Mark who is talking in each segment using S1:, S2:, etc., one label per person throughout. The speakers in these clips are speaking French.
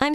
S1: I'm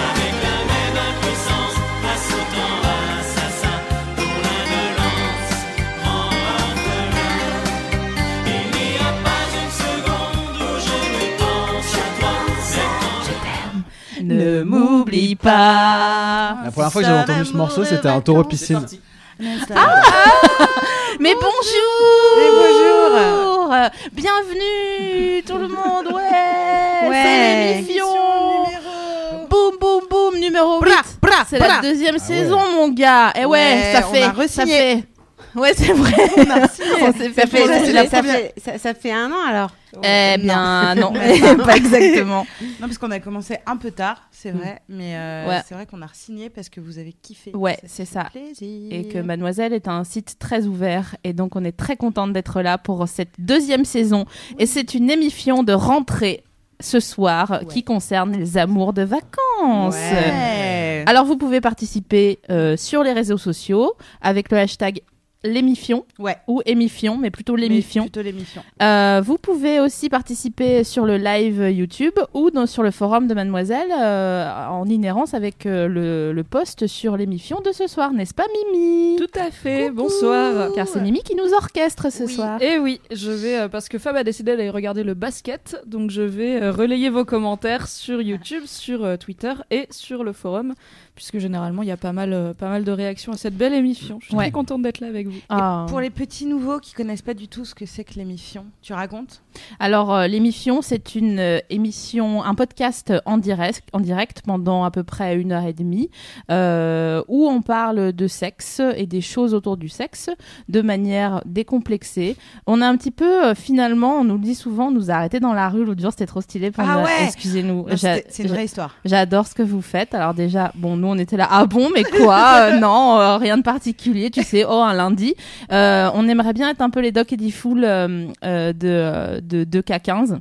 S2: Avec la même impuissance, un sautant assassin pour la violence prend un feu. Il n'y a pas une seconde où je ne pense à toi.
S3: Ne m'oublie pas.
S2: Ah,
S4: La première fois que j'avais entendu ce morceau, c'était un taureau piscine.
S3: Mais bonjour Mais bonjour Bienvenue tout le monde, ouais, C'est
S5: Ouais.
S3: l'émission Boum boum boum numéro 8 C'est la deuxième saison mon gars Et ouais,
S5: Ouais,
S3: ça
S5: on
S3: fait
S5: a
S3: ça
S5: re-signé.
S3: fait Ouais c'est vrai On s'est fait
S5: Ça fait,
S3: plaisir.
S5: ça, fait- ça fait- ça- ça fait un an alors
S3: Eh bien non,
S5: Non.
S3: pas exactement
S5: Non, parce qu'on a commencé un peu tard, c'est vrai, mais euh,
S3: Mm. Ouais.
S5: c'est vrai qu'on a re-signé parce que vous avez kiffé.
S3: Ouais,
S5: Ça,
S3: c'est
S5: fait
S3: ça.
S5: Plaisir.
S3: et que Mademoiselle est un site très ouvert et donc on est très contente d'être là pour cette deuxième saison et c'est une émission de rentrée ce soir qui concerne les amours de vacances.
S5: Ouais.
S3: Alors vous pouvez participer euh, sur les réseaux sociaux avec le hashtag l'émifion
S5: Ouais.
S3: ou émifion mais plutôt
S5: Mais
S3: l'émifion.
S5: Plutôt l'émission.
S3: Euh, vous pouvez aussi participer sur le live YouTube ou dans- sur le forum de Mademoiselle euh, en inhérence avec euh, le, le post sur l'émission de ce soir, n'est-ce pas Mimi
S6: Tout à fait, bonsoir.
S3: Car c'est Mimi qui nous orchestre ce soir.
S6: Et oui, je vais, euh, parce que Fab a décidé d'aller regarder le basket, donc je vais euh, relayer vos commentaires sur YouTube, sur euh, Twitter et sur le forum, puisque généralement il y a pas mal, euh, pas mal de réactions à cette belle émission. Je suis
S3: Ouais.
S6: très contente d'être là avec vous.
S3: Ah.
S5: Pour les petits nouveaux qui connaissent pas du tout ce que c'est que l'émission, tu racontes
S3: Alors euh, l'émission, c'est une euh, émission, un podcast en direct, en direct pendant à peu près une heure et demie, euh, où on parle de sexe et des choses autour du sexe de manière décomplexée. On a un petit peu euh, finalement, on nous le dit souvent, on nous arrêter dans la rue l'autre jour, c'était trop stylé. puis on
S5: Ah
S3: a-
S5: ouais
S3: Excusez-nous.
S5: Non,
S3: j'a-
S5: C'est c'est une vraie histoire.
S3: J'adore ce que vous faites. Alors déjà, bon, nous on était là, ah bon, mais quoi Euh, Non, euh, rien de particulier, tu sais. Oh, un lundi. Euh, on aimerait bien être un peu les Doc et Fool euh, euh, de de 2K15.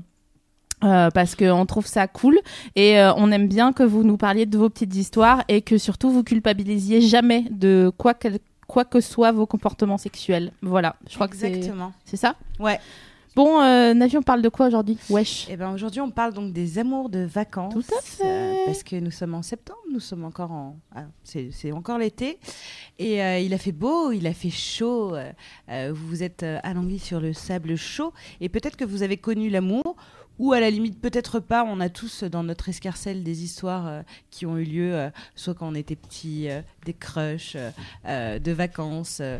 S3: euh, parce que on trouve ça cool et euh, on aime bien que vous nous parliez de vos petites histoires et que surtout vous culpabilisiez jamais de quoi que, quoi que soit vos comportements sexuels. Voilà, je crois que c'est-
S5: Exactement.
S3: c'est ça.
S5: Ouais.
S3: Bon, euh, Navi, on parle de quoi aujourd'hui Wesh.
S5: Et ben aujourd'hui, on parle donc des amours de vacances.
S3: Tout à fait.
S5: parce que nous sommes en septembre, nous sommes encore en, ah, c'est c'est encore l'été, et euh, il a fait beau, il a fait chaud. euh, euh, vous êtes euh, alangui sur le sable chaud, et peut-être que vous avez connu l'amour, ou à la limite peut-être pas. On a tous euh, dans notre escarcelle des histoires euh, qui ont eu lieu, euh, soit quand on était petit, euh, des crushs, euh, euh, de vacances. euh,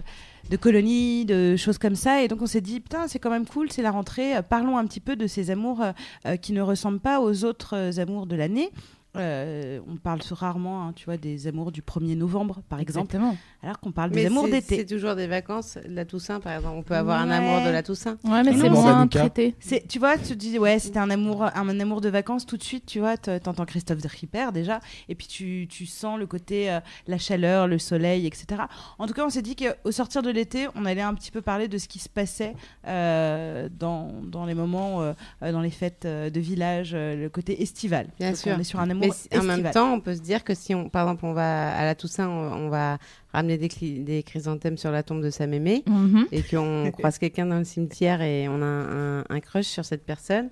S5: de colonies, de choses comme ça. Et donc on s'est dit, putain, c'est quand même cool, c'est la rentrée. Euh, Parlons un petit peu de ces amours euh, euh, qui ne ressemblent pas aux autres euh, amours de l'année. Euh, on parle rarement, hein, tu vois, des amours du 1er novembre, par exemple,
S3: Exactement.
S5: alors qu'on parle
S7: Mais
S5: des amours
S7: c'est- C'est
S5: d'été.
S7: toujours des vacances, la Toussaint par exemple. On peut avoir un
S5: Ouais.
S7: amour de la Toussaint.
S3: Ouais, mais
S4: Un
S3: c'est
S4: amour
S3: moins
S4: d'Anouka.
S3: traité.
S5: C'est- Tu vois, tu te dis, ouais, c'était un amour, un, un amour de vacances, tout de suite, tu vois, t- t'entends Christophe Ripper déjà, et puis tu, tu sens le côté, euh, la chaleur, le soleil, etc. En tout cas, on s'est dit qu'au sortir de l'été, on allait un petit peu parler de ce qui se passait euh, dans, dans les moments, euh, euh, dans les fêtes euh, de village, euh, le côté estival.
S7: Bien
S5: Donc,
S7: sûr.
S5: On est sur un amour
S7: Mais si- en
S5: estival.
S7: même temps, on peut se dire que si on, par exemple, on va à la Toussaint, on, on va ramener des, cli- des chrysanthèmes sur la tombe de sa mémé
S3: Mhm.
S7: et qu'on croise quelqu'un dans le cimetière et on a un, un crush sur cette personne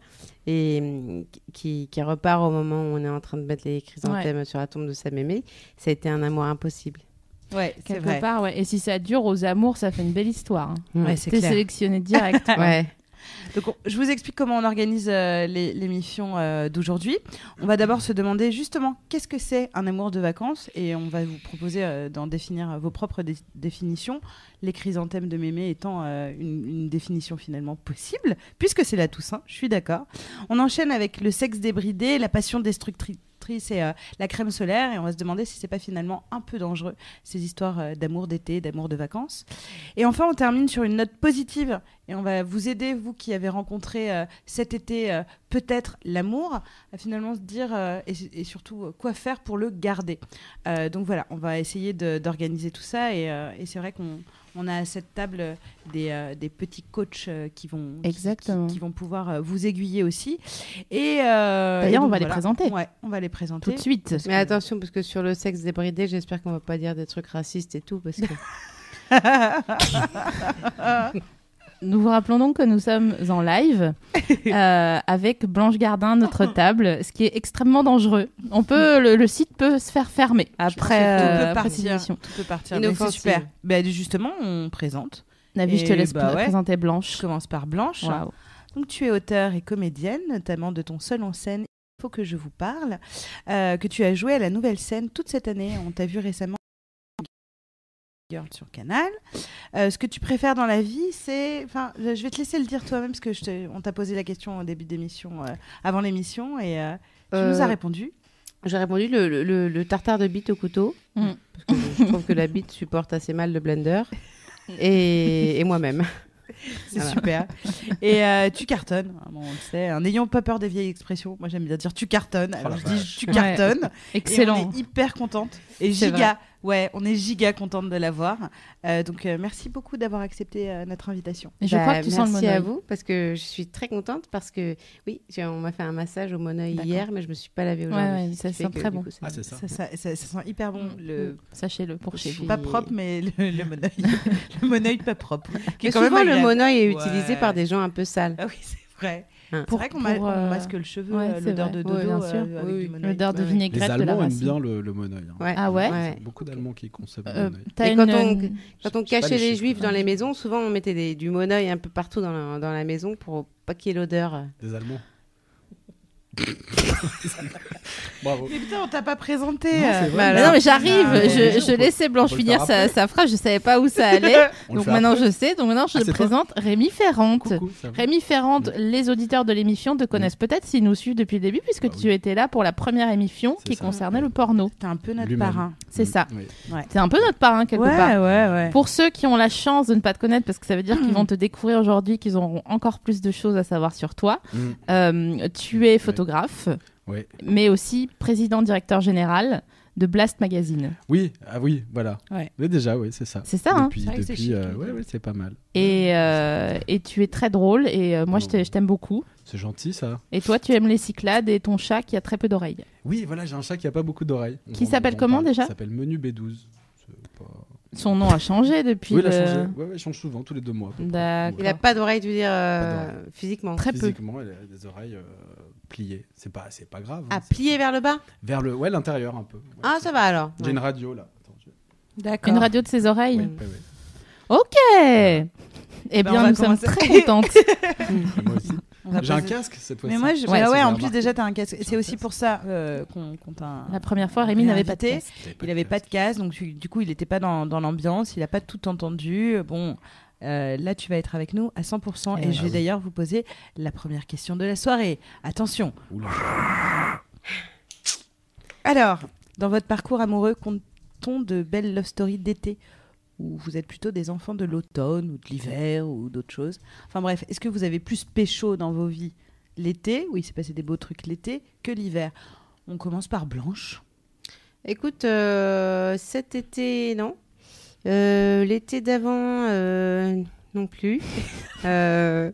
S7: et hum, qui, qui repart au moment où on est en train de mettre les chrysanthèmes sur la tombe de sa mémé, ça a été un amour impossible.
S5: ouais, c'est
S3: Quelque
S5: vrai.
S3: part, ouais. Et si ça dure aux amours, ça fait une belle histoire. hein.
S5: Ouais, c'est
S3: T'es
S5: clair.
S3: sélectionné direct. quoi.
S7: Ouais.
S5: Donc, on- je vous explique comment on organise euh, les- l'émission euh, d'aujourd'hui. On va d'abord se demander justement qu'est-ce que c'est un amour de vacances et on va vous proposer euh, d'en définir vos propres dé- définitions, les chrysanthèmes de mémé étant euh, une, une définition finalement possible, puisque c'est la Toussaint, je suis d'accord. On enchaîne avec le sexe débridé, la passion destructrice productrice et euh, la crème solaire. Et on va se demander si c'est pas finalement un peu dangereux, ces histoires euh, d'amour d'été, d'amour de vacances. Et enfin, on termine sur une note positive. Et on va vous aider, vous qui avez rencontré euh, cet été euh, peut-être l'amour, à finalement se dire euh, et, et surtout euh, quoi faire pour le garder. Euh, donc voilà, on va essayer de- d'organiser tout ça. Et, euh, et c'est vrai qu'on on a à cette table euh, des, euh, des petits coachs euh, qui vont, qui- qui-
S3: Exactement.
S5: qui, vont pouvoir euh, vous aiguiller aussi. Et euh,
S3: Bah, D'ailleurs,
S5: et
S3: on
S5: donc
S3: va les
S5: voilà.
S3: présenter.
S5: Ouais, on va les
S3: Tout
S5: présenter.
S3: de suite.
S7: Mais attention, parce que sur le sexe débridé, j'espère qu'on va pas dire des trucs racistes et tout, parce que
S3: Nous vous rappelons donc que nous sommes en live euh, avec Blanche Gardin, notre table, ce qui est extrêmement dangereux. On peut, le, le site peut se faire fermer après,
S5: Tout
S3: euh,
S5: peut
S3: après cette
S5: partir.
S3: émission.
S5: Tout peut partir. mais
S7: Inoffensive.
S5: C'est super. Ben, justement, on présente.
S3: Navi, je te
S5: Et
S3: laisse
S5: bah
S3: pr-
S5: ouais.
S3: présenter
S5: Je
S3: Blanche.
S5: commence par Blanche.
S3: Waouh.
S5: Donc tu es auteur et comédienne, notamment de ton seul en scène Il faut que je vous parle, euh, que tu as joué à la nouvelle scène toute cette année. On t'a vu récemment Girl sur Canal. Euh, ce que tu préfères dans la vie, c'est... Enfin, je je vais te laisser le dire toi-même, parce que je t'ai- on t'a posé la question au début d'émission, euh, avant l'émission, et euh, tu nous
S7: Euh,
S5: as répondu.
S7: j'ai répondu le, le- le- le tartare de bite au couteau,
S3: Mm.
S7: parce que je trouve que la bite supporte assez mal le blender et, et moi-même.
S5: C'est
S7: voilà.
S5: super. et euh, tu cartonnes, hein, bon, on le sait. hein, N'ayons pas peur des vieilles expressions. Moi, j'aime bien dire tu cartonnes. Alors,
S4: Oh la
S5: je dis
S4: vache.
S5: tu
S3: Ouais.
S5: cartonnes. Et
S3: Excellent.
S5: on est hyper contente. Et
S3: C'est
S5: giga, ouais, on est giga contente de l'avoir. Euh, donc euh, merci beaucoup d'avoir accepté euh, notre invitation.
S3: Et Je
S7: Bah,
S3: crois que tu sens le
S7: Merci
S3: monoeil.
S7: à vous, parce que je suis très contente, parce que oui, j'ai- on m'a fait un massage au monoeil
S3: D'accord.
S7: hier, mais je me suis pas lavée
S3: Ouais,
S7: aujourd'hui.
S3: ouais,
S7: ce
S3: ça
S7: qui fait
S3: sent
S7: que,
S3: très
S7: du
S3: bon.
S7: coup, ça-
S4: Ah, c'est ça.
S5: Ça, ça- ça- ça sent hyper bon. Le...
S3: Euh, Sachez-le Mm, pour chez vous.
S5: Pas propre, mais le, le monœil. le monœil pas propre.
S3: Bah,
S5: Qui est
S7: Mais
S5: quand même
S7: souvent, le
S5: agréable.
S7: monoeil est
S5: Ouais.
S7: utilisé par des gens un peu sales.
S5: Ah oui, c'est vrai.
S7: Hein.
S5: C'est vrai qu'on ma-
S3: pour,
S5: on
S3: euh,
S5: masque le cheveu,
S3: ouais,
S5: euh,
S3: c'est
S5: l'odeur
S3: vrai.
S5: de dodo
S7: Ouais, bien sûr.
S5: euh, avec
S7: Oui,
S5: du monoeil.
S3: L'odeur de
S5: Ouais, ouais.
S4: Les
S3: vinaigrette de la
S4: Allemands aiment
S3: racine.
S4: bien le, le monoeil. hein.
S7: Ouais.
S3: Ah ouais
S4: Beaucoup d'Allemands qui consomment
S3: Euh,
S4: le monoeil.
S3: t'as
S7: Mais quand
S3: une-
S7: Quand on
S4: Je sais pas
S7: cachait les,
S4: chiffres,
S7: juifs
S4: hein.
S7: dans les maisons, souvent on mettait des- du monoeil un peu partout dans la, dans la maison pour pas qu'il y ait l'odeur.
S4: Des Allemands. Bravo.
S5: Mais putain, on t'a pas présenté.
S4: Non,
S5: euh,
S4: c'est vrai.
S7: bah
S3: Mais
S7: Alors,
S3: non, mais j'arrive.
S5: non, mais
S3: Je,
S4: Ah, on
S3: je
S4: peut-
S3: laissais Blanche
S4: on peut le
S3: finir
S4: faire
S3: sa,
S4: après.
S3: sa phrase. Je savais pas où ça allait.
S4: On le
S3: donc
S4: fait
S3: maintenant
S4: après.
S3: je sais. Donc maintenant je
S4: Ah,
S3: te
S4: c'est toi.
S3: présente Rémi Ferrante.
S4: Coucou, Mmh. ça va
S3: Rémi Ferrante, les auditeurs de l'émission te connaissent peut-être s'ils nous suivent depuis le début, puisque
S4: Bah
S3: tu étais là pour la première émission
S4: C'est
S3: qui
S4: ça. Mmh.
S3: concernait le porno.
S5: T'es un peu notre
S4: Lui-même.
S5: parrain.
S3: C'est ça.
S4: Oui.
S3: C'est un peu notre parrain, quelque part.
S5: ouais.
S3: Pour ceux qui ont la chance de ne pas te connaître, parce que ça veut dire
S4: Mmh.
S3: qu'ils vont te découvrir aujourd'hui, qu'ils auront encore plus de choses à savoir sur toi,
S4: Mm.
S3: euh, tu es photographe,
S4: Ouais.
S3: mais aussi président-directeur général de Blast Magazine.
S4: Oui, ah oui, voilà.
S5: Ouais.
S4: Mais déjà, oui, c'est ça.
S3: C'est ça, hein
S4: Depuis,
S5: C'est vrai que c'est
S4: depuis,
S5: chic.
S4: euh, ouais, ouais, c'est pas mal.
S3: Et, euh, et tu es très drôle, et euh, moi
S4: Oh.
S3: je t'ai- je t'aime beaucoup.
S4: C'est gentil, ça.
S3: Et toi, tu aimes les Cyclades et ton chat qui a très peu d'oreilles.
S4: Oui, voilà, j'ai un chat qui a pas beaucoup d'oreilles. On
S3: Qui
S4: va-
S3: s'appelle
S4: on va en
S3: comment,
S4: parler.
S3: déjà
S4: Il s'appelle Menu B12. C'est pas-
S3: Son nom a changé depuis.
S4: Oui, il a
S3: le-
S4: changé. Ouais, ouais, il change souvent, tous les deux mois. à peu près.
S3: D'accord.
S7: Il
S4: Voilà.
S7: n'a pas d'oreille, tu veux dire, euh,
S4: Pas
S7: physiquement.
S3: Très peu.
S4: Physiquement, elle a des oreilles euh, pliées. C'est pas, c'est pas grave. hein.
S7: Ah,
S4: C'est-
S7: plié vers le bas
S4: Vers le, ouais, l'intérieur un peu. Ouais,
S7: Ah,
S4: c'est-
S7: ça va alors.
S4: J'ai une radio là. Attends, je-
S5: D'accord.
S3: Une radio de ses oreilles.
S4: Ouais, ouais, ouais.
S3: Ok. Eh
S5: Ben, on
S3: bien,
S5: va
S3: nous sommes
S5: commencer.
S3: très contentes.
S4: Et moi aussi.
S5: On va
S4: J'ai un
S5: poser-
S4: casque cette fois-ci.
S5: Mais moi, je...
S3: Ouais,
S5: ouais,
S4: ça,
S5: ouais,
S4: j'ai
S5: en
S4: remarqué.
S5: plus déjà t'as un casque.
S4: J'ai
S5: C'est
S4: un
S5: aussi
S4: casque.
S5: pour ça euh, qu'on qu'on t'a.
S3: La première fois, Rémi n'avait pas de
S5: Réinvité.
S3: casque.
S4: J'avais pas
S5: Il
S4: de
S5: n'avait pas
S4: casque.
S5: de casque, donc tu- du coup, il n'était pas dans, dans l'ambiance, il n'a pas tout entendu. Bon, euh, là, tu vas être avec nous à 100%.
S4: Ah
S3: Eh
S5: Et,
S3: oui.
S5: je vais d'ailleurs vous poser la première question de la soirée. Attention.
S4: Oula.
S5: Alors, dans votre parcours amoureux, compte-t-on de belles love stories d'été Ou vous êtes plutôt des enfants de l'automne ou de l'hiver ou d'autres choses Enfin bref, est-ce que vous avez plus pécho dans vos vies l'été, où il s'est passé des beaux trucs l'été, que l'hiver On commence par Blanche.
S7: Écoute, euh, cet été, non. Euh, L'été d'avant, euh, non plus. Euh,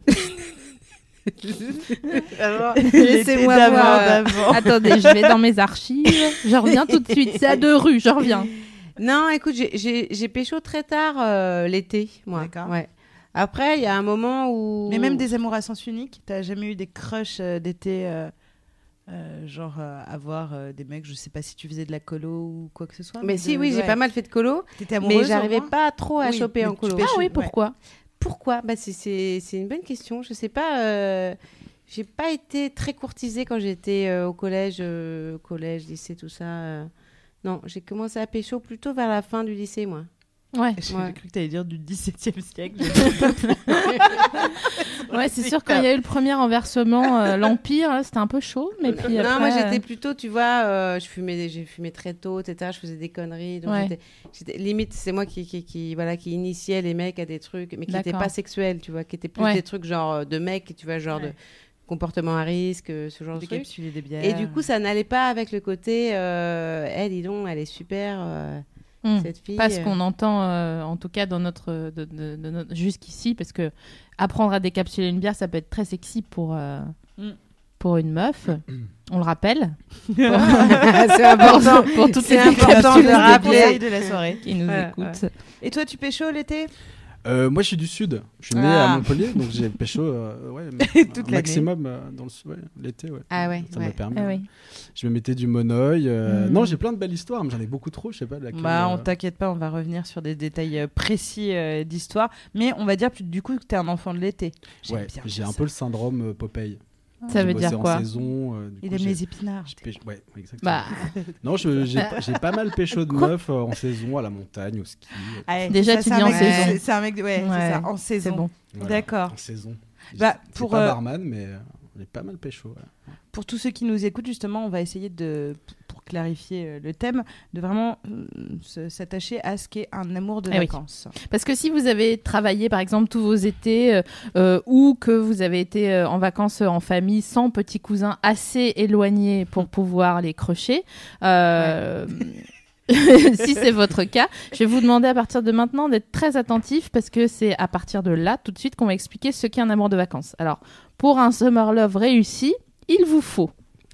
S7: alors, Laissez-moi
S5: L'été
S7: voir. euh,
S5: d'avant.
S3: Attendez, je vais dans mes archives. Je reviens tout de suite. C'est à deux rues, je reviens.
S7: Non, écoute, j'ai- j'ai j'ai pécho très tard euh, l'été, moi.
S5: D'accord.
S7: Ouais. Après, il y a un moment où.
S5: Mais même des amours à sens unique, t'as jamais eu des crushs euh, d'été, euh, euh, genre euh, avoir euh, des mecs, je sais pas si tu faisais de la colo ou quoi que ce soit.
S7: Mais si,
S5: de-
S7: oui, j'ai
S5: euh, ouais.
S7: pas mal fait de colo,
S5: T'étais amoureuse
S7: mais
S5: au
S7: j'arrivais
S5: moins
S7: pas trop à
S5: Oui,
S7: choper
S5: mais
S7: en
S5: tu
S7: colo.
S5: pêches.
S3: Ah oui,
S5: Ouais.
S3: pourquoi
S7: Pourquoi bah, c'est- C'est c'est une bonne question. Je sais pas. euh, j'ai pas été très courtisée quand j'étais euh, au collège, euh, collège, lycée, tout ça. euh. Non, j'ai commencé à pécho plutôt vers la fin du lycée, moi.
S3: Ouais.
S5: J'ai
S7: Ouais.
S5: cru que t'allais dire du 17 e siècle.
S3: Ouais, c'est sûr, quand il y a eu le premier renversement, euh, l'Empire, là, c'était un peu chaud. Mais puis
S7: non,
S3: après,
S7: moi
S3: euh,
S7: j'étais plutôt, tu vois, euh, je fumais, j'ai fumé très tôt, etc. Je faisais des conneries, donc
S3: Ouais.
S7: j'étais- j'étais limite, c'est moi qui, qui, qui, voilà, qui initiais les mecs à des trucs, mais qui n'étaient
S3: D'accord.
S7: pas sexuels, tu vois, qui étaient plus
S3: Ouais.
S7: des trucs genre euh, de mecs, tu vois, genre de comportement à risque, euh, ce genre de trucs.
S5: capsules et des bières.
S7: Et
S3: Euh.
S7: du coup, ça n'allait pas avec le côté, euh, eh, dis donc, elle est super, euh,
S3: hmm.
S7: cette fille.
S3: pas
S7: euh.
S3: ce qu'on entend, euh, en tout cas, dans notre, de, de- de notre- jusqu'ici, parce que apprendre à décapsuler une bière, ça peut être très sexy pour, euh,
S6: Mm.
S3: pour une meuf. On le rappelle. Pour,
S7: Ah, c'est important.
S3: pour- pour toutes
S7: C'est
S3: les
S7: important
S3: décapsuleuses
S7: de
S3: de
S7: rappeler.
S3: bière
S5: Conseil de la soirée.
S3: qui nous
S7: Ouais,
S3: écoutent.
S5: Et toi, tu pécho l'été
S4: Euh, moi, je suis du sud. Je suis né
S5: Ah.
S4: à Montpellier, donc j'ai pécho euh, ouais,
S5: Toute
S4: un
S5: l'année.
S4: maximum euh, dans le sud, ouais, l'été. Ouais.
S7: Ah ouais,
S4: Ça
S7: ouais.
S4: m'a permis.
S3: Ah
S4: ouais.
S3: oui.
S4: Je me mettais du monoeil. euh,
S3: Mm.
S4: Non, j'ai plein de belles histoires, mais j'en ai beaucoup trop. Je sais pas. laquelle,
S5: Bah, on
S4: euh,
S5: t'inquiète pas, on va revenir sur des détails euh, précis euh, d'histoire. Mais on va dire plus- du coup que t'es un enfant de l'été. J'aime
S4: ouais,
S5: bien
S4: j'ai
S5: ça.
S4: un peu le syndrome euh, Popeye.
S3: Ça
S4: J'ai
S3: veut
S4: bossé
S3: dire
S4: en
S3: quoi
S4: saison, euh, du
S5: Il
S4: coup,
S5: aime
S4: j'ai-
S5: les épinards.
S4: j'ai pêché- Ouais, exactement.
S3: Bah,
S4: Non, je- j'ai pas- j'ai pas mal pécho de meufs euh, en saison, à la montagne, au ski. euh,
S5: Ouais,
S3: Déjà,
S5: ça,
S3: tu
S5: c'est
S3: dis
S5: un
S3: en
S5: mec de-
S7: saison.
S5: c'est- C'est un mec de- ouais,
S3: Ouais,
S5: c'est ça, en saison.
S3: c'est bon.
S4: voilà,
S5: D'accord.
S4: En saison.
S5: Bah,
S4: C'est
S5: pour,
S4: pas
S5: euh,
S4: barman, mais euh, on est pas mal pécho. ouais.
S5: Pour tous ceux qui nous écoutent, justement, on va essayer de, pour clarifier euh, le thème, de vraiment euh, se- s'attacher à ce qu'est un amour de
S3: Eh oui.
S5: vacances.
S3: Parce que si vous avez travaillé, par exemple, tous vos étés euh, euh, ou que vous avez été euh, en vacances euh, en famille sans petits cousins assez éloignés pour pouvoir les crocher, euh, si c'est votre cas, je vais vous demander à partir de maintenant d'être très attentif parce que c'est à partir de là, tout de suite, qu'on va expliquer ce qu'est un amour de vacances. Alors, pour un summer love réussi, il vous faut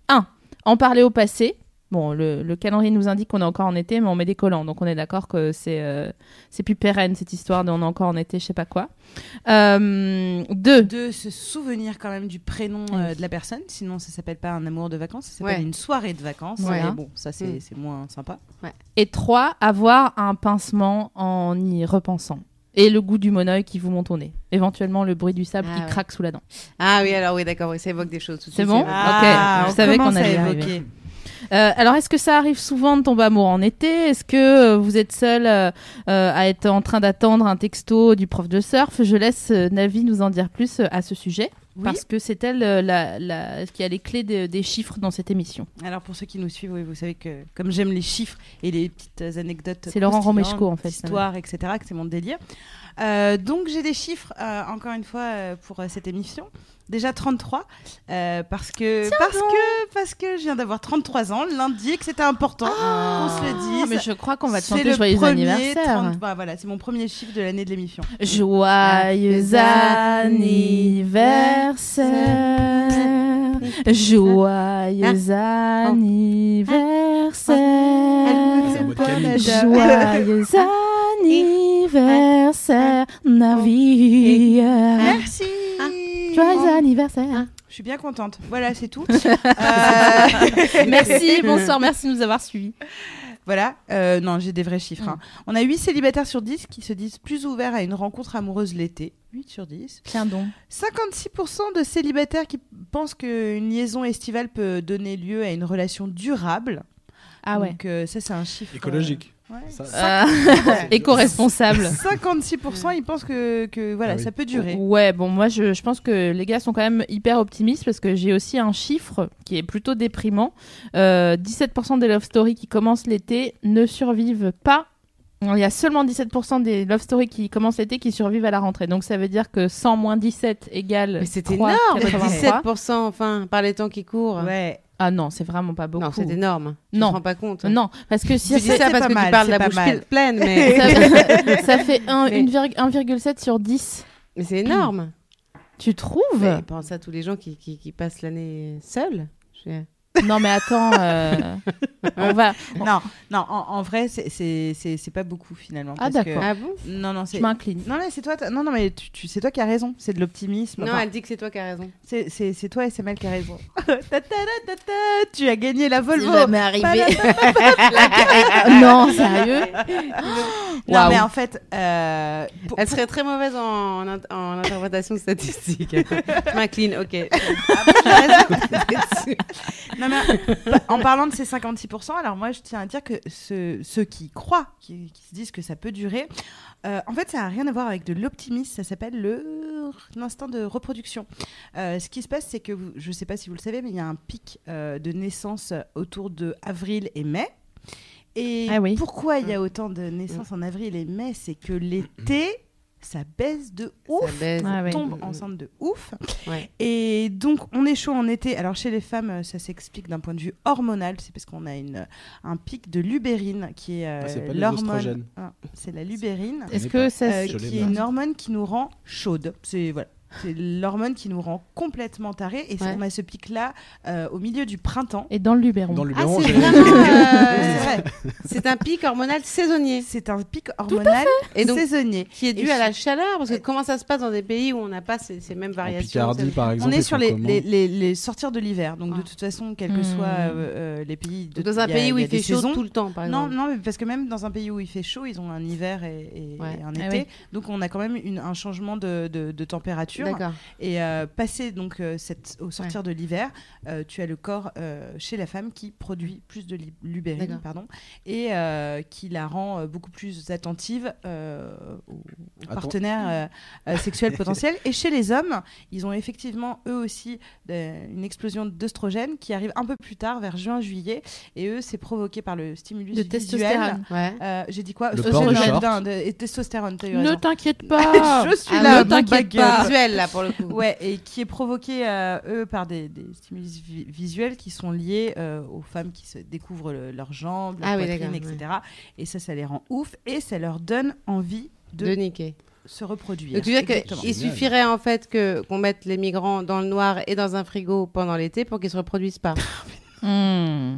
S3: 1. En parler au passé. Bon, le, le calendrier nous indique qu'on est encore en été, mais on met des collants, donc on est d'accord que c'est euh, c'est plus pérenne cette histoire de on est encore en été, je sais pas quoi. Euh, deux.
S5: De se souvenir quand même du prénom
S3: Ah oui.
S5: euh, de la personne, sinon ça s'appelle pas un amour de vacances, ça s'appelle
S7: Ouais.
S5: une soirée de vacances.
S7: Voilà.
S5: Mais bon, ça c'est
S7: Mm.
S5: c'est moins sympa.
S3: Et trois, avoir un pincement en y repensant. Et le goût du monoeil qui vous monte au nez. Éventuellement le bruit du sable
S7: Ah
S3: qui
S7: ouais.
S3: craque sous la dent.
S7: Ah oui, alors oui, d'accord, oui, ça évoque des choses. tout de
S3: C'est
S7: suite,
S3: bon
S7: vrai.
S3: Ah, je
S5: on
S3: savais qu'on
S5: commence à
S3: allait y arriver.
S5: évoquer.
S3: Euh, alors, est-ce que ça arrive souvent de tomber amoureux en été Est-ce que euh, vous êtes seul euh, euh, à être en train d'attendre un texto du prof de surf Je laisse euh, Navi nous en dire plus euh, à ce sujet.
S5: Oui.
S3: Parce que c'est elle euh, la, la- qui a les clés de- des chiffres dans cette émission.
S5: Alors pour ceux qui nous suivent, oui, vous savez que comme j'aime les chiffres et les petites anecdotes,
S3: C'est Laurent
S5: croustillantes,
S3: Romeshko, en fait, ça.
S5: histoires, etc., que c'est mon délire. Euh, donc j'ai des chiffres euh, encore une fois euh, pour euh, cette émission. Déjà 33 euh, parce que parce que parce que je viens d'avoir 33 ans lundi et que c'était important qu'on se le dise.
S3: Ah mais je crois qu'on va te
S5: C'est
S3: chanter
S5: le
S3: joyeux
S5: premier
S3: anniversaire.
S5: 30 bah, voilà, c'est mon premier chiffre de l'année de l'émission.
S3: Joyeux anniversaire. Joyeux
S4: C'est un
S3: anniversaire.
S4: mode Camille.
S3: Joyeux anniversaire, Navi.
S5: Merci.
S3: Joyeux anniversaire.
S5: Hein Je suis bien contente. Voilà, c'est tout. Euh,
S3: Merci, bonsoir, merci de nous avoir suivis.
S5: Voilà, euh, non, j'ai des vrais chiffres. hein.
S3: Mm.
S5: On a 8 célibataires sur 10 qui se disent plus ouverts à une rencontre amoureuse l'été. 8 sur 10.
S3: Tiens donc.
S5: 56% de célibataires qui pensent qu'une liaison estivale peut donner lieu à une relation durable.
S3: Ah ouais.
S5: Donc, euh, ça, c'est un chiffre. euh,
S4: Écologique.
S5: ouais.
S4: Ça,
S3: Euh, Éco-responsable.
S5: 56% ils pensent que, que voilà,
S4: Ah oui.
S5: ça peut durer.
S3: Ouais, bon, moi je, je pense que les gars sont quand même hyper optimistes parce que j'ai aussi un chiffre qui est plutôt déprimant. Euh, 17% des love stories qui commencent l'été ne survivent pas. Il y a seulement 17% des love stories qui commencent l'été qui survivent à la rentrée. Donc ça veut dire que 100 moins 17 égale.
S7: Mais c'est
S3: 3,
S7: énorme,
S3: 83.
S7: 17% enfin, par les temps qui courent.
S5: Ouais.
S3: Ah non, c'est vraiment pas beaucoup.
S7: Non, c'est énorme. hein. Tu
S3: Non.
S7: te rends pas compte.
S3: Non, parce que
S7: Tu
S3: si
S7: dis ça
S5: c'est
S7: parce
S5: pas
S7: que
S5: mal,
S7: tu parles de la
S5: c'est pas
S7: bouche
S5: mal.
S7: pile- pleine, mais,
S3: ça, ça fait un-
S7: Mais-
S3: une virg- 1,7 sur 10.
S7: mais c'est énorme.
S3: Tu trouves
S7: Mais pense à tous les gens qui, qui, qui passent l'année seuls. Je-
S3: Non, mais attends, euh, on va.
S5: Non, non, en, en vrai, c'est- c'est c'est- c'est pas beaucoup finalement.
S3: Ah,
S5: parce que-
S3: d'accord.
S7: Ah bon
S5: Non, non,
S3: Je
S5: c'est.
S3: m'incline.
S5: Non, là, c'est toi. t'as- Non, non, mais tu, tu- c'est toi qui as raison. C'est de l'optimisme.
S7: Non,
S3: bah.
S5: Enfin,
S7: elle dit que c'est toi qui as raison.
S5: C'est- C'est c'est toi, SML, qui a raison. Ta, ta, ta, ta, ta, tu as gagné la Volvo.
S3: arrivé. non, sérieux
S5: Non,
S3: Waouh.
S5: mais en fait, euh, pour-
S7: Elle serait très mauvaise en, en int- en interprétation statistique. je
S3: Ah
S7: m'incline, ok.
S5: non, mais bah, en parlant de ces 56 10%. Alors moi, je tiens à dire que ce- ceux qui croient, qui, qui se disent que ça peut durer, euh, en fait, ça n'a rien à voir avec de l'optimisme, ça s'appelle le- l'instinct de reproduction. Euh, ce qui se passe, c'est que, vous- je ne sais pas si vous le savez, mais il y a un pic euh, de naissance autour de avril et mai. Et
S3: Ah oui.
S5: pourquoi il y a autant de naissances en avril et mai C'est que l'été, ça baisse de
S7: Ça
S5: ouf
S7: baise.
S3: Ah ouais.
S5: tombe
S7: Mm, mm.
S5: enceinte de ouf.
S7: Ouais.
S5: Et donc, on est chaud en été. Alors, chez les femmes, euh, ça s'explique d'un point de vue hormonal. C'est parce qu'on a une, un pic de lubérine qui est euh,
S4: Ah, c'est pas les
S5: l'hormone.
S4: oestrogènes.
S5: Ah, c'est la lubérine,
S3: Est-ce
S4: connais pas.
S3: que ça
S5: euh,
S4: Je l'ai
S5: qui est
S4: mal.
S5: une hormone qui nous rend chaude. C'est voilà. C'est l'hormone qui nous rend complètement tarés. Et
S7: Ouais.
S5: on a ce pic-là euh, au milieu du printemps. Euh,
S3: Et dans le Luberon.
S4: Dans le
S7: Ah,
S4: Luberon,
S7: c'est
S4: j'ai-
S7: vraiment,
S5: C'est
S7: euh,
S5: vrai.
S7: c'est un pic hormonal saisonnier
S5: C'est un pic hormonal
S7: et donc
S5: saisonnier.
S7: qui est dû
S5: Et
S7: à
S5: je-
S7: la chaleur parce que comment ça se passe dans des pays où on n'a pas ces, ces mêmes
S4: en
S7: variations
S4: Picardie,
S7: ça-
S4: par
S5: On
S4: exemple.
S5: est
S4: ils
S5: sur
S4: font
S5: les,
S4: comment
S5: les, les- les sorties de l'hiver. Donc, de
S7: Ouais.
S5: toute façon, quels que
S3: Hmm.
S5: soient euh, euh, les pays. De,
S7: Ah. dans un
S5: il y a-
S7: pays où
S5: y a
S7: il
S5: des
S7: fait chaud
S5: saisons.
S7: tout le temps par
S5: Non,
S7: exemple
S5: non, mais parce que même dans un pays où il fait chaud, ils ont un hiver et, et-
S7: Ouais.
S5: et un
S3: Ah
S5: été.
S3: oui.
S5: Donc on a quand même une- un changement de, de- de température.
S7: d'accord
S5: Et euh, passer donc euh, cette, au sortir de l'hiver, euh, tu as le corps euh, chez la femme qui
S3: Mm.
S5: produit plus de li- lubérine,
S7: D'accord.
S5: pardon, et euh, qui la rend euh, beaucoup plus attentive euh, aux
S4: Attends.
S5: partenaires euh, euh, sexuels potentiels. Et chez les hommes, ils ont effectivement eux aussi euh, une explosion d'œstrogène qui arrive un peu plus tard, vers juin-juillet, et eux c'est provoqué par le stimulus
S3: De
S5: visuel.
S3: testostérone.
S7: ouais
S5: Euh, j'ai dit quoi
S4: Le
S5: Oestrogène,
S4: porc, Richard.
S5: putain, de- et testostérone, t'as eu
S3: Ne
S5: raison.
S3: t'inquiète pas.
S5: Je suis
S7: Ah,
S5: là,
S7: mais
S3: ne
S5: mon
S3: t'inquiète
S5: baguette.
S3: pas.
S7: visuel là pour le coup
S5: Ouais, et qui est provoqué, euh, eux, par des, des stimulus vi- visuels qui sont liés euh, aux femmes qui se découvrent le- leurs jambes, leur
S7: Ah oui,
S5: poitrine,
S7: d'accord,
S5: etc. Et ça, ça les rend ouf et ça leur donne envie de,
S7: de niquer
S5: se reproduire.
S7: Donc, tu veux dire
S5: Exactement.
S7: qu'il
S4: Génial.
S7: suffirait en fait que qu'on mette les migrants dans le noir et dans un frigo pendant l'été pour qu'ils se reproduisent pas.
S3: Hmm.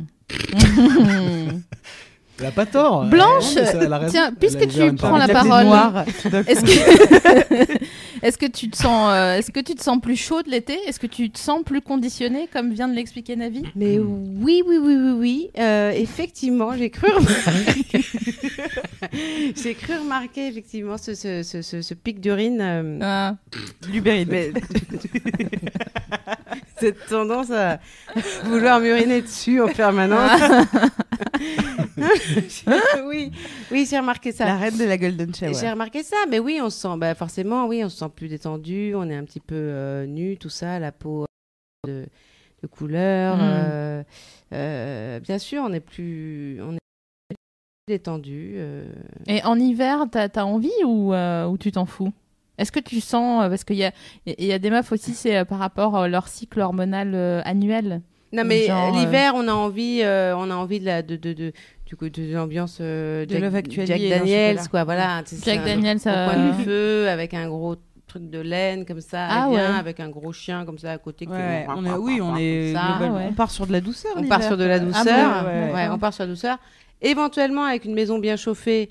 S4: Elle a pas tort.
S3: Blanche,
S4: Elle a raison, mais ça- elle a raison.
S3: tiens,
S4: Elle a
S3: puisque
S4: ouvert
S3: tu
S4: une
S3: prends
S4: porte.
S3: la
S5: Avec
S3: parole.
S5: des noirs.
S3: Est-ce que... est-ce que tu te sens, euh, est-ce que tu te sens plus chaude l'été Est-ce que tu te sens plus conditionnée, comme vient de l'expliquer Navi
S7: Mais oui, oui, oui, oui, oui. Euh, effectivement, j'ai cru remarquer. j'ai cru remarquer effectivement ce, ce, ce, ce- ce pic d'urine. euh,
S3: Ah.
S5: Lubérine.
S7: mais- Cette tendance à vouloir m'uriner dessus en permanence. oui, oui, j'ai remarqué ça.
S5: La reine de la Golden
S7: Et
S5: Shower.
S7: J'ai remarqué ça, mais oui, on se sent, bah, forcément, oui, on se sent plus détendu, on est un petit peu euh, nu, tout ça, la peau euh, de, de couleur.
S3: Mm.
S7: euh, euh, bien sûr, on est plus, on est plus détendu. euh.
S3: Et en hiver, t'as as envie ou, euh, ou tu t'en fous Est-ce que tu sens euh, parce qu'il y a, il y a des meufs aussi, c'est euh, par rapport à leur cycle hormonal euh, annuel.
S7: Non, mais
S3: Genre,
S7: euh, l'hiver, on a envie, euh, on a envie de la, de, de, de- du coup, de, de l'ambiance euh,
S5: De
S7: Jack,
S5: Love Actually
S7: Jack
S5: et d'un
S7: Daniels,
S5: chocolat.
S7: quoi, voilà. tu sais,
S3: Jack euh,
S7: c'est un-
S3: Daniel,
S7: au
S3: ça.
S7: coin du feu, avec un gros truc de laine comme ça,
S3: Ah
S7: bien,
S3: ouais.
S7: avec un gros chien comme ça à côté. qui-
S5: Ouais, on est, oui,
S4: Ah,
S5: on est.
S7: comme ça.
S5: globalement-
S3: ouais.
S5: On part sur de la douceur.
S7: On part
S5: l'hiver,
S7: sur de la
S5: quoi.
S7: douceur.
S5: Ah bon, ouais,
S7: ouais,
S5: ouais.
S7: on part sur la douceur. Éventuellement, avec une maison bien chauffée,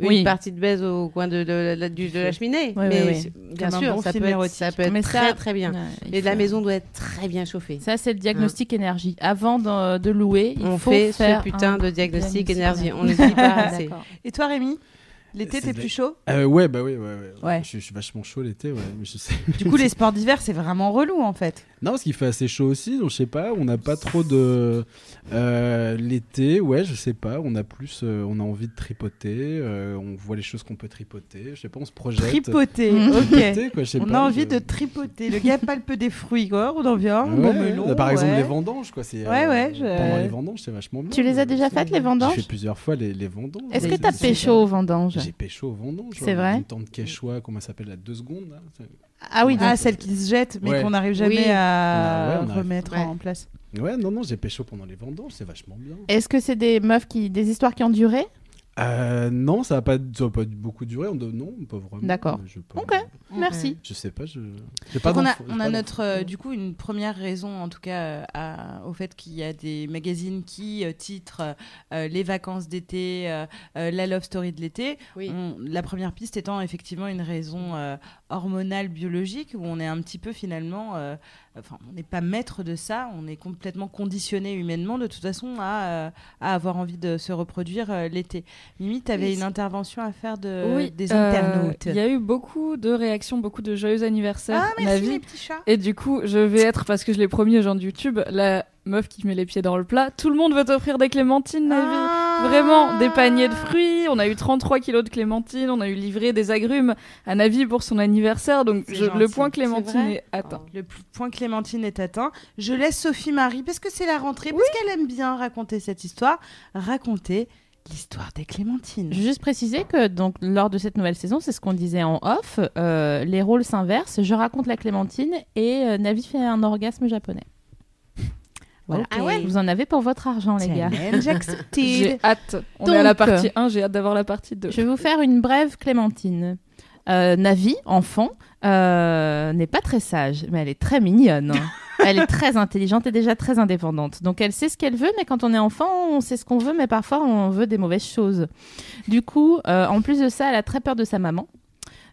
S7: une
S3: Oui.
S7: partie de baise au coin de, de- de- du- de la cheminée.
S3: Ouais,
S7: mais
S3: ouais, ouais.
S7: c'est- bien
S5: Comme un
S7: sûr,
S5: bon
S7: ça,
S5: film
S7: peut être,
S5: érotique.
S7: ça peut être
S3: Mais
S7: très
S3: ça-
S7: très bien.
S3: Ouais, il
S7: Mais
S3: faut-
S7: la maison doit être très bien chauffée.
S3: Ça, c'est le diagnostic énergie. Avant de, de louer, il
S7: on
S3: faut
S7: fait
S3: faire
S7: ce putain
S3: un
S7: de diagnostic énergie.
S3: énergie.
S7: On ne le dit pas assez.
S3: D'accord.
S5: Et toi, Rémi L'été,
S4: C'est
S5: t'es
S4: de la-
S5: plus chaud
S4: Euh, ouais, bah oui, ouais, ouais.
S5: Ouais.
S4: Je, suis- je suis vachement chaud l'été, ouais. Mais je sais.
S5: Du coup, les sports d'hiver, c'est vraiment relou en fait.
S4: Non, parce qu'il fait assez chaud aussi, donc je sais pas, on n'a pas trop de. euh, L'été, ouais, je sais pas, on a plus. euh, on a envie de tripoter, euh, on voit les choses qu'on peut tripoter, je sais pas, on se projette.
S5: Tripoter,
S3: Mmh.
S5: ok.
S4: Tripoter, quoi, je sais
S5: On
S4: pas,
S5: a envie
S4: je-
S5: de tripoter. Le gars palpe des fruits, quoi. On en vient.
S4: Ouais,
S5: bon
S4: ouais.
S5: melon,
S4: Bah, par exemple,
S5: ouais.
S4: les vendanges, quoi. c'est, euh,
S5: Ouais, ouais, je-
S4: Pendant les vendanges, c'est vachement bien.
S3: Tu les as déjà faites, les
S4: J'ai
S3: vendanges
S4: fait plusieurs fois les, les vendanges.
S3: Est-ce que
S4: Ouais,
S3: t'as
S4: c'est-
S3: pécho aux vendanges
S4: J'ai pécho aux vendanges.
S3: C'est
S4: ouais,
S3: vrai
S4: Une tente quechua, comment ça s'appelle, là, deux secondes, là.
S3: Ah oui,
S4: Ouais.
S3: donc-
S5: Ah, celle qui se jette, mais
S4: Ouais.
S5: qu'on n'arrive jamais
S7: Oui.
S4: On
S5: à
S4: a- ouais, on arrive.
S5: remettre
S7: Ouais.
S5: en place.
S4: Ouais, non, non, j'ai pécho pendant les vendanges, c'est vachement bien.
S3: Est-ce que c'est des meufs qui, des histoires qui ont duré
S4: Euh, non, ça n'a pas, ça a pas beaucoup duré. On de, non, pas vraiment.
S3: D'accord.
S4: Je, peux-
S3: Ok. Merci.
S4: Je sais pas. Je. J'ai pas
S5: Donc on a,
S4: d'infos- j'ai
S5: on
S4: pas
S5: a
S4: d'infos.
S5: notre, euh, du coup, une première raison, en tout cas, euh, à- au fait qu'il y a des magazines qui euh, titrent euh, euh, les vacances d'été, euh, euh, la love story de l'été.
S7: Oui.
S5: On- la première piste étant effectivement une raison euh, hormonale, biologique, où on est un petit peu finalement euh, enfin, on n'est pas maître de ça, on est complètement conditionné humainement de toute façon à, euh, à avoir envie de se reproduire euh, l'été. Mimi, tu
S6: Oui,
S5: avais une
S6: c'est-
S5: intervention à faire de,
S6: Oui,
S5: des
S6: euh,
S5: internautes.
S6: Il y a eu beaucoup de réactions, beaucoup de joyeux anniversaires.
S5: Ah,
S6: ma
S5: merci
S6: vie.
S5: les petits chats.
S6: Et du coup, je vais être, parce que je l'ai promis aux gens de YouTube, la meuf qui met les pieds dans le plat. Tout le monde veut t'offrir des clémentines,
S5: Ah,
S6: Navi. Vraiment, des paniers de fruits. On a eu 33 kilos de clémentines. On a eu livré des agrumes à Navi pour son anniversaire. Donc,
S5: C'est
S6: je- le
S5: gentil.
S6: point clémentine
S5: C'est vrai Oh.
S6: est atteint.
S5: Le p- point Clémentine est atteint. Je laisse Sophie Marie parce que c'est la rentrée, parce qu'elle aime bien raconter cette histoire, raconter l'histoire des Clémentines.
S3: Je veux juste préciser que donc lors de cette nouvelle saison, c'est ce qu'on disait en off, euh, les rôles s'inversent. Je raconte la Clémentine et euh, Navi fait un orgasme japonais. Voilà.
S5: Ok. Ah ouais
S3: Vous en avez pour votre argent, les gars.
S5: Challenge accepted.
S6: J'ai hâte. On est à
S3: Donc-
S6: la partie 1, j'ai hâte d'avoir la partie 2.
S3: Je vais vous faire une brève Clémentine. Euh, Navi, enfant, euh, n'est pas très sage, mais elle est très mignonne. hein. elle est très intelligente et déjà très indépendante. Donc elle sait ce qu'elle veut, mais quand on est enfant, on sait ce qu'on veut, mais parfois on veut des mauvaises choses. Du coup, euh, en plus de ça, elle a très peur de sa maman.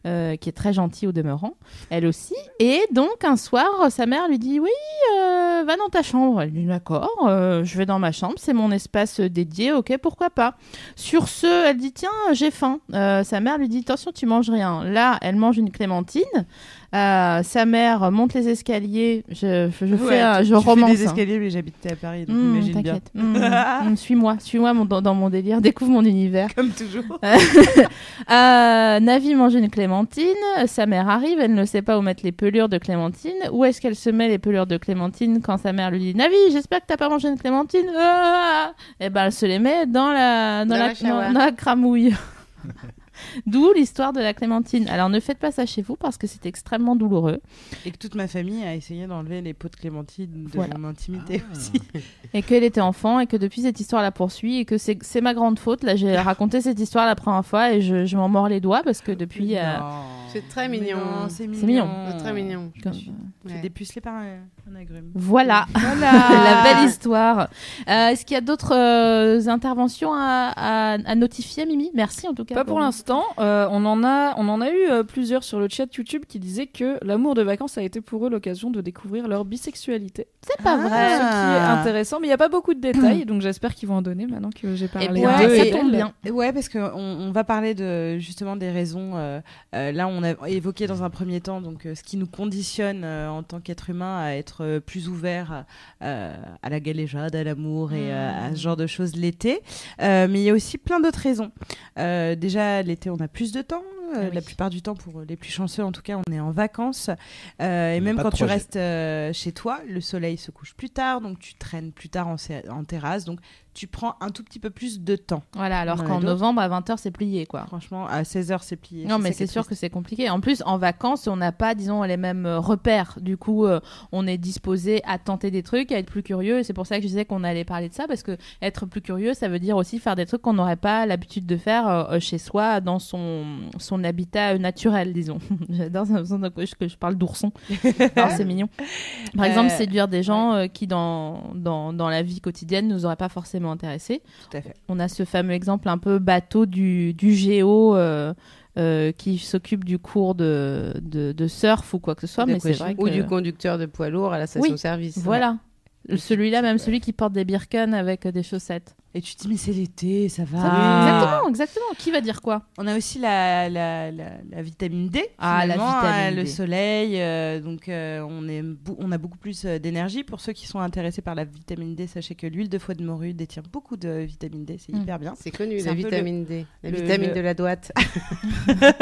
S3: euh, qui est très gentille au demeurant, elle aussi. Et donc un soir, sa mère lui dit oui, euh, va dans ta chambre. Elle dit d'accord, euh, je vais dans ma chambre, c'est mon espace dédié, ok, pourquoi pas. Sur ce, elle dit tiens, j'ai faim. Euh, sa mère lui dit attention, tu manges rien. Là, elle mange une clémentine. Euh, sa mère monte les escaliers. Je, je, je fais, un- je
S5: tu fais
S3: romance.
S5: des
S3: hein.
S5: escaliers, mais j'habite à Paris, donc
S3: Mmh,
S5: imagine bien.
S3: T'inquiète. Mmh, mmh, suis-moi, suis-moi mon- dans, dans mon délire, découvre mon univers.
S5: Comme toujours.
S3: Euh, Navi mange une clémentine, sa mère arrive, elle ne sait pas où mettre les pelures de clémentine. Où est-ce qu'elle se met les pelures de clémentine quand sa mère lui dit Navi, j'espère que t'as pas mangé une clémentine Ah Et ben elle se les met dans la, dans
S7: Dans
S3: la,
S7: la shower.
S3: dans- dans la cramouille. D'où l'histoire de la clémentine. Alors ne faites pas ça chez vous parce que c'est extrêmement douloureux.
S5: Et que toute ma famille a essayé d'enlever les pots de Clémentine de
S3: Voilà. Ah.
S5: mon intimité aussi.
S3: Et qu'elle était enfant et que depuis cette histoire la poursuit et que c'est c'est ma grande faute. Là, j'ai raconté cette histoire la première fois et je, je m'en mords les doigts parce que depuis. euh,
S5: Non.
S7: C'est très
S5: Mais
S7: mignon.
S5: non, C'est mignon.
S3: C'est mignon.
S7: C'est très mignon.
S3: comme-
S5: Je
S7: Ouais.
S5: suis dépucelée par un, un agrume.
S3: Voilà.
S5: Voilà.
S3: la belle histoire. Euh, Est-ce qu'il y a d'autres euh, interventions à, à- à notifier, Mimi Merci en tout cas.
S6: Pas pour l'instant. Euh, on en a, on en a eu euh, plusieurs sur le chat YouTube qui disaient que l'amour de vacances a été pour eux l'occasion de découvrir leur bisexualité,
S3: C'est
S5: Ah.
S3: pas vrai.
S6: ce qui est intéressant. Mais il n'y a pas beaucoup de détails, donc j'espère qu'ils vont en donner maintenant que j'ai
S3: Et
S6: parlé.
S3: bien,
S5: Ouais,
S6: d'eux
S3: ça
S6: et
S3: tombe
S6: d'elles.
S3: bien.
S5: Ouais, parce qu'on on va parler de justement des raisons. euh, euh, là, on a évoqué dans un premier temps donc euh, ce qui nous conditionne euh, en tant qu'être humain à être euh, plus ouvert euh, à la galéjade, à l'amour et euh,
S4: Mmh.
S5: à ce genre de choses l'été. Euh, mais il y a aussi plein d'autres raisons. Euh, déjà, l'été, on a plus de temps. euh,
S3: Ah oui.
S5: La plupart du temps, pour les plus chanceux, en tout cas, on est en vacances. Euh,
S4: On n'a
S5: et même
S4: pas
S5: quand
S4: de
S5: tu
S4: projet.
S5: restes euh, chez toi, le soleil se couche plus tard, donc tu traînes plus tard en, sé- en terrasse, donc tu prends un tout petit peu plus de temps.
S3: Voilà, alors
S5: Ouais,
S3: qu'en
S5: d'autres.
S3: novembre à 20h c'est plié quoi.
S5: Franchement, à 16h, c'est plié.
S3: Non mais c'est sûr que c'est compliqué. En plus en vacances on n'a pas disons les mêmes euh, repères. Du coup euh, on est disposé à tenter des trucs, à être plus curieux. Et c'est pour ça que je disais qu'on allait parler de ça parce que être plus curieux ça veut dire aussi faire des trucs qu'on n'aurait pas l'habitude de faire euh, chez soi dans son, son habitat euh, naturel disons. J'adore ça me semble que je- que je parle d'ourson. Alors, c'est mignon. Par
S5: Euh,
S3: exemple séduire des gens euh, qui dans, dans, dans la vie quotidienne nous auraient pas forcément intéressés.
S5: Tout à fait.
S3: On a ce fameux exemple un peu bateau du, du géo euh, euh, qui s'occupe du cours de, de, de surf ou quoi que ce soit, mais c'est vrai que...
S7: Ou du conducteur de poids lourd à la station
S3: Oui,
S7: service.
S3: Voilà. Celui-là, même celui qui porte des birkans avec euh, des chaussettes.
S5: Et tu te dis, mais c'est l'été, ça
S7: Ah.
S5: va.
S3: Exactement, exactement. Qui va dire quoi
S5: On a aussi la, la, la, la vitamine D.
S3: Ah, la
S5: finalement,
S3: vitamine
S5: hein, Le
S3: D.
S5: soleil. euh, donc, euh, on, est, bou- on a beaucoup plus euh, d'énergie. Pour ceux qui sont intéressés par la vitamine D, sachez que l'huile de foie de morue détient beaucoup de vitamine D. C'est
S3: Mm.
S5: hyper bien.
S7: C'est connu,
S5: C'est
S7: la
S5: un peu le-
S7: vitamine D. La
S5: le-
S7: vitamine
S5: le-
S7: de la droite.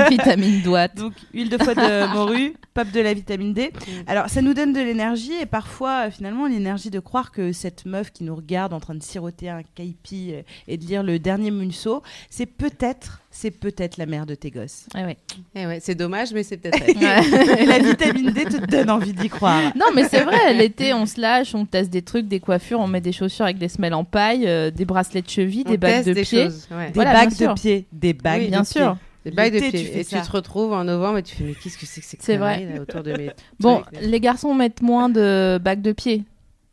S3: Vitamine doite.
S5: Donc, huile de foie de morue, pop de la vitamine D.
S3: Mm.
S5: Alors, ça nous donne de l'énergie et parfois, euh, finalement, l'énergie de croire que cette meuf qui nous regarde en train de siroter un caipi euh, et de lire le dernier Munso, c'est peut-être, c'est peut-être la mère de tes gosses.
S3: Ah ouais.
S7: Eh ouais, c'est dommage, mais c'est peut-être. vrai.
S5: Et la vitamine D te donne envie d'y croire.
S3: Non, mais c'est vrai, l'été, on se lâche, on teste des trucs, des coiffures, on met des chaussures avec des semelles en paille, euh, des bracelets de cheville,
S7: On
S3: des bagues
S7: teste
S3: de
S7: des
S3: pied.
S7: choses, ouais.
S5: Des
S3: Voilà,
S5: bagues
S3: bien sûr.
S5: de pied, des bagues
S7: Oui,
S5: de
S3: bien
S5: pied.
S3: sûr.
S7: Des bagues de
S5: L'été,
S7: pied.
S5: tu fais
S7: et
S5: ça.
S7: tu te retrouves en novembre et tu fais mais qu'est-ce que c'est que c'est
S3: C'est vrai.
S7: autour de mes
S3: Bon,
S7: trucs, là
S3: les garçons mettent moins de bagues de pied.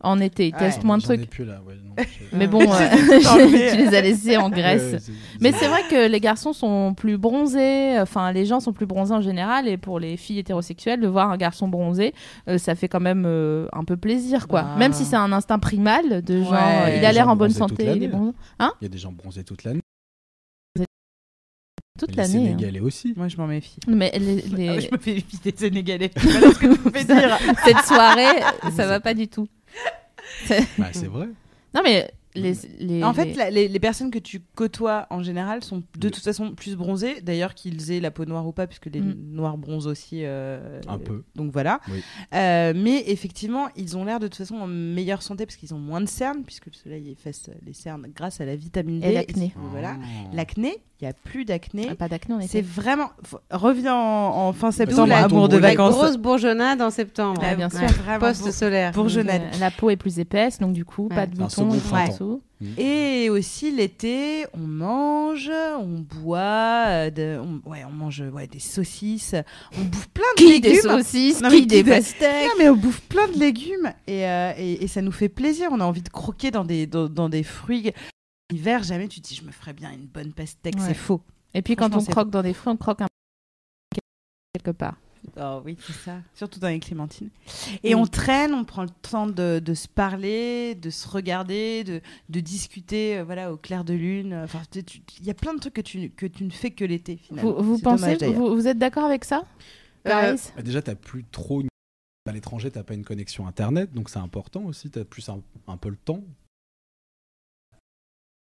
S3: En été, ils
S5: Ah
S3: testent
S4: Ah,
S3: moins de
S4: j'en ai
S3: trucs.
S4: plus là, ouais, non, j'ai-
S3: Mais bon, euh, tu les as laissés en Grèce.
S5: Euh,
S4: Ouais, c'est-
S3: Mais c'est vrai que les garçons sont plus bronzés, enfin les gens sont plus bronzés en général, et pour les filles hétérosexuelles, de voir un garçon bronzé, euh, ça fait quand même euh, un peu plaisir, quoi.
S5: Ah.
S3: Même si c'est un instinct primal de genre,
S5: Ouais.
S3: euh, il
S4: Les
S3: a l'air
S4: gens
S3: en bonne
S4: bronzés toute
S3: santé, il est
S4: l'année.
S3: bronzé
S4: Il y a des gens bronzés toute l'année.
S3: toute
S4: mais Les
S3: l'année. hein.
S4: Sénégalais aussi.
S5: Moi, je m'en méfie.
S3: Mais les- les-
S5: Ah, je me fais éviter des Sénégalais. Voilà ce que je peux dire.
S3: cette soirée, ça va pas du tout.
S4: Bah, c'est vrai.
S3: Non mais les, les-
S5: En fait,
S3: les-
S5: la- les, les personnes que tu côtoies en général sont de toute façon plus bronzées. D'ailleurs, qu'ils aient la peau noire ou pas, puisque les
S3: Mm.
S5: noirs bronzent aussi. euh,
S4: Un peu.
S5: Donc voilà.
S4: Oui.
S5: Euh, mais effectivement, ils ont l'air de toute façon en meilleure santé parce qu'ils ont moins de cernes, puisque le soleil efface les cernes grâce à la vitamine D.
S3: Et l'acné.
S4: Ah.
S5: Voilà. L'acné, il n'y a plus d'acné.
S3: Ah, pas d'acné, on
S5: C'est
S3: était.
S5: vraiment. faut- Reviens en, en fin septembre,
S4: D'où la-
S5: amour de
S4: la
S5: vacances.
S7: Grosse bourgeonnade en septembre.
S3: Ah, bien sûr.
S5: vraiment beau.
S7: Post-solaire.
S5: Pour-
S3: Donc,
S5: bourgeonnade.
S3: euh, La peau est plus épaisse, donc du coup,
S7: Ouais.
S3: pas de
S4: Un
S3: boutons
S4: second
S3: et
S4: printemps.
S3: tout.
S4: Mm.
S5: Et aussi l'été, on mange, on boit, euh, de- on, ouais, on mange ouais, des saucisses, on bouffe plein de
S3: Qui
S5: légumes.
S3: des saucisses,
S5: Non, mais
S3: qui des
S5: qui-
S3: pastèques.
S5: Non, mais on bouffe plein de légumes et, euh, et, et ça nous fait plaisir. On a envie de croquer dans des, dans, dans des fruits. L'hiver, jamais tu te dis je me ferais bien une bonne pastèque,
S3: Ouais.
S5: c'est faux.
S3: Et puis quand
S5: Franchement,
S3: on
S5: c'est-
S3: croque dans des fruits, on croque un quelque part.
S7: Ah
S5: Oh oui, c'est ça. Surtout dans les clémentines. Et on traîne, on prend le temps de, de se parler, de se regarder, de, de discuter euh, voilà, au clair de lune. Enfin, tu- tu- il y a plein de trucs que tu, que tu ne fais que l'été.
S3: Vous,
S5: finalement.
S3: vous
S5: C'est
S3: pensez,
S5: dommage, d'ailleurs. Euh,
S3: vous, vous êtes d'accord avec ça,
S7: Euh,
S3: Clarisse
S4: Bah, déjà, t'as plus trop. Une... À l'étranger, t'as pas une connexion internet, donc c'est important aussi. T'as plus un, un peu le temps.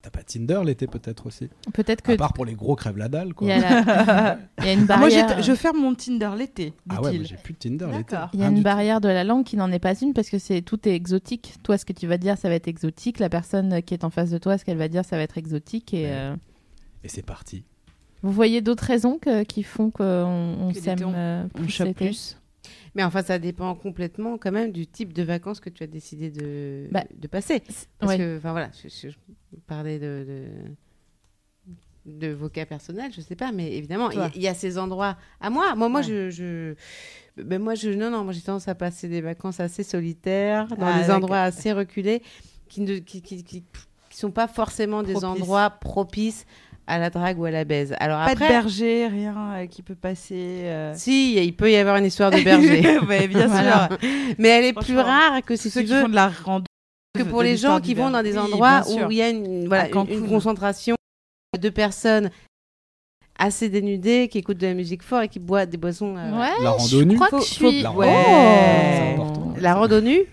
S4: T'as pas Tinder l'été peut-être aussi.
S3: Peut-être que
S4: À part pour les gros crèves la dalle quoi.
S3: il y, a la- il y a une
S5: Ah, moi, j'ai-
S3: barrière.
S5: je Ah, ferme mon Tinder l'été,
S4: Ah ouais,
S5: dit-il.
S4: moi, j'ai plus de Tinder l'été.
S5: D'accord.
S3: Il y a
S4: Rien
S3: une
S4: du tout.
S3: barrière de la langue qui n'en est pas une parce que c'est tout est exotique. Toi, ce que tu vas dire, ça va être exotique. La personne qui est en face de toi, ce qu'elle va dire, ça va être exotique. Et
S4: Ouais.
S3: euh,
S4: Et c'est parti.
S3: vous voyez d'autres raisons que- qui font qu'on on
S5: Que
S3: s'aime
S5: l'été, on-
S3: euh,
S5: on
S3: plus
S5: chope
S3: l'été.
S5: plus.
S7: Mais enfin, ça dépend complètement quand même du type de vacances que tu as décidé de,
S3: Bah,
S7: de passer. Parce
S3: Ouais.
S7: que, enfin voilà, je, je- je parlais de, de, de vos cas personnels, je sais pas, mais évidemment, il y a-
S5: Toi.
S7: il y, a ces endroits. À moi, moi, moi,
S5: Ouais.
S7: je, je- ben, moi, je, non, non, moi, j'ai tendance à passer des vacances assez solitaires, dans
S5: Ah,
S7: des
S5: d'accord.
S7: endroits assez reculés, qui ne, qui, qui, qui- qui sont pas forcément des
S5: Propices.
S7: endroits propices à la drague ou à la baise. Alors
S5: Pas de
S7: après,
S5: berger, rien euh, qui peut passer. euh.
S7: si, il peut y avoir une histoire de berger.
S5: Ouais, bien
S7: Voilà.
S5: sûr.
S7: Eh, Mais elle est plus
S5: Franchement,
S7: rare que si
S5: Ceux
S7: tu
S5: qui
S7: veux
S5: font de la randonnée.
S7: que pour
S5: de
S7: les
S5: l'histoire
S7: gens qui
S5: d'hiver.
S7: vont dans des
S5: Oui,
S7: endroits
S5: bien sûr.
S7: où il y a une, voilà,
S5: À
S7: une-
S5: Cancun.
S7: une concentration de personnes assez dénudées, qui écoutent de la musique forte et qui boivent des boissons. euh,
S3: Ouais,
S4: La
S3: je
S4: randonnée.
S3: crois
S4: Faut-
S3: que je
S4: faut-
S3: suis.
S4: la
S3: Oh
S4: randonnée,
S5: c'est
S4: important.
S7: La randonnée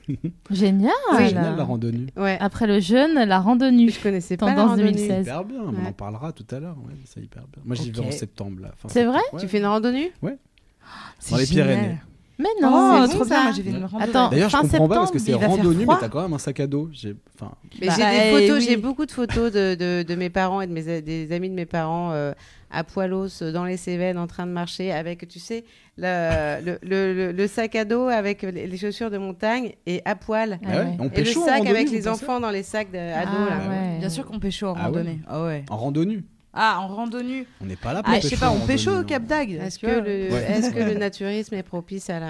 S3: Génial.
S4: C'est génial la randonnée.
S7: Ouais.
S3: Après le jeûne, la randonnée.
S7: Je connaissais pas la
S3: Tendance
S7: randonnée.
S3: 2016.
S4: Hyper bien, mais on
S7: Ouais.
S4: en parlera tout à l'heure. Ouais, c'est hyper bien. Moi j'y vais
S5: Ok.
S4: en septembre là. Fin
S3: C'est vrai
S4: septembre, ouais.
S7: Tu fais une randonnée
S4: Dans les Pyrénées. Mmh.
S3: Mais
S5: Non,
S3: non.
S7: c'est
S5: Oh, trop
S7: bon,
S5: bien.
S7: ça.
S5: Moi, j'ai fait une randonnée.
S3: Attends.
S4: D'ailleurs, je
S3: Fin
S4: comprends pas parce que
S3: septembre,
S4: c'est
S5: il va faire
S4: randonnée, mais
S5: froid.
S4: t'as quand même un sac à dos. J'ai, enfin,
S7: Mais
S3: Bah,
S7: j'ai
S5: eh
S7: des photos,
S5: oui.
S7: j'ai beaucoup de photos de, de, de mes parents et de mes, des amis de mes parents euh, à Poilos, euh, dans les Cévennes, en train de marcher avec, tu sais, le, le, le- le- le sac à dos avec les les chaussures de montagne et à poil.
S3: Ah
S4: ouais,
S3: ouais.
S4: on
S7: Et le
S4: pécho en
S7: sac
S4: randonnée,
S7: avec
S4: vous
S7: les
S4: pensez
S7: enfants dans les sacs de, à dos. là.
S3: Ah ouais.
S5: Bien sûr qu'on pécho en
S4: Ah
S5: randonnée. Ah ouais.
S4: En randonnée.
S5: Ah, en randonnée.
S4: On n'est pas là pour
S5: Ah, je
S4: pécho
S5: sais pas,
S4: en
S5: on pécho
S4: randonnée, hein.
S5: au Cap
S4: non.
S5: d'Agde.
S7: Est-ce
S5: tu
S7: que,
S5: vois.
S7: le,
S4: Ouais.
S7: est-ce que le naturisme est propice à la.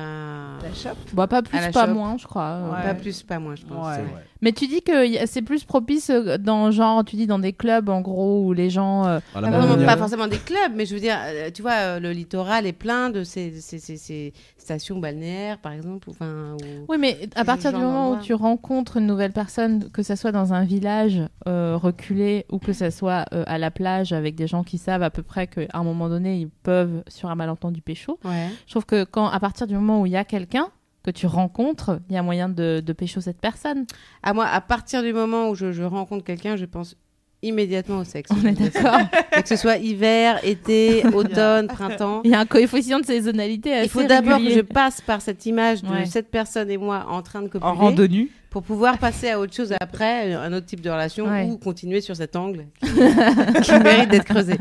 S5: La chope.
S3: Bah, pas
S7: À
S3: plus,
S7: la
S3: pas
S7: chope.
S3: moins, je crois. Euh,
S5: Ouais.
S7: Pas plus, pas moins, je pense.
S4: C'est
S5: Ouais.
S4: vrai.
S3: Mais tu dis que y a- c'est plus propice euh, dans genre, tu dis dans des clubs en gros où les gens. euh,
S4: Ah, la
S7: Pas, vraiment-
S4: Mamounia.
S7: pas forcément des clubs, mais je veux dire, euh, tu vois, euh, le littoral est plein de ces, ces- ces- ces stations balnéaires, par exemple. ou- Enfin, ou-
S3: Oui, mais à
S7: le
S3: partir du
S7: genre
S3: moment où
S7: d'endroit.
S3: tu rencontres une nouvelle personne, que ça soit dans un village euh, reculé ou que ça soit euh, à la plage avec des gens qui savent à peu près qu'à un moment donné ils peuvent sur un malentendu pécho.
S7: Ouais.
S3: Je trouve que quand à partir du moment où il y a quelqu'un que tu rencontres, il y a moyen de, de pécho cette personne.
S7: À moi, à partir du moment où je, je rencontre quelqu'un, je pense immédiatement au sexe.
S3: On est d'accord.
S7: Et que ce soit hiver, été, automne, printemps.
S3: Il y a un coefficient de saisonnalité assez
S7: Il faut d'abord que je
S3: régulier.
S7: passe par cette image de
S3: Ouais.
S7: cette personne et moi en train de copuler
S5: En randonnée.
S7: pour pouvoir passer à autre chose après, euh, un autre type de relation
S3: Ouais.
S7: ou continuer sur cet angle qui, qui mérite d'être creusé.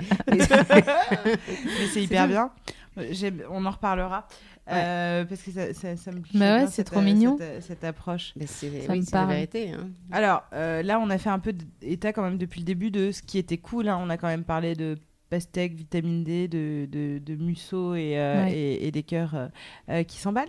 S5: Mais c'est hyper bien. Euh, j'aime- On en reparlera. Euh, parce que ça, ça, ça me plaît.
S3: Bah ouais,
S5: bien
S3: c'est
S5: cette,
S3: trop
S5: euh,
S3: mignon.
S5: Cette, cette approche.
S7: Mais c'est
S3: Ça
S7: oui,
S3: me
S7: c'est la
S3: parle.
S7: vérité. hein.
S5: Alors euh, là, on a fait un peu d'état quand même depuis le début de ce qui était cool. hein. On a quand même parlé de pastèque, vitamine D, de, de, de Musso et, euh,
S6: Ouais.
S5: et, et des cœurs euh, euh, qui s'emballent.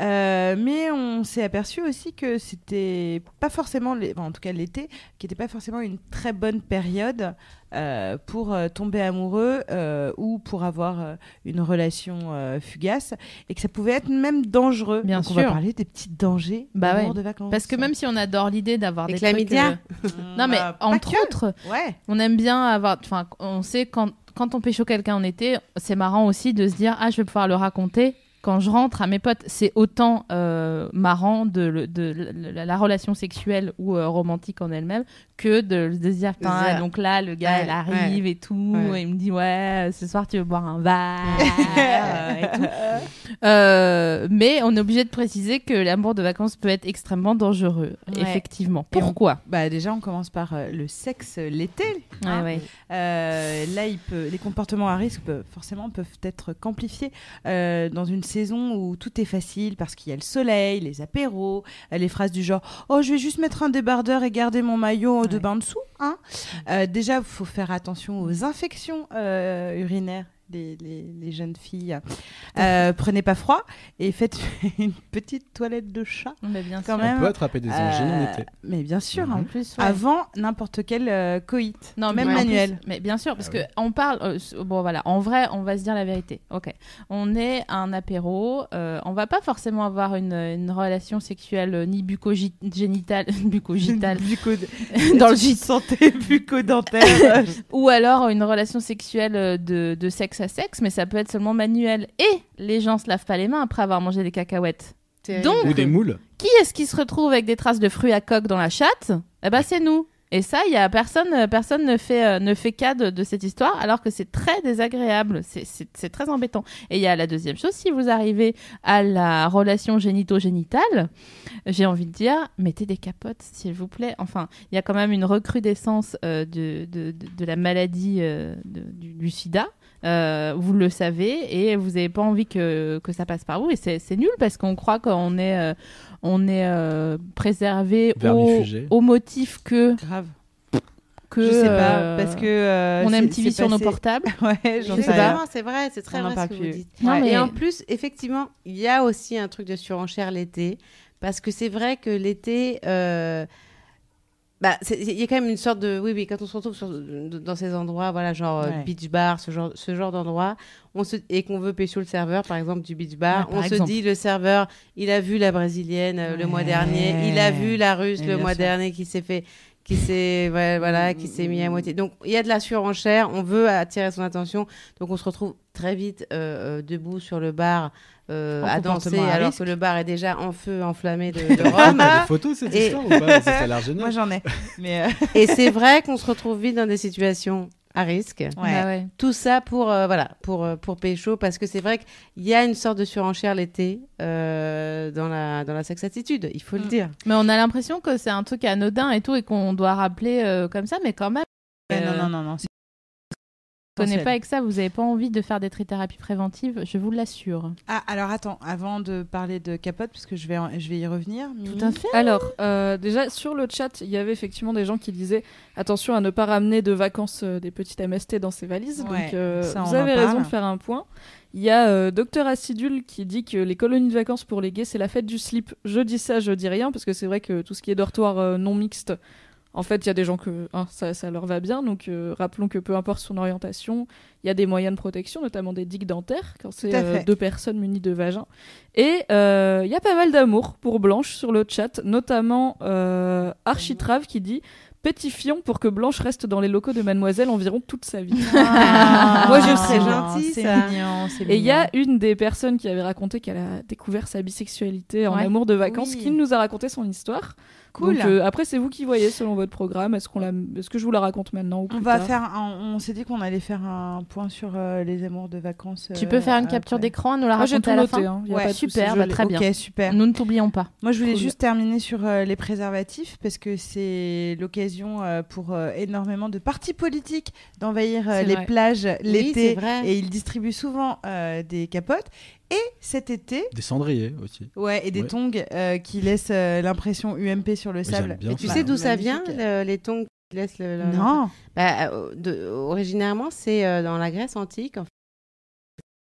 S5: Euh, mais on s'est aperçu aussi que c'était pas forcément, les- enfin, en tout cas l'été, qui n'était pas forcément une très bonne période euh, pour euh, tomber amoureux euh, ou pour avoir euh, une relation euh, fugace et que ça pouvait être même dangereux.
S3: Bien
S5: Donc
S3: sûr.
S5: on va parler des petits dangers
S3: Bah
S5: d'amour
S3: ouais.
S5: de vacances.
S3: Parce que même si on adore l'idée d'avoir
S7: Les
S3: des
S7: chlamydia.
S3: trucs, euh, Non mais
S5: Bah, pas
S3: entre
S5: que.
S3: autres,
S5: Ouais.
S3: on aime bien avoir. Enfin, on sait quand quand on pécho quelqu'un en été, c'est marrant aussi de se dire ah je vais pouvoir le raconter quand je rentre à mes potes. C'est autant euh, marrant de, le- de le- la, la relation sexuelle ou euh, romantique en elle-même que de, de se dire Putain,
S7: Ouais.
S3: donc là le gars
S7: Ouais,
S3: il arrive et tout
S7: Ouais.
S3: et il me dit ouais ce soir tu veux boire un verre et tout. Euh, mais on est obligé de préciser que l'amour de vacances peut être extrêmement dangereux,
S5: Ouais.
S3: effectivement.
S5: Et on-
S3: Pourquoi
S5: Bah déjà, on commence par euh, le sexe euh, l'été.
S3: Ouais, ouais.
S5: Euh, là, il peut, les comportements à risque peuvent- forcément peuvent être qu'amplifiés euh, dans une saison où tout est facile parce qu'il y a le soleil, les apéros, euh, les phrases du genre "Oh, je vais juste mettre un débardeur et garder mon maillot de
S3: Ouais.
S5: bain dessous." Hein Euh, déjà, faut faire attention aux infections euh, urinaires. des les- les jeunes filles, Euh, prenez pas froid et faites une petite toilette de chat
S3: bien
S5: quand
S4: On
S5: même.
S4: peut attraper des angines en
S5: Euh,
S4: été.
S5: Mais bien sûr,
S4: Mhm.
S5: en
S3: plus,
S5: avant n'importe quel euh, coït.
S3: Non,
S5: même
S3: mais en
S5: manuel.
S3: plus- mais bien sûr, parce
S4: Ah
S3: que
S4: oui.
S3: on parle. euh, s- bon, voilà. En vrai, on va se dire la vérité. Ok. On est à un apéro. euh, on va pas forcément avoir une, une relation sexuelle euh, ni bucogénitale, bucogitale,
S5: Bucco-
S3: dans le
S5: Tu
S3: gîte,
S5: te sentais Ah, bucco-dentaire.
S3: ou alors une relation sexuelle euh, de, de sexe à sexe, mais ça peut être seulement manuel. Et les gens se lavent pas les mains après avoir mangé des cacahuètes. Donc,
S4: Ou des moules.
S3: Qui est-ce qui se retrouve avec des traces de fruits à coque dans la chatte Eh ben, c'est nous. Et ça, il y a personne, euh, personne ne fait, euh, ne fait cas de, de cette histoire, alors que c'est très désagréable, c'est- c'est c'est très embêtant. Et il y a la deuxième chose, si vous arrivez à la relation génito-génitale, j'ai envie de dire, mettez des capotes, s'il vous plaît. Enfin, il y a quand même une recrudescence euh, de, de, de- de la maladie euh, de- du, du sida. Euh, vous le savez et vous n'avez pas envie que, que ça passe par vous. Et c'est c'est nul parce qu'on croit qu'on est, euh, on est euh, préservé au,
S4: Vermifugé.
S3: au motif que.
S5: Grave.
S3: que
S5: je sais pas,
S3: euh,
S5: parce que. euh,
S3: on a
S5: c'est-
S3: une TV
S5: c'est
S3: sur nos
S5: passé-
S3: portables.
S5: Ouais, j'en sais rien.
S7: Exactement, c'est vrai, c'est très
S5: On en
S7: vrai ce
S5: parle
S7: que vous
S5: plus.
S7: dites.
S3: Non,
S5: Ouais,
S3: mais-
S7: Et en plus, effectivement, il y a aussi un truc de surenchère l'été, parce que c'est vrai que l'été, euh, bah, c'est- il y a quand même une sorte de, oui, oui, quand on se retrouve sur- dans ces endroits, voilà, genre euh,
S5: Ouais.
S7: beach bar, ce genre, ce genre d'endroit, on se et qu'on veut pécho le serveur, par exemple du beach bar,
S3: Ouais, par
S7: on
S3: exemple.
S7: se dit le serveur, il a vu la brésilienne euh, le mois
S5: Ouais.
S7: dernier, il a vu la russe
S5: Mais
S7: le
S5: bien
S7: mois
S5: sûr.
S7: dernier qui s'est fait qui s'est ouais, voilà qui s'est mis à moitié donc il y a de la surenchère on veut attirer son attention donc on se retrouve très vite euh, euh, debout sur le bar euh,
S5: En
S7: à danser
S5: comportement à
S7: alors
S5: risque.
S7: que le bar est déjà en feu enflammé de, de
S4: Ah,
S7: rhum
S4: t'as des photos de cette
S7: Et-
S4: histoire ou pas Ça a l'air
S5: bah, Moi
S4: génial.
S5: j'en ai. Mais euh,
S7: et c'est vrai qu'on se retrouve vite dans des situations à risque
S5: ouais.
S3: Bah ouais.
S7: tout ça pour euh, voilà pour euh, pour pécho parce que c'est vrai qu'il y a une sorte de surenchère l'été euh, dans la dans la sex attitude il faut le
S3: Mm.
S7: dire
S3: Mais on a l'impression que c'est un truc anodin et tout et qu'on doit rappeler euh, comme ça, mais quand même.
S5: Mais
S3: euh,
S5: non, non, non, non. c'est-
S3: Vous connaissez pas
S5: essentiel.
S3: avec ça, vous n'avez pas envie de faire des trithérapies préventives, je vous l'assure.
S5: Ah, alors attends, avant de parler de capote, parce que je vais, en- je vais y revenir. Mimi.
S3: fait.
S6: Alors, euh, déjà sur le chat, il y avait effectivement des gens qui disaient attention à ne pas ramener de vacances euh, des petites MST dans ses valises.
S5: Ouais,
S6: donc, euh,
S5: ça,
S6: vous
S5: on en
S6: avez raison
S5: parle.
S6: de faire un point. Il y a euh, Docteur Acidule qui dit que les colonies de vacances pour les gays, c'est la fête du slip. Je dis ça, je dis rien, parce que c'est vrai que tout ce qui est dortoir euh, non mixte, en fait, il y a des gens que hein, ça, ça leur va bien. Donc, euh, rappelons que peu importe son orientation, il y a des moyens de protection, notamment des digues dentaires, quand c'est
S5: à
S6: euh,
S5: fait.
S6: deux personnes munies de vagin. Et euh, il y a pas mal d'amour pour Blanche sur le chat, notamment euh, Architrave qui dit pétifions pour que Blanche reste dans les locaux de Mademoiselle environ toute sa vie.
S5: Ah,
S7: Moi, je
S5: c'est
S7: serais
S5: mignon,
S7: gentille,
S5: c'est
S7: ça.
S5: mignon, c'est
S6: Et il y a
S5: mignon.
S6: une des personnes qui avait raconté qu'elle a découvert sa bisexualité en
S3: Ouais.
S6: amour de vacances,
S5: Oui.
S6: qui nous a raconté son histoire.
S5: Cool.
S6: Donc, euh, après, c'est vous qui voyez selon votre programme. Est-ce qu'on la... est-ce que je vous la raconte maintenant ou
S5: On
S6: plus
S5: va
S6: tard
S5: faire. un- on s'est dit qu'on allait faire un point sur euh, les amours de vacances.
S3: Tu
S5: euh,
S3: peux faire une capture
S5: après.
S3: d'écran, nous la
S6: Moi, j'ai
S3: raconter
S6: tout
S3: à la
S6: noté.
S3: fin.
S6: hein, y a
S5: Ouais,
S6: pas de souci,
S3: super,
S6: je
S3: bah,
S6: l'ai.
S3: très bien.
S5: Ok, super.
S3: Nous ne t'oublions pas.
S5: Moi, je voulais
S6: Cool.
S5: juste terminer sur euh, les préservatifs parce que c'est l'occasion euh, pour euh, énormément de partis politiques d'envahir euh,
S3: C'est
S5: les
S3: vrai.
S5: plages
S7: c'est
S5: l'été
S7: vrai.
S5: et ils distribuent souvent euh, des capotes. Et cet été,
S4: Des cendriers aussi.
S5: ouais, et des
S4: Ouais.
S5: tongs euh, qui laissent euh, l'impression UMP sur le
S4: j'aime
S5: sable.
S4: bien
S5: Mais
S7: tu
S4: Bah,
S7: sais d'où ça vient
S5: magnifique.
S7: le- les tongs te laisse le. le-
S5: Non.
S7: Bah, euh, de- originairement, c'est euh, dans la Grèce antique. en fait.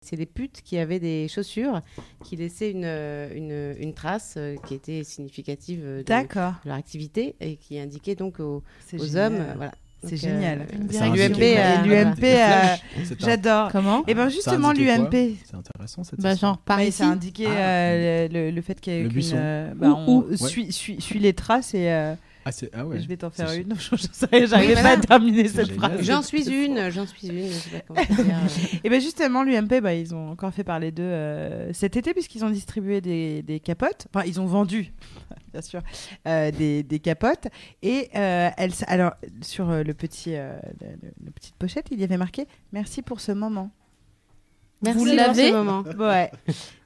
S7: C'est des putes qui avaient des chaussures qui laissaient une, euh, une, une trace euh, qui était significative euh, de, de
S5: D'accord.
S7: leur activité et qui indiquait donc aux,
S5: C'est
S7: aux
S5: génial.
S7: hommes. euh, voilà.
S5: C'est
S7: Donc,
S5: génial.
S4: Ça a
S7: l'UMP,
S4: indiqué quoi
S7: euh,
S4: Des
S5: L'UMP,
S4: flashs C'est un-
S5: J'adore.
S3: Comment
S5: Et ben
S4: Ça
S5: justement
S4: indiquait quoi
S5: l'UMP.
S4: C'est intéressant cette
S3: Bah,
S4: histoire.
S3: genre par
S5: Bah,
S3: ici.
S5: ça indiquait
S4: Ah.
S5: euh, le, le- le fait qu'il y a
S4: Le
S5: eu qu'une.
S4: buisson.
S5: euh, bah, on
S4: Ouais.
S5: suit, suit- suit les traces et euh,
S4: Ah, c'est- ah ouais.
S5: je vais t'en
S4: C'est
S5: faire
S4: gé-
S5: une. Je- je- je- J'arrive
S7: Oui,
S5: pas à
S7: voilà.
S5: terminer
S4: C'est
S5: cette
S4: génial.
S5: phrase.
S7: euh, J'en suis une, j'en suis une. Je sais pas comment dire. euh.
S5: Et bien justement, l'UMP, bah, ils ont encore fait parler d'eux euh, cet été, puisqu'ils ont distribué des, des capotes. Enfin, ils ont vendu, bien sûr, euh, des, des capotes. Et euh, elles, s- alors, sur euh, le petit, euh, le- le- la petite pochette, il y avait marqué « Merci pour ce moment
S7: Merci pour
S3: l'avez
S7: ce moment. ».
S5: Ouais.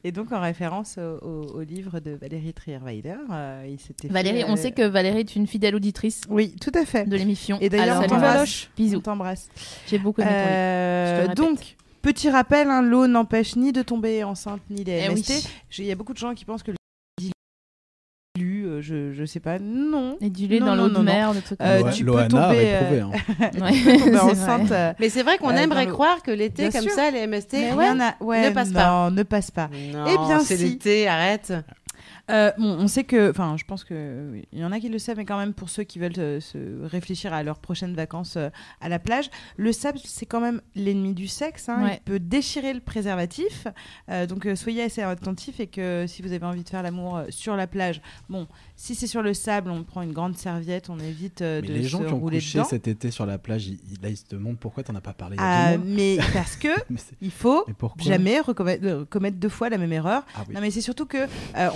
S5: Et donc, en référence au, au- au livre de Valérie Trierweiler, euh, il s'était fait,
S3: Valérie,
S5: euh,
S3: on sait que Valérie est une fidèle auditrice
S5: Oui, tout à fait.
S3: de l'émission.
S5: Et d'ailleurs,
S3: Alors,
S5: on
S3: on
S5: t'embrasse. On
S3: Bisous.
S5: t'embrasse.
S3: J'ai beaucoup aimé ton livre.
S5: Euh,
S3: Je te le répète.
S5: donc, petit rappel, hein, l'eau n'empêche ni de tomber enceinte ni les
S3: Eh oui.
S5: MST. J'ai- Il y a beaucoup de gens qui pensent que le dilue, euh, je, je sais pas, non.
S3: Et du lait
S5: Non,
S3: dans
S5: non,
S3: l'eau de
S5: non,
S3: mer, des trucs comme
S5: Euh,
S3: ça.
S4: Lo-
S5: tu peux
S4: Loana a
S5: tomber, euh,
S4: réprouvé. hein.
S3: Ouais,
S5: Tu peux tomber
S3: c'est vrai.
S5: enceinte, euh,
S7: Mais c'est vrai qu'on
S5: Euh,
S7: aimerait
S5: dans le-
S7: croire que l'été,
S5: Bien
S7: comme
S5: sûr.
S7: ça, les MST,
S5: rien
S7: rien
S5: à- ouais,
S7: Ne passe
S5: non,
S7: pas.
S5: ne passe pas.
S7: Non,
S5: Eh bien,
S7: c'est
S5: si.
S7: l'été, arrête.
S5: Euh, bon, on sait que, enfin, je pense que euh, il y en a qui le savent, mais quand même pour ceux qui veulent euh, se réfléchir à leurs prochaines vacances euh, à la plage, le sable c'est quand même l'ennemi du sexe. hein.
S3: Ouais.
S5: Il peut déchirer le préservatif, Euh, donc euh, soyez assez attentifs et que si vous avez envie de faire l'amour euh, sur la plage, bon, si c'est sur le sable, on prend une grande serviette, on évite euh,
S4: Mais
S5: de
S4: les gens
S5: se
S4: qui ont
S5: rouler
S4: couché
S5: dedans.
S4: cet été sur la plage, ils, ils- là, ils se demandent pourquoi t'en as pas parlé il y a
S5: Ah,
S4: deux mois.
S5: mais parce que
S4: Mais, c'est-
S5: il faut
S4: mais pourquoi
S5: jamais recommettre, euh, commettre deux fois la même erreur.
S4: Ah oui.
S5: Non mais c'est surtout que euh,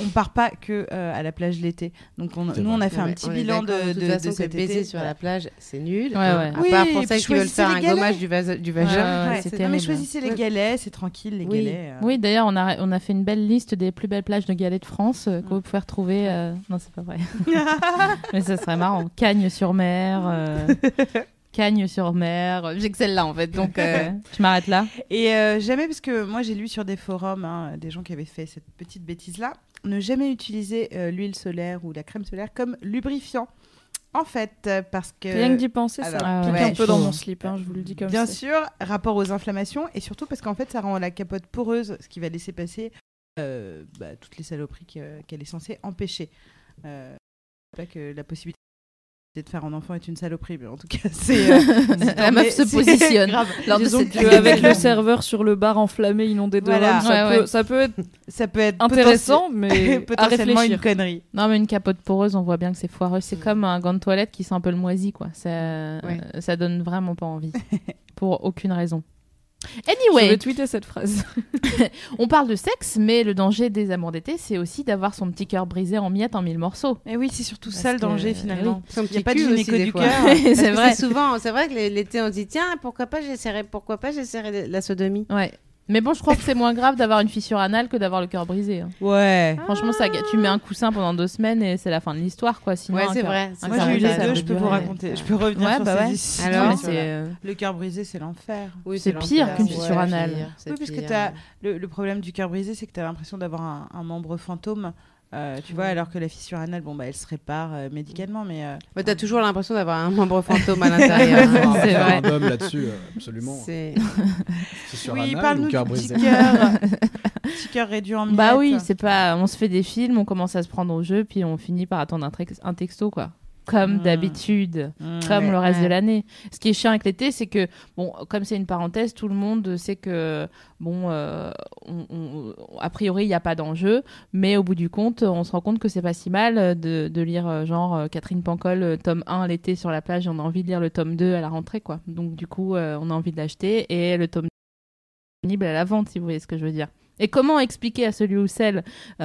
S5: on part pas que euh, à la plage l'été. Donc on, nous
S4: C'est
S5: on
S4: vrai.
S5: a fait un
S7: Ouais,
S5: petit
S7: on est
S5: bilan de,
S7: d'accord,
S5: de,
S7: toute
S5: de
S7: façon, que
S5: cet
S7: baiser
S5: été.
S7: sur la plage, c'est nul.
S3: Ouais, ouais.
S7: À
S5: Oui,
S7: part
S5: et
S7: pour celles
S5: puis
S7: qui veulent
S5: choisissez
S7: faire
S5: les
S7: un
S5: galets.
S7: gommage du, vas- du
S3: Ouais,
S7: vagin.
S3: ouais,
S5: Ouais,
S3: c'est
S5: c'est- non mais
S3: terrible.
S5: choisissez les
S7: Ouais.
S5: galets, c'est tranquille les
S7: Oui.
S5: galets. euh.
S3: Oui, d'ailleurs, on a, on a fait une belle liste des plus belles plages de galets de France
S5: Mm.
S3: euh, que vous pouvez retrouver. euh, Non, c'est pas vrai. Mais ça serait marrant. Cagnes-sur-Mer. euh, Cagnes-sur-Mer. J'excelle là, en fait. Donc, euh, je m'arrête là.
S5: Et euh, jamais parce que moi j'ai lu sur des forums hein, des gens qui avaient fait cette petite bêtise là, ne jamais utiliser euh, l'huile solaire ou la crème solaire comme lubrifiant. En fait, euh, parce que
S6: Rien que d'y penser, ça
S5: alors,
S6: pique
S5: ouais,
S6: un peu dans
S3: chaud.
S6: mon slip, hein, je vous le dis comme
S5: Bien
S6: ça.
S5: sûr, rapport aux inflammations et surtout parce qu'en fait, ça rend la capote poreuse, ce qui va laisser passer euh, bah, toutes les saloperies que- qu'elle est censée empêcher. Euh, pas que la possibilité de faire un enfant est une saloperie, mais en tout cas, c'est. euh, c'est-
S3: La
S5: mais
S3: meuf se
S5: c'est
S3: positionne
S5: grave.
S3: lors de
S6: Disons
S3: cette-
S6: que avec le serveur sur le bar enflammé, inondé de
S5: Voilà.
S6: rhum, ça,
S3: Ouais,
S6: peut,
S3: ouais.
S6: ça peut être
S5: Ça peut être
S6: intéressant, mais
S5: potentiel-
S6: à
S5: potentiellement
S6: réfléchir.
S5: une connerie.
S3: Non, mais une capote poreuse, on voit bien que c'est foireux.
S5: Mm.
S3: C'est comme un gant de toilette qui sent un peu le moisi, quoi. Ça, euh, ça donne vraiment pas envie. Pour aucune raison.
S6: Je vais
S3: Anyway,
S6: tweeter cette phrase.
S3: on parle de sexe, mais le danger des amants d'été, c'est aussi d'avoir son petit cœur brisé en miettes en mille morceaux.
S5: Mais oui, c'est surtout
S3: Parce
S5: ça le
S3: que-
S5: danger
S3: eh
S5: finalement.
S7: Son
S5: Il n'y a
S7: petit
S5: pas de
S7: cul aussi,
S5: gynéco
S7: des
S5: du
S7: fois.
S5: cœur.
S7: Parce
S3: c'est
S7: que
S3: vrai.
S7: souvent, c'est vrai que les- l'été, on se dit tiens, pourquoi pas j'essaierai, pourquoi pas j'essaierai la sodomie.
S3: Ouais. Mais bon, je crois que c'est moins grave d'avoir une fissure anale que d'avoir le cœur brisé. hein.
S5: Ouais.
S3: Franchement, ça, tu mets un coussin pendant deux semaines et c'est la fin de l'histoire, quoi. Sinon, hein,
S7: Ouais,
S3: un
S7: c'est
S3: cœur-
S7: vrai.
S3: un
S7: c'est
S5: Moi,
S3: cœur
S7: vrai.
S5: j'ai eu
S3: brisé,
S5: les
S3: ça
S5: deux,
S3: peut
S5: je peux vous
S3: durer.
S5: raconter. Je peux revenir
S3: Ouais,
S5: sur
S3: bah
S5: ces
S3: ouais.
S5: histoires.
S7: Alors,
S3: Non, mais
S7: c'est-
S3: c'est, euh,
S5: Le cœur brisé, c'est l'enfer.
S7: Oui,
S3: c'est
S7: l'enfer,
S3: pire
S5: qu'une
S7: c'est
S5: fissure
S7: pire,
S3: anale.
S7: c'est
S5: Oui, parce que
S7: pire.
S5: t'as- Le, le problème du cœur brisé, c'est que tu as l'impression d'avoir un, un membre fantôme, euh, tu vois, alors que la fissure anale, bon, bah, elle se répare euh, médicalement, mais euh,
S7: Mais t'as toujours l'impression d'avoir un membre fantôme à l'intérieur.
S4: On va
S7: hein.
S3: C'est
S4: faire
S3: vrai.
S4: Ah, un homme là-dessus, euh, absolument.
S7: C'est-
S4: C'est sur
S5: oui,
S4: anal
S5: parle-nous
S4: ou
S5: du
S4: cœur
S5: petit
S4: brisé
S5: cœur, petit cœur réduit en miettes.
S3: Bah oui, c'est pas. On se fait des films, on commence à se prendre au jeu, puis on finit par attendre un, trex- un texto, quoi. Comme
S7: Hmm.
S5: Mm.
S3: d'habitude,
S5: Mmh.
S3: comme
S5: Ouais.
S3: le reste
S7: ouais.
S3: de l'année. Ce qui est chiant avec l'été, c'est que, bon, comme c'est une parenthèse, tout le monde sait que, bon, euh, on- on- on- a priori, il n'y a pas d'enjeu, mais au bout du compte, on se rend compte que c'est pas si mal euh, de, de lire, euh, genre, euh, Catherine Pancol, euh, tome 1 l'été sur la plage, et on a envie de lire le tome 2 à la rentrée, quoi. Donc, du coup, euh, on a envie de l'acheter, et le tome 2 est disponible à la vente, si vous voyez ce que je veux dire. Et comment expliquer à celui ou celle euh,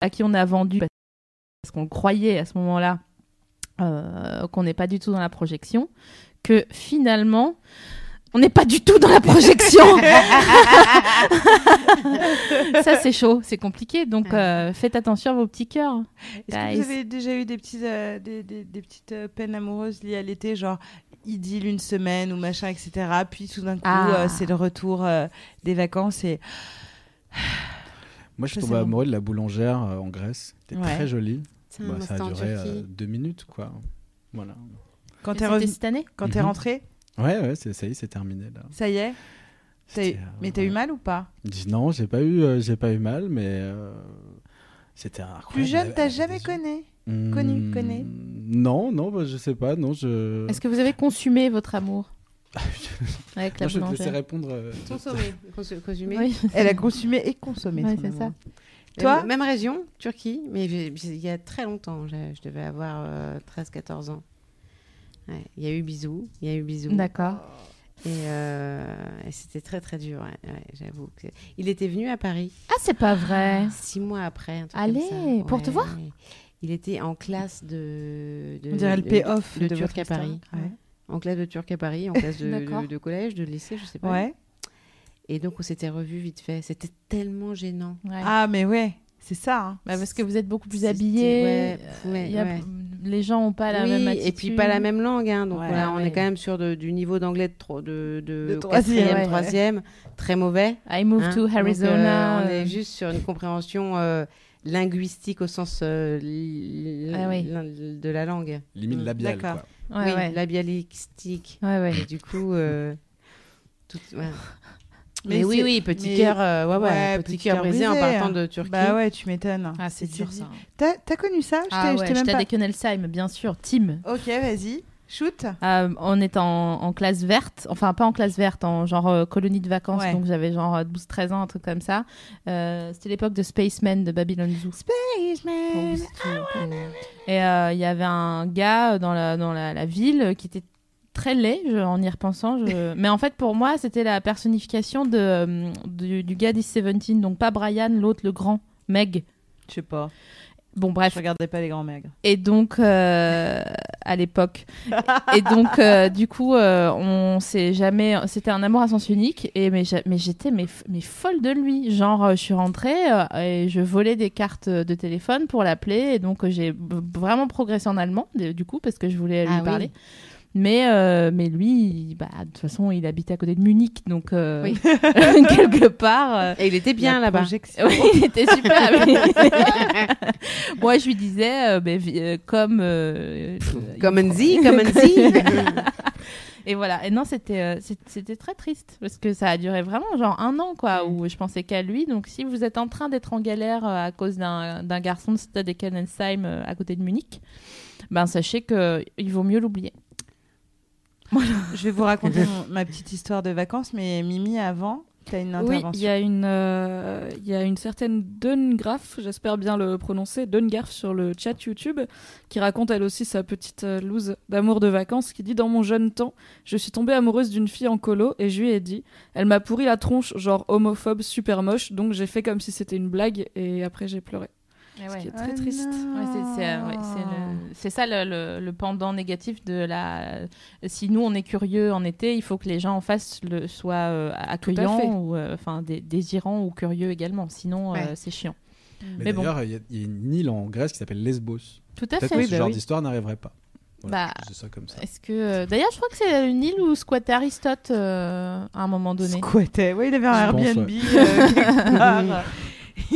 S3: à qui on a vendu, parce qu'on croyait à ce moment-là euh, qu'on n'est pas du tout dans la projection, que finalement, on n'est pas du tout dans la projection Ça, c'est chaud, c'est compliqué, donc euh, faites attention à vos petits cœurs.
S5: Est-ce que vous
S3: Guys.
S5: avez déjà eu des, petits, euh, des, des- des petites euh, peines amoureuses liées à l'été, genre idylle une semaine ou machin, etc. Puis tout d'un coup,
S3: Ah.
S5: euh, c'est le retour euh, des vacances et
S4: Moi, je suis
S5: Ça, c'est
S4: tombé
S5: bon.
S4: amoureux de la boulangère euh, en Grèce. C'était
S5: Ouais.
S4: très jolie.
S7: Tiens,
S4: Bah,
S7: moi,
S4: ça a
S7: Mmh, c'était en
S4: duré euh,
S7: Turquie.
S4: deux minutes, quoi. Voilà.
S5: Quand
S3: Mais
S5: t'es
S3: c'était
S5: revenu-
S3: cette année
S5: quand t'es
S4: Mhm.
S5: rentré,
S4: Ouais, ouais, c'est- ça y est, c'est terminé là.
S5: ça y est T'as eu-
S4: C'était, euh,
S5: Mais t'as eu mal ou pas
S4: Dis- Non, j'ai pas eu, euh, j'ai pas eu mal, mais euh, c'était incroyable.
S5: Plus jeune,
S4: Elle-
S5: t'as
S4: elle-
S5: jamais
S4: elle-
S5: connu
S4: Hmm,
S5: connu, connu
S4: Non, non, bah, je sais pas, non, je.
S3: Est-ce que vous avez consumé votre amour avec
S4: Moi,
S3: la
S4: je vais te laisser
S3: boulangère
S4: répondre. euh,
S7: Consommer. Consumer.
S3: Oui,
S5: Elle a consumé et consommé.
S3: Ouais,
S5: son
S3: c'est ça.
S5: amour.
S7: Même-
S5: Toi
S7: Même région, Turquie, mais j'ai- j'ai- il y a très longtemps, j'ai- je devais avoir 13-14 ans. Ouais, Il y a eu bisous, il y a eu bisous.
S3: d'accord.
S7: Et, euh, et c'était très très dur, ouais, ouais, j'avoue. que- Il était venu à Paris
S3: Ah, c'est pas vrai.
S7: six mois après. un truc
S3: Allez,
S7: comme ça.
S3: pour te voir
S7: Il était en classe de. de
S5: On dirait le
S7: de-
S5: payoff
S7: de,
S5: de
S7: Turc
S5: votre
S7: à
S5: histoire.
S7: Paris.
S5: Ouais.
S7: En classe de Turc à Paris, en classe de,
S3: D'accord.
S7: de- de collège, de lycée, je sais pas.
S5: Ouais.
S7: Et donc on s'était revus vite fait. C'était tellement gênant.
S3: Ouais.
S5: Ah, mais ouais, c'est ça. hein.
S3: Bah, parce que vous êtes beaucoup plus
S7: C'était-
S3: habillés.
S7: ouais,
S3: euh,
S7: ouais,
S3: il y a-
S7: ouais.
S3: Les gens ont pas la
S7: Oui,
S3: même attitude.
S7: et puis pas la même langue. hein. donc
S5: Ouais,
S7: voilà, on
S3: ouais.
S7: est quand même sur de- du niveau d'anglais de, tro- de, de,
S5: De troisième,
S7: quatrième,
S3: ouais.
S7: troisième, très mauvais.
S3: I moved
S7: hein.
S3: to
S7: Donc, euh,
S3: Arizona.
S7: on est juste sur une compréhension euh, linguistique au sens euh, l-
S3: Ah oui.
S7: l- de la langue.
S4: Limite
S7: Hmm,
S4: labiale.
S5: d'accord.
S4: Quoi.
S3: Ouais,
S7: oui,
S3: ouais.
S7: labialistique.
S3: Ouais, ouais.
S7: Et du coup, euh, tout- ouais.
S5: Mais
S7: mais, oui,
S5: c'est-
S7: oui, petit
S5: mais-
S7: cœur, euh, ouais, ouais,
S5: Ouais,
S7: petit,
S5: petit
S7: cœur
S5: cœur
S7: brisé en
S5: brisé,
S7: partant
S5: hein.
S7: de Turquie.
S5: Bah ouais, tu m'étonnes.
S3: Ah, c'est
S5: Tu
S3: dur
S5: dis-
S3: ça.
S5: T'as t'as connu ça Je
S3: Ah
S5: t'ai- je
S3: ouais,
S5: t'ai même
S3: j'étais
S5: pas-
S3: avec Kenelsheim, bien sûr. Tim.
S5: Ok, vas-y, shoot.
S3: Euh, on est en, en classe verte, enfin pas en classe verte, en genre euh, colonie de vacances,
S5: Ouais.
S3: donc j'avais genre euh, 12-13 ans, un truc comme ça. Euh, C'était l'époque de Spaceman de Babylon Zoo. Pour vous, c'est tout. Et euh, il y avait un gars euh, dans la, dans la, la ville euh, qui était très laid, je- en y repensant. je- Mais en fait, pour moi, c'était la personnification de, euh, du, du gars d'E17, donc pas Brian, l'autre, le grand, Meg.
S5: Je sais pas.
S3: Bon, bref.
S5: Je regardais pas les grands maigres.
S3: Et donc, euh, à l'époque. Et donc, euh, du coup, euh, on s'est jamais. C'était un amour à sens unique. Et mais j'a- mais j'étais mais, f- mais folle de lui. Genre, euh, je suis rentrée euh, et je volais des cartes de téléphone pour l'appeler. Et donc, euh, j'ai b- vraiment progressé en allemand, d- du coup, parce que je voulais lui
S7: Ah oui.
S3: parler. Mais, euh, mais lui, il- bah, de toute façon, il habitait à côté de Munich. Donc, euh,
S7: Oui.
S3: quelque part. euh, Ah
S7: Et il était bien
S5: La
S7: là-bas.
S5: projection.
S3: oui, il était super. mais- Moi, je lui disais, euh, ben, vi- euh, comme. euh, euh,
S7: Comme un
S3: il
S7: Z,
S3: faut-
S7: comme un Z.
S3: Et voilà. Et non, c'était euh, c'est- c'était très triste parce que ça a duré vraiment genre un an, quoi, où je pensais qu'à lui. Donc, si vous êtes en train d'être en galère euh, à cause d'un d'un garçon de Stade Ekenensheim euh, à côté de Munich, ben sachez que il vaut mieux l'oublier.
S5: Je vais vous raconter mon- ma petite histoire de vacances, mais Mimi, avant, t'as une
S6: Oui,
S5: intervention.
S6: il y a une, euh, il y a une certaine Dungraf, j'espère bien le prononcer, Dungraf sur le chat YouTube, qui raconte elle aussi sa petite euh, loose d'amour de vacances, qui dit dans mon jeune temps, je suis tombée amoureuse d'une fille en colo et je lui ai dit, elle m'a pourri la tronche, genre homophobe, super moche, donc j'ai fait comme si c'était une blague et après j'ai pleuré. Ce qui est très
S5: Ah
S6: triste.
S5: non.
S3: Eh Ouais, c'est- c'est euh, ouais, c'est le- c'est ça le, le- le pendant négatif de la. Si nous on est curieux en été, il faut que les gens en face le soient euh, accueillants
S6: fait.
S3: ou euh, enfin dé- désirants ou curieux également. Sinon euh,
S7: Ouais.
S3: c'est chiant.
S4: Mais,
S3: Mais bon. Ah,
S4: d'ailleurs, il y a- il y, a une île en Grèce qui s'appelle Lesbos.
S3: Tout à
S4: Peut-être
S3: fait.
S4: que
S6: Bah
S4: ce genre d'histoire n'arriverait pas. Voilà,
S3: Bah,
S4: je dis ça comme ça.
S3: Est-ce que euh, d'ailleurs je crois que c'est une île où squattait Aristote euh, à un moment donné.
S5: Squattait. Oui, il avait un
S4: Je pense,
S5: Airbnb euh, quelque part.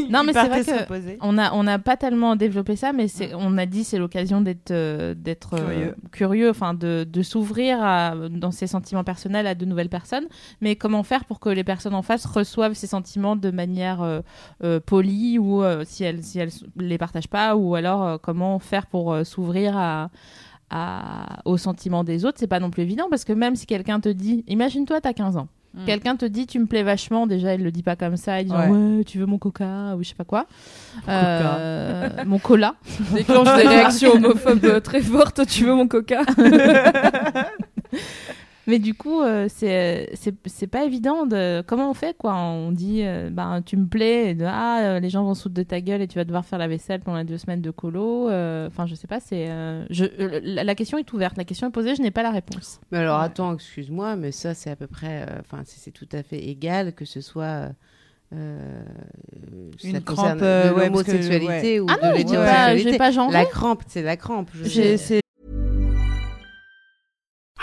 S3: Non, mais
S5: Il
S3: c'est vrai
S5: partait
S3: que-
S5: se reposer.
S3: On a on n'a pas tellement développé ça, mais c'est on a dit c'est l'occasion d'être euh, d'être euh,
S5: Curieux.
S3: curieux, enfin de, de s'ouvrir à- dans ses sentiments personnels à de nouvelles personnes. Mais comment faire pour que les personnes en face reçoivent ces sentiments de manière euh, euh, polie ou euh, si elles si elles les partagent pas ou alors euh, comment faire pour euh, s'ouvrir à à- aux sentiments des autres, c'est pas non plus évident parce que même si quelqu'un te dit, imagine-toi, t'as 15 ans,
S5: Mm.
S3: quelqu'un te dit, tu me plais vachement, déjà il le dit pas comme ça, il dit,
S5: Ouais.
S3: ouais, tu veux mon coca ou je sais pas quoi, Euh, mon cola,
S6: Déclenche des réactions homophobes euh, très fortes, tu veux mon coca
S3: mais du coup, euh, c'est c'est- c'est pas évident de comment on fait quoi, on dit, euh, bah, tu me plais, et de, ah, euh, les gens vont se foutre de ta gueule et tu vas devoir faire la vaisselle pendant les deux semaines de colo, Euh, enfin je sais pas, c'est, euh, je- euh, la, la question est ouverte, la question est posée, je n'ai pas la réponse.
S7: Mais alors attends, excuse-moi, mais ça c'est à peu près, euh, enfin c'est c'est tout à fait égal que ce soit euh, euh,
S5: Une
S7: ça
S5: crampe,
S7: concerne
S5: euh,
S7: de
S5: ouais, parce que,
S7: l'homosexualité ou
S3: Ah non,
S7: de
S3: j'ai pas, j'ai
S7: l'hétérosexualité.
S3: pas genre.
S7: La crampe, c'est la crampe. je-
S5: J'ai- c'est-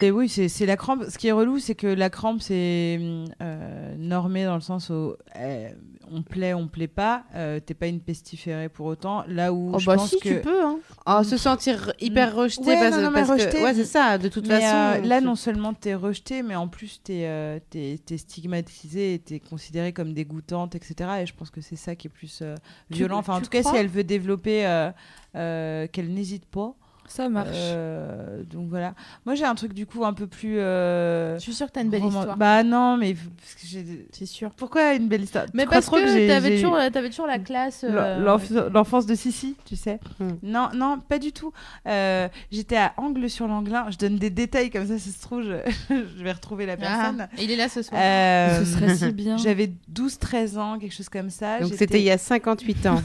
S5: Et oui, c'est c'est la crampe. Ce qui est relou, c'est que la crampe, c'est hum, euh, normé dans le sens où euh, on plaît, on plaît pas. euh, T'es pas une pestiférée pour autant. Là où
S3: Oh
S5: je
S3: bah
S5: pense
S3: si,
S5: que.
S3: tu peux. Hein.
S7: Oh, se sentir hyper rejeté
S5: Ouais,
S7: parce,
S5: non, non, mais
S7: parce que-
S5: rejeté,
S7: ouais, c'est ça, de toute
S5: Mais,
S7: façon.
S5: euh, là,
S7: tu-
S5: non seulement t'es rejeté, mais en plus t'es euh, t'es- t'es stigmatisé, et t'es considéré comme dégoûtante, etc. Et je pense que c'est ça qui est plus euh,
S3: Tu-
S5: violent. Enfin, en
S3: tu
S5: tout cas, si
S3: crois
S5: elle veut développer, euh, euh, qu'elle n'hésite pas.
S6: Ça marche.
S5: Euh, donc voilà. Moi, j'ai un truc du coup un peu plus. euh,
S3: Je suis sûre que t'as une belle
S5: roman-
S3: histoire.
S5: Bah non, mais parce que j'ai-
S3: c'est sûr.
S5: pourquoi une belle histoire
S3: Mais
S5: Tu crois
S3: parce
S5: trop j'ai-
S3: que t'avais
S5: j'ai-
S3: toujours, euh, t'avais toujours la classe. euh,
S5: L'en- l'enf- L'enfance de Sissi, tu sais.
S7: Hmm.
S5: Non, non, pas du tout. Euh, J'étais à Angle sur Langlin. Je donne des détails comme ça, si se trouve, je, je vais retrouver la
S3: Ah,
S5: personne.
S3: il est là ce soir.
S5: Euh,
S6: Ce serait si bien.
S5: J'avais 12-13 ans, quelque chose comme ça.
S7: Donc
S5: J'étais-
S7: c'était il y a 58 ans.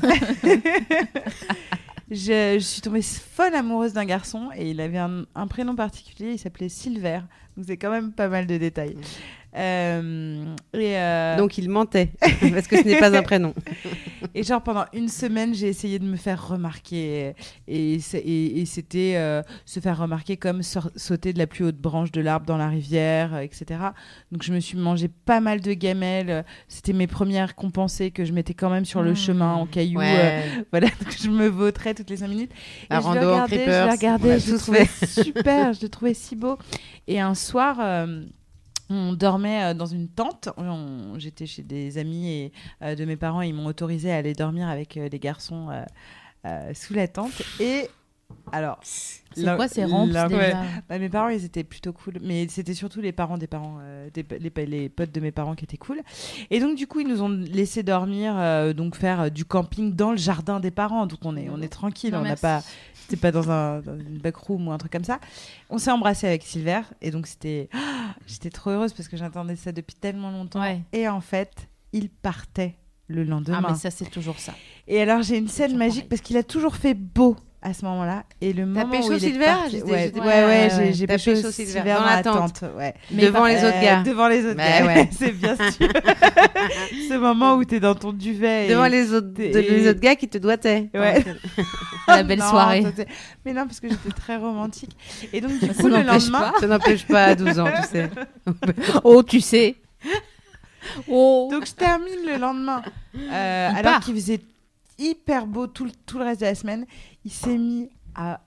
S5: je, je suis tombée folle amoureuse d'un garçon et il avait un, un prénom particulier, il s'appelait Silver. Donc c'est quand même pas mal de détails. Euh, et, euh,
S7: Hmm. Donc il mentait, parce que ce n'est pas un prénom.
S5: Et genre pendant une semaine, j'ai essayé de me faire remarquer. Et, c'est- et- et c'était euh, se faire remarquer comme sor- sauter de la plus haute branche de l'arbre dans la rivière, euh, etc. Donc je me suis mangé pas mal de gamelles. C'était mes premières compensées que je mettais quand même sur le
S3: Mmh.
S5: chemin en cailloux. euh,
S7: Ouais.
S5: voilà, donc je me vautrais toutes les 5 minutes.
S7: La
S5: et je le
S7: rando en
S5: regardais, je
S7: creepers,
S5: le
S7: on l'a
S5: regardais, je le
S7: tous
S5: trouvais super, je le trouvais si beau. Et un soir, euh, on dormait euh, dans une tente. On- J'étais chez des amis et euh, de mes parents, ils m'ont autorisé à aller dormir avec euh, les garçons euh, euh, sous la tente. Et alors,
S3: C'est
S5: l'in-
S3: quoi ces rampes
S5: l'in-
S3: déjà
S5: bah, mes parents, ils étaient plutôt cool, mais c'était surtout les parents des parents, euh, des, pa- les, pa- les potes de mes parents qui étaient cool. Et donc du coup, ils nous ont laissé dormir, euh, donc faire euh, du camping dans le jardin des parents. Donc on est, on est tranquille,
S3: Non,
S5: on n'a
S3: merci.
S5: pas, c'était pas dans, un, dans une backroom ou un truc comme ça. On s'est embrassé avec Silver, et donc c'était, Ah, j'étais trop heureuse parce que j'attendais ça depuis tellement longtemps.
S3: Ouais.
S5: Et en fait, il partait le lendemain.
S3: Ah mais ça c'est toujours ça.
S5: Et alors j'ai une scène
S3: Toujours
S5: magique
S3: pareil.
S5: parce qu'il a toujours fait beau à ce moment-là et le moment
S7: pécho
S5: où il
S7: Silver
S5: est parti,
S7: J'étais-
S5: ouais,
S7: j'étais-
S5: ouais,
S3: ouais,
S5: ouais,
S3: ouais.
S5: j'ai- j'ai
S7: T'as
S5: pécho,
S7: pécho Silver
S5: Silver
S7: dans
S5: dans
S7: la
S5: la
S7: tente.
S5: tente, ouais.
S3: Mais
S7: Devant
S3: par-
S7: les autres
S5: Euh,
S7: gars.
S5: devant les autres
S7: Bah
S5: gars,
S7: ouais.
S5: c'est bien sûr. Ce moment où t'es dans ton duvet. et-
S7: Devant les autres,
S5: et-
S7: de- les autres gars qui te doitaient.
S5: Ouais.
S3: La belle
S5: Non,
S3: soirée.
S5: ça, c'est- Mais non, parce que j'étais très romantique. Et donc du
S3: Ça
S5: coup le
S3: n'empêche
S5: lendemain,
S7: Ça n'empêche pas à 12 ans, tu sais.
S3: Oh tu sais. Oh.
S5: Donc je termine le lendemain. Euh,
S3: Il
S5: alors
S3: part.
S5: qu'il faisait hyper beau tout le, tout le reste de la semaine, il s'est mis à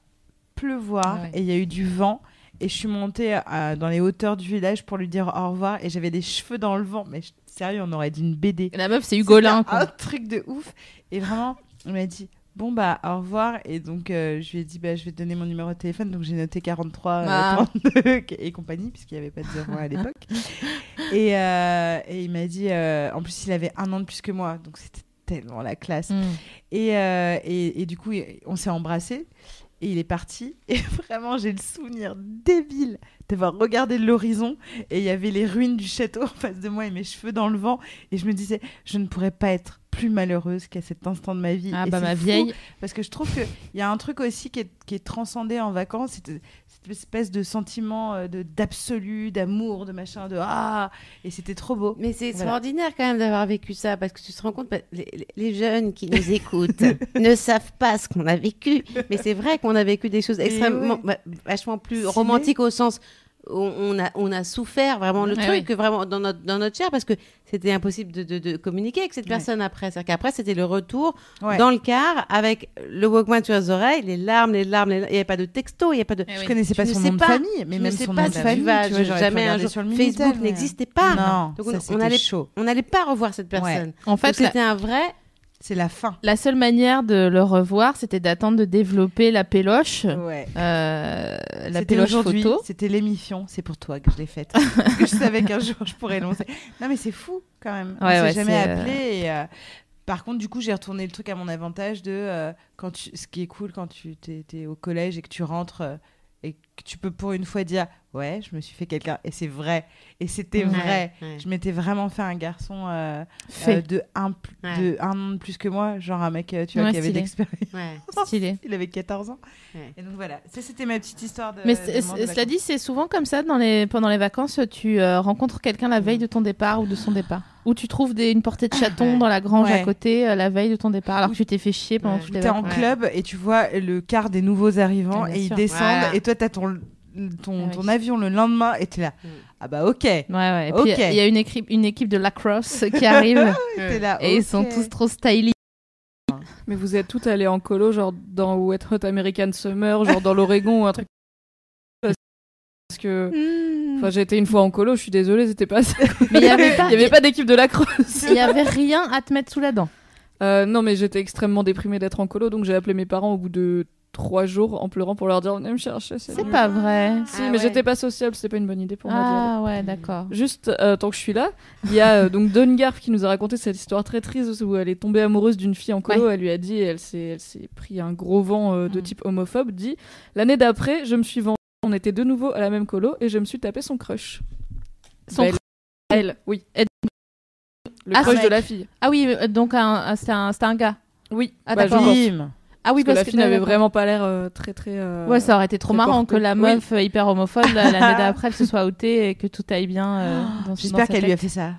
S5: pleuvoir
S3: Ah ouais.
S5: et il y a eu du vent. Et je suis montée à- dans les hauteurs du village pour lui dire au revoir et j'avais des cheveux dans le vent. Mais je- sérieux, on aurait dit une BD.
S3: La meuf c'est Ah Hugolin
S5: C'était
S3: quoi.
S5: Un truc de ouf. Et vraiment, on m'a dit bon bah au revoir et donc euh, je lui ai dit bah je vais te donner mon numéro de téléphone donc j'ai noté 43 euh,
S3: Ah.
S5: 32 et compagnie puisqu'il n'y avait pas de 01 à l'époque et, euh, et il m'a dit euh, en plus il avait un an de plus que moi donc c'était tellement la classe
S3: Mm.
S5: et, euh, et, et du coup il- on s'est embrassé et il est parti et vraiment j'ai le souvenir débile d'avoir regardé l'horizon et il y avait les ruines du château en face de moi et mes cheveux dans le vent et je me disais je ne pourrais pas être plus malheureuse qu'à cet instant de ma vie
S3: Ah
S5: Et
S3: bah
S5: c'est
S3: ma
S5: fou
S3: vieille.
S5: parce que je trouve qu'il y a un truc aussi qui est, qui est transcendé en vacances, c'est cette espèce de sentiment euh, de- d'absolu, d'amour, de machin, de ah Et c'était trop beau.
S7: Mais c'est
S5: Voilà.
S7: extraordinaire quand même d'avoir vécu ça, parce que tu te rends compte, bah, les, les- les jeunes qui nous écoutent ne savent pas ce qu'on a vécu, mais c'est vrai qu'on a vécu des choses extrêmement, bah, vachement plus
S5: Stylé.
S7: romantiques au sens où on a, on a souffert vraiment le
S3: Ouais,
S7: truc,
S3: ouais.
S7: que vraiment dans notre, dans notre chair, parce que c'était impossible de, de- de communiquer avec cette personne après. C'est-à-dire qu'après, c'était le retour
S5: Ouais.
S7: dans le car avec le Walkman sur les oreilles, les larmes, les larmes, les larmes. il n'y avait pas de texto, il n'y a pas de.
S5: je
S3: Eh oui.
S5: connaissais
S7: Tu
S5: pas
S7: ne
S5: son
S7: sais
S5: nom de
S7: pas.
S5: famille, Eh mais
S7: Je
S5: même
S7: ne sais
S5: son
S7: pas
S5: nom de
S7: si tu
S5: famille,
S7: vas,
S5: tu vois, j'aurais pu
S7: jamais un
S5: regarder
S7: jour.
S5: sur le Minitel,
S7: Facebook
S5: mais- euh,
S7: n'existait pas.
S5: Non,
S7: Donc
S5: ça,
S7: on- on
S5: c'était
S7: allait,
S5: chaud.
S7: on n'allait pas revoir cette personne.
S3: En
S7: Donc
S3: fait la-
S7: c'était un vrai.
S5: C'est la fin.
S3: la seule manière de le revoir c'était d'attendre de développer la péloche.
S5: Ouais.
S3: euh, la
S5: C'était
S3: péloche
S5: aujourd'hui,
S3: photo.
S5: c'était l'émission, c'est pour toi que je l'ai faite. Parce que je savais qu'un jour je pourrais lancer. Non mais c'est fou quand même.
S3: Ouais,
S5: On s'est
S3: ouais,
S5: jamais
S3: c'est, euh,
S5: appelé. et, euh, Par contre, du coup, j'ai retourné le truc à mon avantage de euh, quand tu... ce qui est cool quand tu t'es, t'es au collège et que tu rentres euh, et que tu peux pour une fois dire ouais je me suis fait quelqu'un et c'est vrai et c'était
S7: Ouais,
S5: vrai
S7: ouais.
S5: je m'étais vraiment fait un garçon euh,
S3: Fait.
S5: euh, de un pl-
S7: Ouais.
S5: de un an de plus que moi genre un mec euh, tu vois
S3: Ouais,
S5: qui avait
S3: stylé.
S5: d'expérience
S7: Ouais.
S5: Euh,
S3: Stylé.
S5: il avait 14 ans
S7: Ouais.
S5: et donc voilà ça c'était ma petite histoire de
S3: Mais
S5: de
S3: c'est-
S5: Euh, moment de
S3: c'est- cela
S5: vacances.
S3: dit, c'est souvent comme ça dans les, pendant les vacances, tu euh, rencontres quelqu'un la veille de ton départ ou de son départ. Ou tu trouves des, une portée de chaton
S7: Ouais.
S3: dans la grange
S5: Ouais.
S3: à côté euh, la veille de ton départ, alors
S5: Ou-
S3: que tu t'es fait chier pendant
S7: Ouais.
S3: toutes
S5: Ou
S3: les
S5: t'es en
S3: vacances.
S7: Ouais.
S5: club et tu vois le quart des nouveaux arrivants
S3: Ah, bien
S5: et ils
S3: sûr.
S5: descendent
S7: Voilà.
S5: et toi t'as ton ton,
S3: Ah oui.
S5: ton avion le lendemain et t'es là
S7: Mm.
S5: ah bah ok
S3: Ouais, ouais. Et puis, il
S5: Ok.
S3: y a une équipe, une équipe de lacrosse qui arrive
S7: Mm.
S5: t'es là
S3: et ils sont
S5: ok.
S3: tous trop stylés.
S6: Mais vous êtes toutes allées en colo, genre dans Wet Hot American Summer, genre dans l'Oregon ou un truc. Parce que.
S3: Mmh.
S6: Enfin, j'ai été une fois en colo, je suis désolée, c'était pas ça.
S3: Mais il y avait pas,
S6: Il y avait pas d'équipe de lacrosse.
S3: il y avait rien à te mettre sous la dent.
S6: Euh, non, mais j'étais extrêmement déprimée d'être en colo, donc j'ai appelé mes parents au bout de trois jours en pleurant pour leur dire venez me chercher.
S3: C'est
S6: nul.
S3: pas vrai.
S6: Si,
S7: Ah
S6: mais
S7: ouais.
S6: j'étais pas sociable, c'était pas une bonne idée pour moi. d'y aller.
S3: Ah Ah ouais, d'accord.
S6: Juste euh, tant que je suis là, il y a euh, donc Dungarf qui nous a raconté cette histoire très triste où elle est tombée amoureuse d'une fille en colo. Elle lui a dit, elle s'est, elle s'est pris un gros vent euh, de
S3: Mm.
S6: type homophobe. Dit l'année d'après, je me suis vendue. On était de nouveau à la même colo et je me suis tapé son crush.
S3: Son
S6: Belle.
S3: crush.
S6: elle, oui. Elle- le
S3: Ah,
S6: crush
S3: mec.
S6: de la fille.
S3: Ah oui, euh, donc un- un- c'était un, c'était un gars.
S6: Oui.
S3: Ah,
S6: Bah,
S3: d'accord.
S6: je pense.
S5: Bim.
S3: Ah oui,
S6: parce que la fille n'avait
S3: d'accord.
S6: vraiment pas l'air euh, très très. euh,
S3: Ouais, ça aurait été trop
S6: très
S3: marrant que
S6: porté.
S3: la
S6: Oui.
S3: meuf euh, hyper homophobe, là, l'année d'après, elle se soit outée et que tout aille bien euh, dans ce- dans
S5: Oh, J'espère
S3: sa
S5: qu'elle lui a
S3: tête.
S5: fait ça.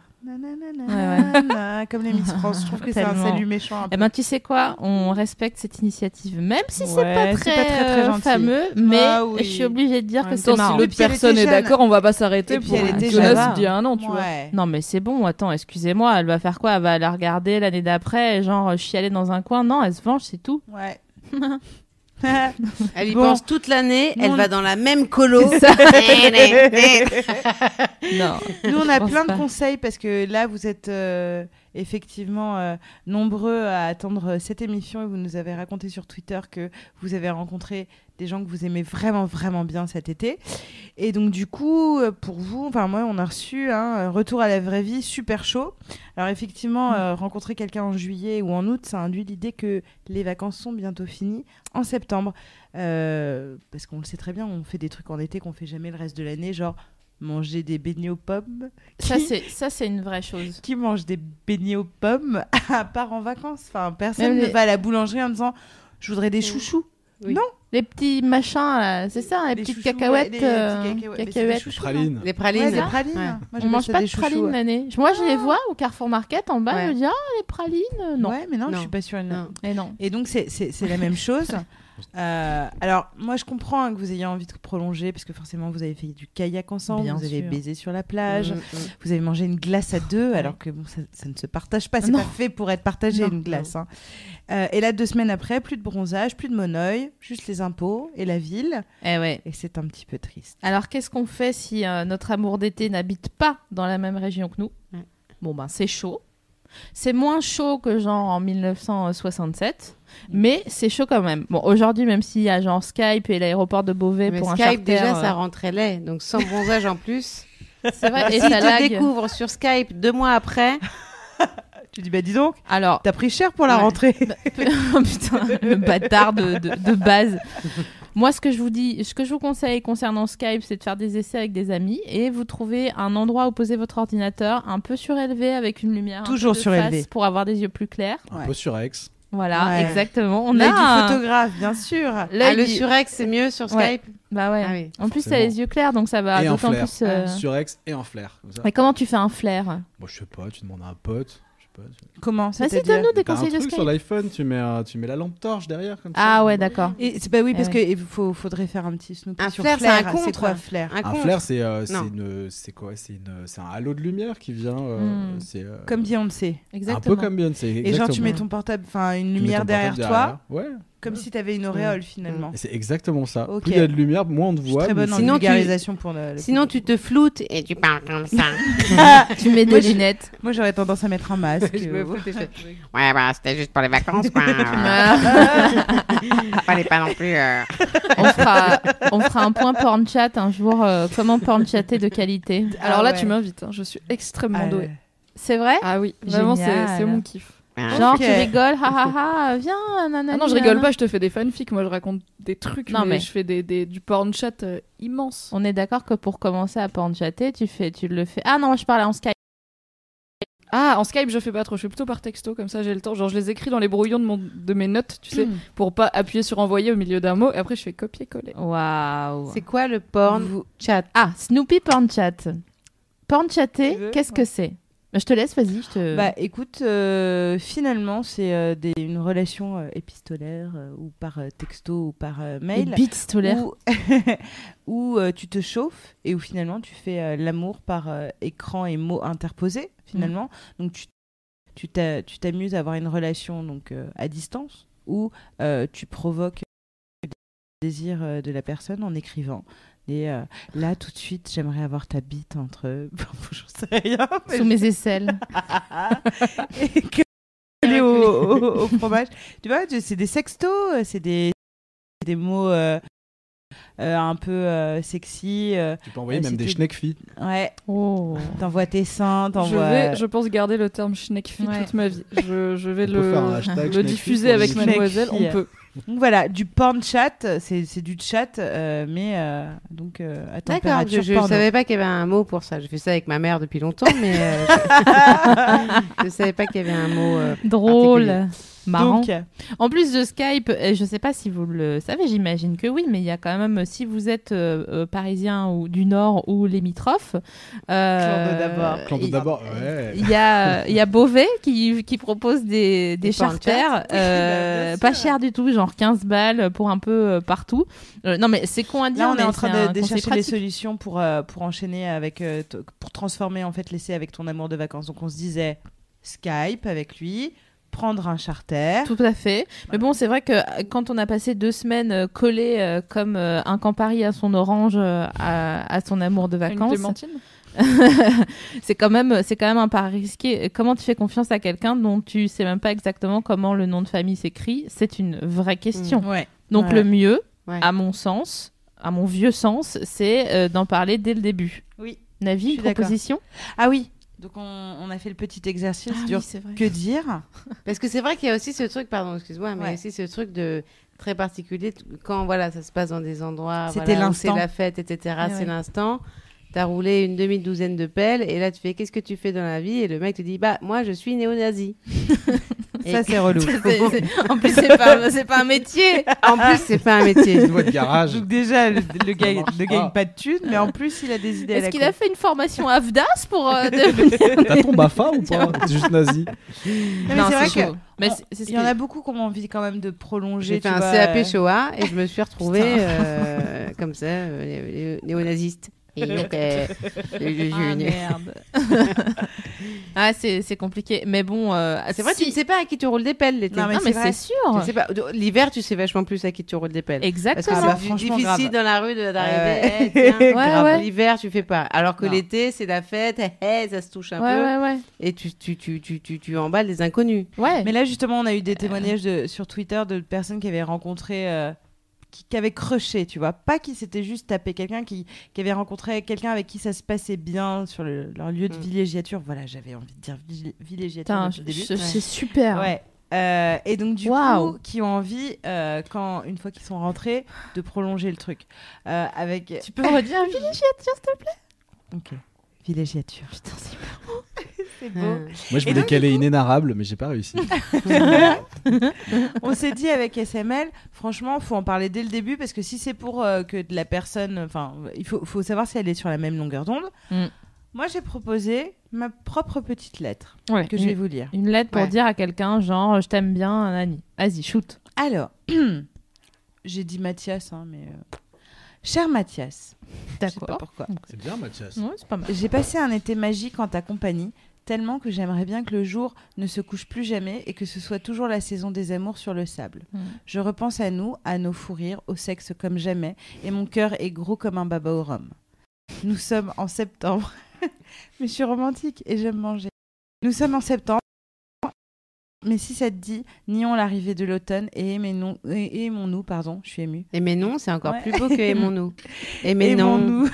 S3: Ouais,
S5: Comme les Miss France, je trouve que c'est un
S3: Tellement.
S5: salut méchant. un
S3: Eh
S5: peu.
S3: ben, tu sais quoi, on respecte cette initiative, même si c'est
S5: Ouais,
S3: pas,
S5: c'est
S3: très,
S5: pas très, très
S3: euh,
S5: gentil.
S3: fameux, mais
S5: Ah oui.
S3: je suis obligée de dire
S6: En
S3: que
S6: même
S3: c'est
S6: temps, si
S3: marrant.
S5: le-
S6: l'autre
S5: puis elle
S6: personne
S5: était
S6: est
S5: jeune.
S6: d'accord, on va pas s'arrêter
S5: Et puis
S6: pour
S5: elle
S6: un
S5: était
S6: Jonas
S5: Java.
S6: il y a un an, tu vois.
S5: Ouais.
S3: Non, mais c'est bon, attends, excusez-moi, elle va faire quoi Elle va la regarder l'année d'après, genre euh, chialer dans un coin Non, elle se venge, c'est tout.
S5: Ouais.
S7: Elle y
S5: Bon.
S7: pense toute l'année,
S5: Nous,
S7: elle
S5: on-
S7: va dans la même colo.
S3: C'est ça.
S5: eh,
S3: Non.
S5: Nous, on a
S3: Je pense
S5: plein de
S3: pas.
S5: conseils parce que là, vous êtes euh, effectivement euh, nombreux à attendre euh, cette émission et vous nous avez raconté sur Twitter que vous avez rencontré des gens que vous aimez vraiment, vraiment bien cet été. Et donc, du coup, euh, pour vous, enfin, moi, on a reçu hein, un retour à la vraie vie super chaud. Alors,
S3: Mm.
S5: effectivement, euh, rencontrer quelqu'un en juillet ou en août, ça induit l'idée que les vacances sont bientôt finies en septembre. Euh, parce qu'on le sait très bien, on fait des trucs en été qu'on fait jamais le reste de l'année, genre manger des beignets aux pommes.
S3: Ça,
S5: Qui-
S3: c'est ça, c'est une vraie chose.
S5: qui mange des beignets aux pommes à part en vacances Enfin, personne
S3: Même
S5: ne
S3: les-
S5: va à la boulangerie en disant je voudrais des chouchous.
S3: Les petits machins, là, c'est ça, les,
S5: Les
S3: petites
S5: chouchous,
S3: cacahuètes.
S5: ouais, les- les
S3: euh,
S5: petites cacahuètes. Mais c'est des
S3: cacahuètes.
S5: chouchous,
S4: Praline.
S7: Les
S5: Ouais,
S7: pralines.
S5: des pralines.
S7: Ouais.
S5: Moi,
S3: On
S5: j'appelle
S3: mange
S5: ça
S3: pas
S5: des
S3: de
S5: chouchous,
S3: pralines
S5: ouais.
S3: l'année. Moi, je les vois au Carrefour Market en bas.
S7: Ouais.
S3: Je me dis, ah, les pralines. Non.
S5: Ouais, mais non, je
S7: Non.
S5: suis pas sûre.
S7: Non.
S3: Et non.
S5: Et donc, c'est- c'est c'est la même chose. Euh, alors, moi, je comprends hein, que vous ayez envie de prolonger, parce que forcément, vous avez fait du kayak ensemble,
S3: Bien
S5: vous avez
S3: sûr.
S5: baisé sur la plage,
S7: Mm, mm.
S5: vous avez mangé une glace à deux, alors que bon, ça, ça ne se partage pas, c'est
S3: Non.
S5: pas fait pour être partagé
S3: Non.
S5: une glace. hein. Euh, et là, deux semaines après, plus de bronzage, plus de monoeil, juste les impôts et la ville.
S3: Eh ouais.
S5: Et c'est un petit peu triste.
S3: Alors, qu'est-ce qu'on fait si euh, notre amour d'été n'habite pas dans la même région que nous
S7: Ouais.
S3: Bon, ben, c'est chaud. C'est moins chaud que genre en 1967, mais c'est chaud quand même. Bon, aujourd'hui, même s'il y a genre Skype et l'aéroport de Beauvais
S7: Mais
S3: pour un charter,
S7: Skype, déjà,
S3: euh,
S7: ça rentrait laid. Donc, sans bronzage en plus.
S3: c'est vrai, et
S7: si
S3: ça
S7: tu
S3: lag.
S7: découvres sur Skype deux mois après,
S5: Tu dis, bah dis donc,
S3: Alors,
S5: t'as pris cher pour la
S7: Ouais.
S5: rentrée.
S3: Oh, putain, le bâtard de, de- de base. Moi, ce que je vous dis, ce que je vous conseille concernant Skype, c'est de faire des essais avec des amis et vous trouvez un endroit où poser votre ordinateur, un peu surélevé avec une lumière un
S5: Toujours
S3: peu de
S5: surélevé.
S3: face pour avoir des yeux plus clairs.
S4: Un
S5: Ouais.
S4: peu sur X.
S3: Voilà,
S5: Ouais.
S3: exactement. On
S5: L'œil
S3: a un-
S5: du photographe, bien sûr.
S3: l'œil
S7: ah, le
S3: du-
S7: surex, c'est mieux sur
S3: Ouais.
S7: Skype.
S3: Bah ouais.
S7: Ah oui.
S3: En plus, t'as
S4: Forcément.
S3: les yeux clairs, donc ça va
S4: Et un
S3: d'autant
S4: flair. Ah,
S3: plus. euh,
S4: Sur X et en flair. Comme ça.
S3: Mais comment tu fais un flair
S4: Bon, je sais pas, tu demandes à un pote. Je sais pas. tu-
S5: Comment
S3: Vas-y,
S5: c'est-à-dire
S3: donne-nous des
S4: T'as un
S3: conseils de
S4: truc sur
S3: Skype.
S4: l'iPhone, tu mets, un- tu mets la lampe torche derrière comme ça.
S3: Ah ouais, d'accord.
S5: Et c'est bah oui,
S3: Eh
S5: parce
S3: ouais.
S5: que il faut, faudrait faire un petit Snoopy
S7: Un
S5: sur
S7: flair, c'est un
S5: C'est
S7: contre.
S5: quoi flair
S7: Un,
S4: Un
S7: compte.
S4: flair, c'est euh, c'est
S7: Non.
S4: une- c'est quoi C'est une- c'est un halo de lumière qui vient. euh,
S3: Hmm.
S4: c'est, euh,
S5: Comme Beyoncé.
S4: Un
S3: Exactement.
S4: peu comme Beyoncé.
S5: Et genre, tu
S4: exactement.
S5: mets ton portable, enfin une
S4: Tu mets
S5: lumière
S4: ton
S5: derrière
S4: portable
S5: toi,
S4: derrière. Ouais.
S5: comme si t'avais une auréole finalement.
S4: Et C'est exactement ça.
S5: Ok.
S4: Plus il y a de lumière, moins on te
S5: Je suis
S4: voit.
S5: très
S4: mais
S5: bonne en
S4: c'est-
S7: Sinon, tu-
S5: vulgarisation pour le. le
S7: Sinon, tu te floutes et tu parles comme ça.
S3: Tu mets
S5: Moi,
S3: des
S5: je-
S3: lunettes.
S5: Moi, j'aurais tendance à mettre un masque. euh,
S7: ouais, bah, c'était juste pour les vacances, quoi. Euh, Fallait pas non plus. euh.
S3: on fera, on fera un point porn chat un jour. euh, comment porn chatter de qualité
S6: Alors
S5: Ah
S6: là,
S5: ouais.
S6: tu m'invites. hein, Je suis extrêmement
S5: Ah,
S6: douée.
S5: ouais.
S3: C'est vrai
S6: Ah oui, vraiment, c'est
S3: Génial.
S6: c'est mon kiff.
S7: Ah,
S3: Genre,
S5: ok.
S3: tu rigoles, ha ha ha, viens, nanana.
S6: Ah non, je rigole pas, je te fais des fanfics. Moi, je raconte des trucs,
S3: Non,
S6: mais,
S3: mais-
S6: je fais des, des- du porn chat euh, immense.
S3: On est d'accord que pour commencer à pornchatter, tu fais, tu le fais. Ah non, je parlais en Skype.
S6: Ah, en Skype, je fais pas trop. Je fais plutôt par texto, comme ça, j'ai le temps. Genre, je les écris dans les brouillons de, mon, de mes notes, tu
S3: Hmm.
S6: sais, pour pas appuyer sur envoyer au milieu d'un mot. Et après, je fais copier-coller.
S3: Waouh.
S7: C'est quoi le porn chat
S3: Ah, Snoopy pornchat.
S6: Tu
S3: Pornchatter,
S6: veux
S3: qu'est-ce que
S6: Ouais.
S3: c'est Bah, Je te laisse, vas-y, je te.
S5: Bah écoute, euh, finalement, c'est euh, des- une relation euh, épistolaire euh, ou par euh, texto ou par euh,
S3: Les
S5: mail.
S3: bits tolèrent.
S5: Où, où, euh, tu te chauffes et où finalement tu fais euh, l'amour par euh, écran et mots interposés, finalement.
S3: Mmh.
S5: Donc tu tu t'a- tu t'amuses à avoir une relation donc euh, à distance où euh, tu provoques le désir euh, de la personne en écrivant. Et euh, là, tout de suite, j'aimerais avoir ta bite entre. Bon, j'en sais rien. mais
S3: Sous mes aisselles.
S5: et que
S3: Ah,
S5: aller au, au- au fromage. Tu vois, tu- c'est des sextos, euh, c'est des, des mots euh, euh, un peu euh, sexy. euh,
S4: Tu peux envoyer
S5: Ah,
S4: même
S5: si
S4: des
S5: tu-
S4: schneckfi.
S5: ouais,
S3: Oh.
S5: t'envoies tes seins,
S6: Je
S5: t'envoies. euh,
S6: vais, je pense, garder le terme schneckfi
S3: Ouais.
S6: toute ma vie. Je, je vais
S4: On peut
S6: le,
S4: faire un hashtag
S6: le
S4: schneckfi
S6: diffuser
S4: pour
S6: avec
S4: dire-
S6: mademoiselle.
S5: Schneckfi.
S6: On peut.
S5: Donc voilà, du porn chat, c'est c'est du chat, euh, mais euh, donc euh, à
S7: D'accord,
S5: température
S7: je, je
S5: porno.
S7: savais pas qu'il y avait un mot pour ça. Je fais ça avec ma mère depuis longtemps, mais euh, je... je savais pas qu'il y avait un mot. euh,
S3: Drôle. Marrant.
S5: Donc,
S3: En plus de Skype, euh, je ne sais pas si vous le savez, j'imagine que oui, mais il y a quand même, euh, si vous êtes euh, euh, parisien ou du Nord ou limitrophe, euh,
S5: Clando d'abord.
S4: Clando
S3: il-
S4: d'abord, ouais.
S3: Il y a, il y a Beauvais qui, qui propose des, des
S7: Des pancakes.
S3: charters, euh,
S5: Oui, bah, bien
S3: pas
S5: sûr.
S3: cher du tout, genre 15 balles pour un peu euh, partout. Euh, non mais c'est con à dire,
S5: là, on
S3: mais
S5: est en
S3: c'est un
S5: train de, de
S3: conseil
S5: chercher des
S3: pratique.
S5: solutions pour, euh, pour enchaîner avec. euh, t- pour transformer en fait l'essai avec ton amour de vacances. Donc on se disait Skype avec lui, prendre un charter.
S3: Tout à fait. Mais bon, c'est vrai que euh, quand on a passé deux semaines euh, collés euh, comme euh, un Campari à son orange, euh, à, à son amour de
S6: Une
S3: vacances,
S6: clémentine
S3: c'est quand même c'est quand même un pari risqué. Et Comment tu fais confiance à quelqu'un dont tu sais même pas exactement comment le nom de famille s'écrit C'est une vraie question.
S5: Ouais.
S3: Donc
S5: Mmh. Ouais.
S3: le mieux,
S7: Ouais.
S3: à mon sens, à mon vieux sens, c'est euh, d'en parler dès le début.
S5: Oui. Je
S3: Navi,
S5: suis
S3: une proposition
S5: Ah oui. Donc on, on a fait le petit exercice
S7: Ah
S5: dur.
S3: c'est vrai.
S5: Que dire
S7: Parce que c'est vrai qu'il y a aussi ce truc, pardon, excuse-moi, mais
S5: Ouais.
S7: aussi ce truc de très particulier t- quand voilà, ça se passe dans des endroits,
S5: C'était
S7: voilà, où c'est
S5: l'instant.
S7: la fête, etc.
S3: Ah
S7: c'est
S3: ouais.
S7: l'instant. T'as roulé une demi-douzaine de pelles et là tu fais qu'est-ce que tu fais dans la vie et le mec te dit bah moi je suis néo-nazi. Et-
S5: Ça c'est relou.
S3: En plus, c'est pas, c'est pas un métier.
S7: en plus c'est pas un métier.
S4: Une voie de garage.
S5: Donc déjà le, le gars
S4: marche
S5: ne gagne
S4: pas.
S5: pas de thunes, mais en plus il a des idées. à
S3: Est-ce
S5: la
S3: qu'il
S5: con.
S3: a fait une formation AFDAS pour euh, devenir
S4: T'as ton BAFA ou pas T'es juste nazi.
S5: Non, mais
S3: Non,
S5: c'est
S3: c'est
S5: vrai
S3: chaud.
S5: que
S3: Mais
S5: on-
S3: c'est- c'est ce
S5: il y en
S3: que-
S5: a beaucoup qui ont envie quand même de prolonger.
S7: J'ai fait
S5: tu
S7: un
S5: vois, euh,
S7: CAP Shoah et je me suis retrouvée euh, comme ça euh, né- néo-naziste. Et donc, euh, je- je-
S3: Ah,
S7: je-
S3: merde. ah, c'est c'est compliqué. Mais bon, euh,
S7: Ah, c'est vrai
S3: si-
S7: tu ne sais pas à qui tu roules des pelles l'été.
S5: Non,
S3: Non,
S5: mais
S3: mais
S5: c'est vrai.
S3: c'est sûr.
S7: Tu sais pas. L'hiver tu sais vachement plus à qui tu roules des pelles. Parce que
S3: Exactement.
S7: c'est
S5: bah,
S7: plus
S5: franchement,
S7: difficile
S5: grave.
S7: dans la rue de- d'arriver.
S5: Ouais.
S7: eh, tiens,
S5: Ouais,
S7: grave.
S3: ouais.
S7: L'hiver, tu fais pas. Alors que
S5: Non.
S7: l'été, c'est la fête, eh, eh, ça se touche un
S3: ouais,
S7: peu.
S3: ouais, ouais.
S7: Et tu, tu, tu, tu, tu, tu emballes des inconnus.
S3: Ouais.
S5: Mais là justement on a eu des témoignages de- sur Twitter de personnes qui avaient rencontré. euh, qui, qui avaient crushé, tu vois, pas qui s'était juste tapé quelqu'un qui, qui avait rencontré quelqu'un avec qui ça se passait bien sur le- leur lieu de
S7: Mm.
S5: villégiature. Voilà, j'avais envie de dire villé- villégiature
S3: Putain,
S5: depuis le début.
S3: je- c'est super.
S5: Ouais. Euh, et donc du
S3: Ah. Waouh.
S5: coup, qui ont envie, euh, quand une fois qu'ils sont rentrés, de prolonger le truc Euh, avec
S3: Tu peux redire Village
S5: villégiature. c'est beau.
S7: Ah.
S4: Moi, je
S5: Et
S4: voulais
S5: donc,
S4: qu'elle est inénarrable, mais j'ai pas réussi.
S5: On s'est dit avec SML, franchement, faut en parler dès le début parce que si c'est pour euh, que de la personne, enfin, il faut, faut savoir si elle est sur la même longueur d'onde.
S3: Mm.
S5: Moi, j'ai proposé ma propre petite lettre
S3: Ouais.
S5: que je vais vous lire.
S3: Une lettre pour
S7: Ouais.
S3: dire à quelqu'un, genre, je t'aime bien, Annie. Vas-y, shoot.
S5: Alors, j'ai dit Mathias, hein, mais euh, cher Mathias, je sais pas
S3: D'accord.
S5: pourquoi.
S4: C'est bien, Mathias.
S3: Ouais, c'est pas mal.
S5: J'ai passé un été magique en ta compagnie, tellement que j'aimerais bien que le jour ne se couche plus jamais et que ce soit toujours la saison des amours sur le sable.
S3: Mm.
S5: Je repense à nous, à nos fous rires, au sexe comme jamais, et mon cœur est gros comme un baba au rhum. Nous sommes en septembre. mais je suis romantique et j'aime manger. Nous sommes en septembre. Mais si ça te dit, nions l'arrivée de l'automne et aimons-nous, et- aimons-nous, pardon, je suis émue.
S7: Et mais non, c'est encore
S5: Ouais.
S7: plus beau que aimons-nous. Et mais non.
S5: Aimons-nous.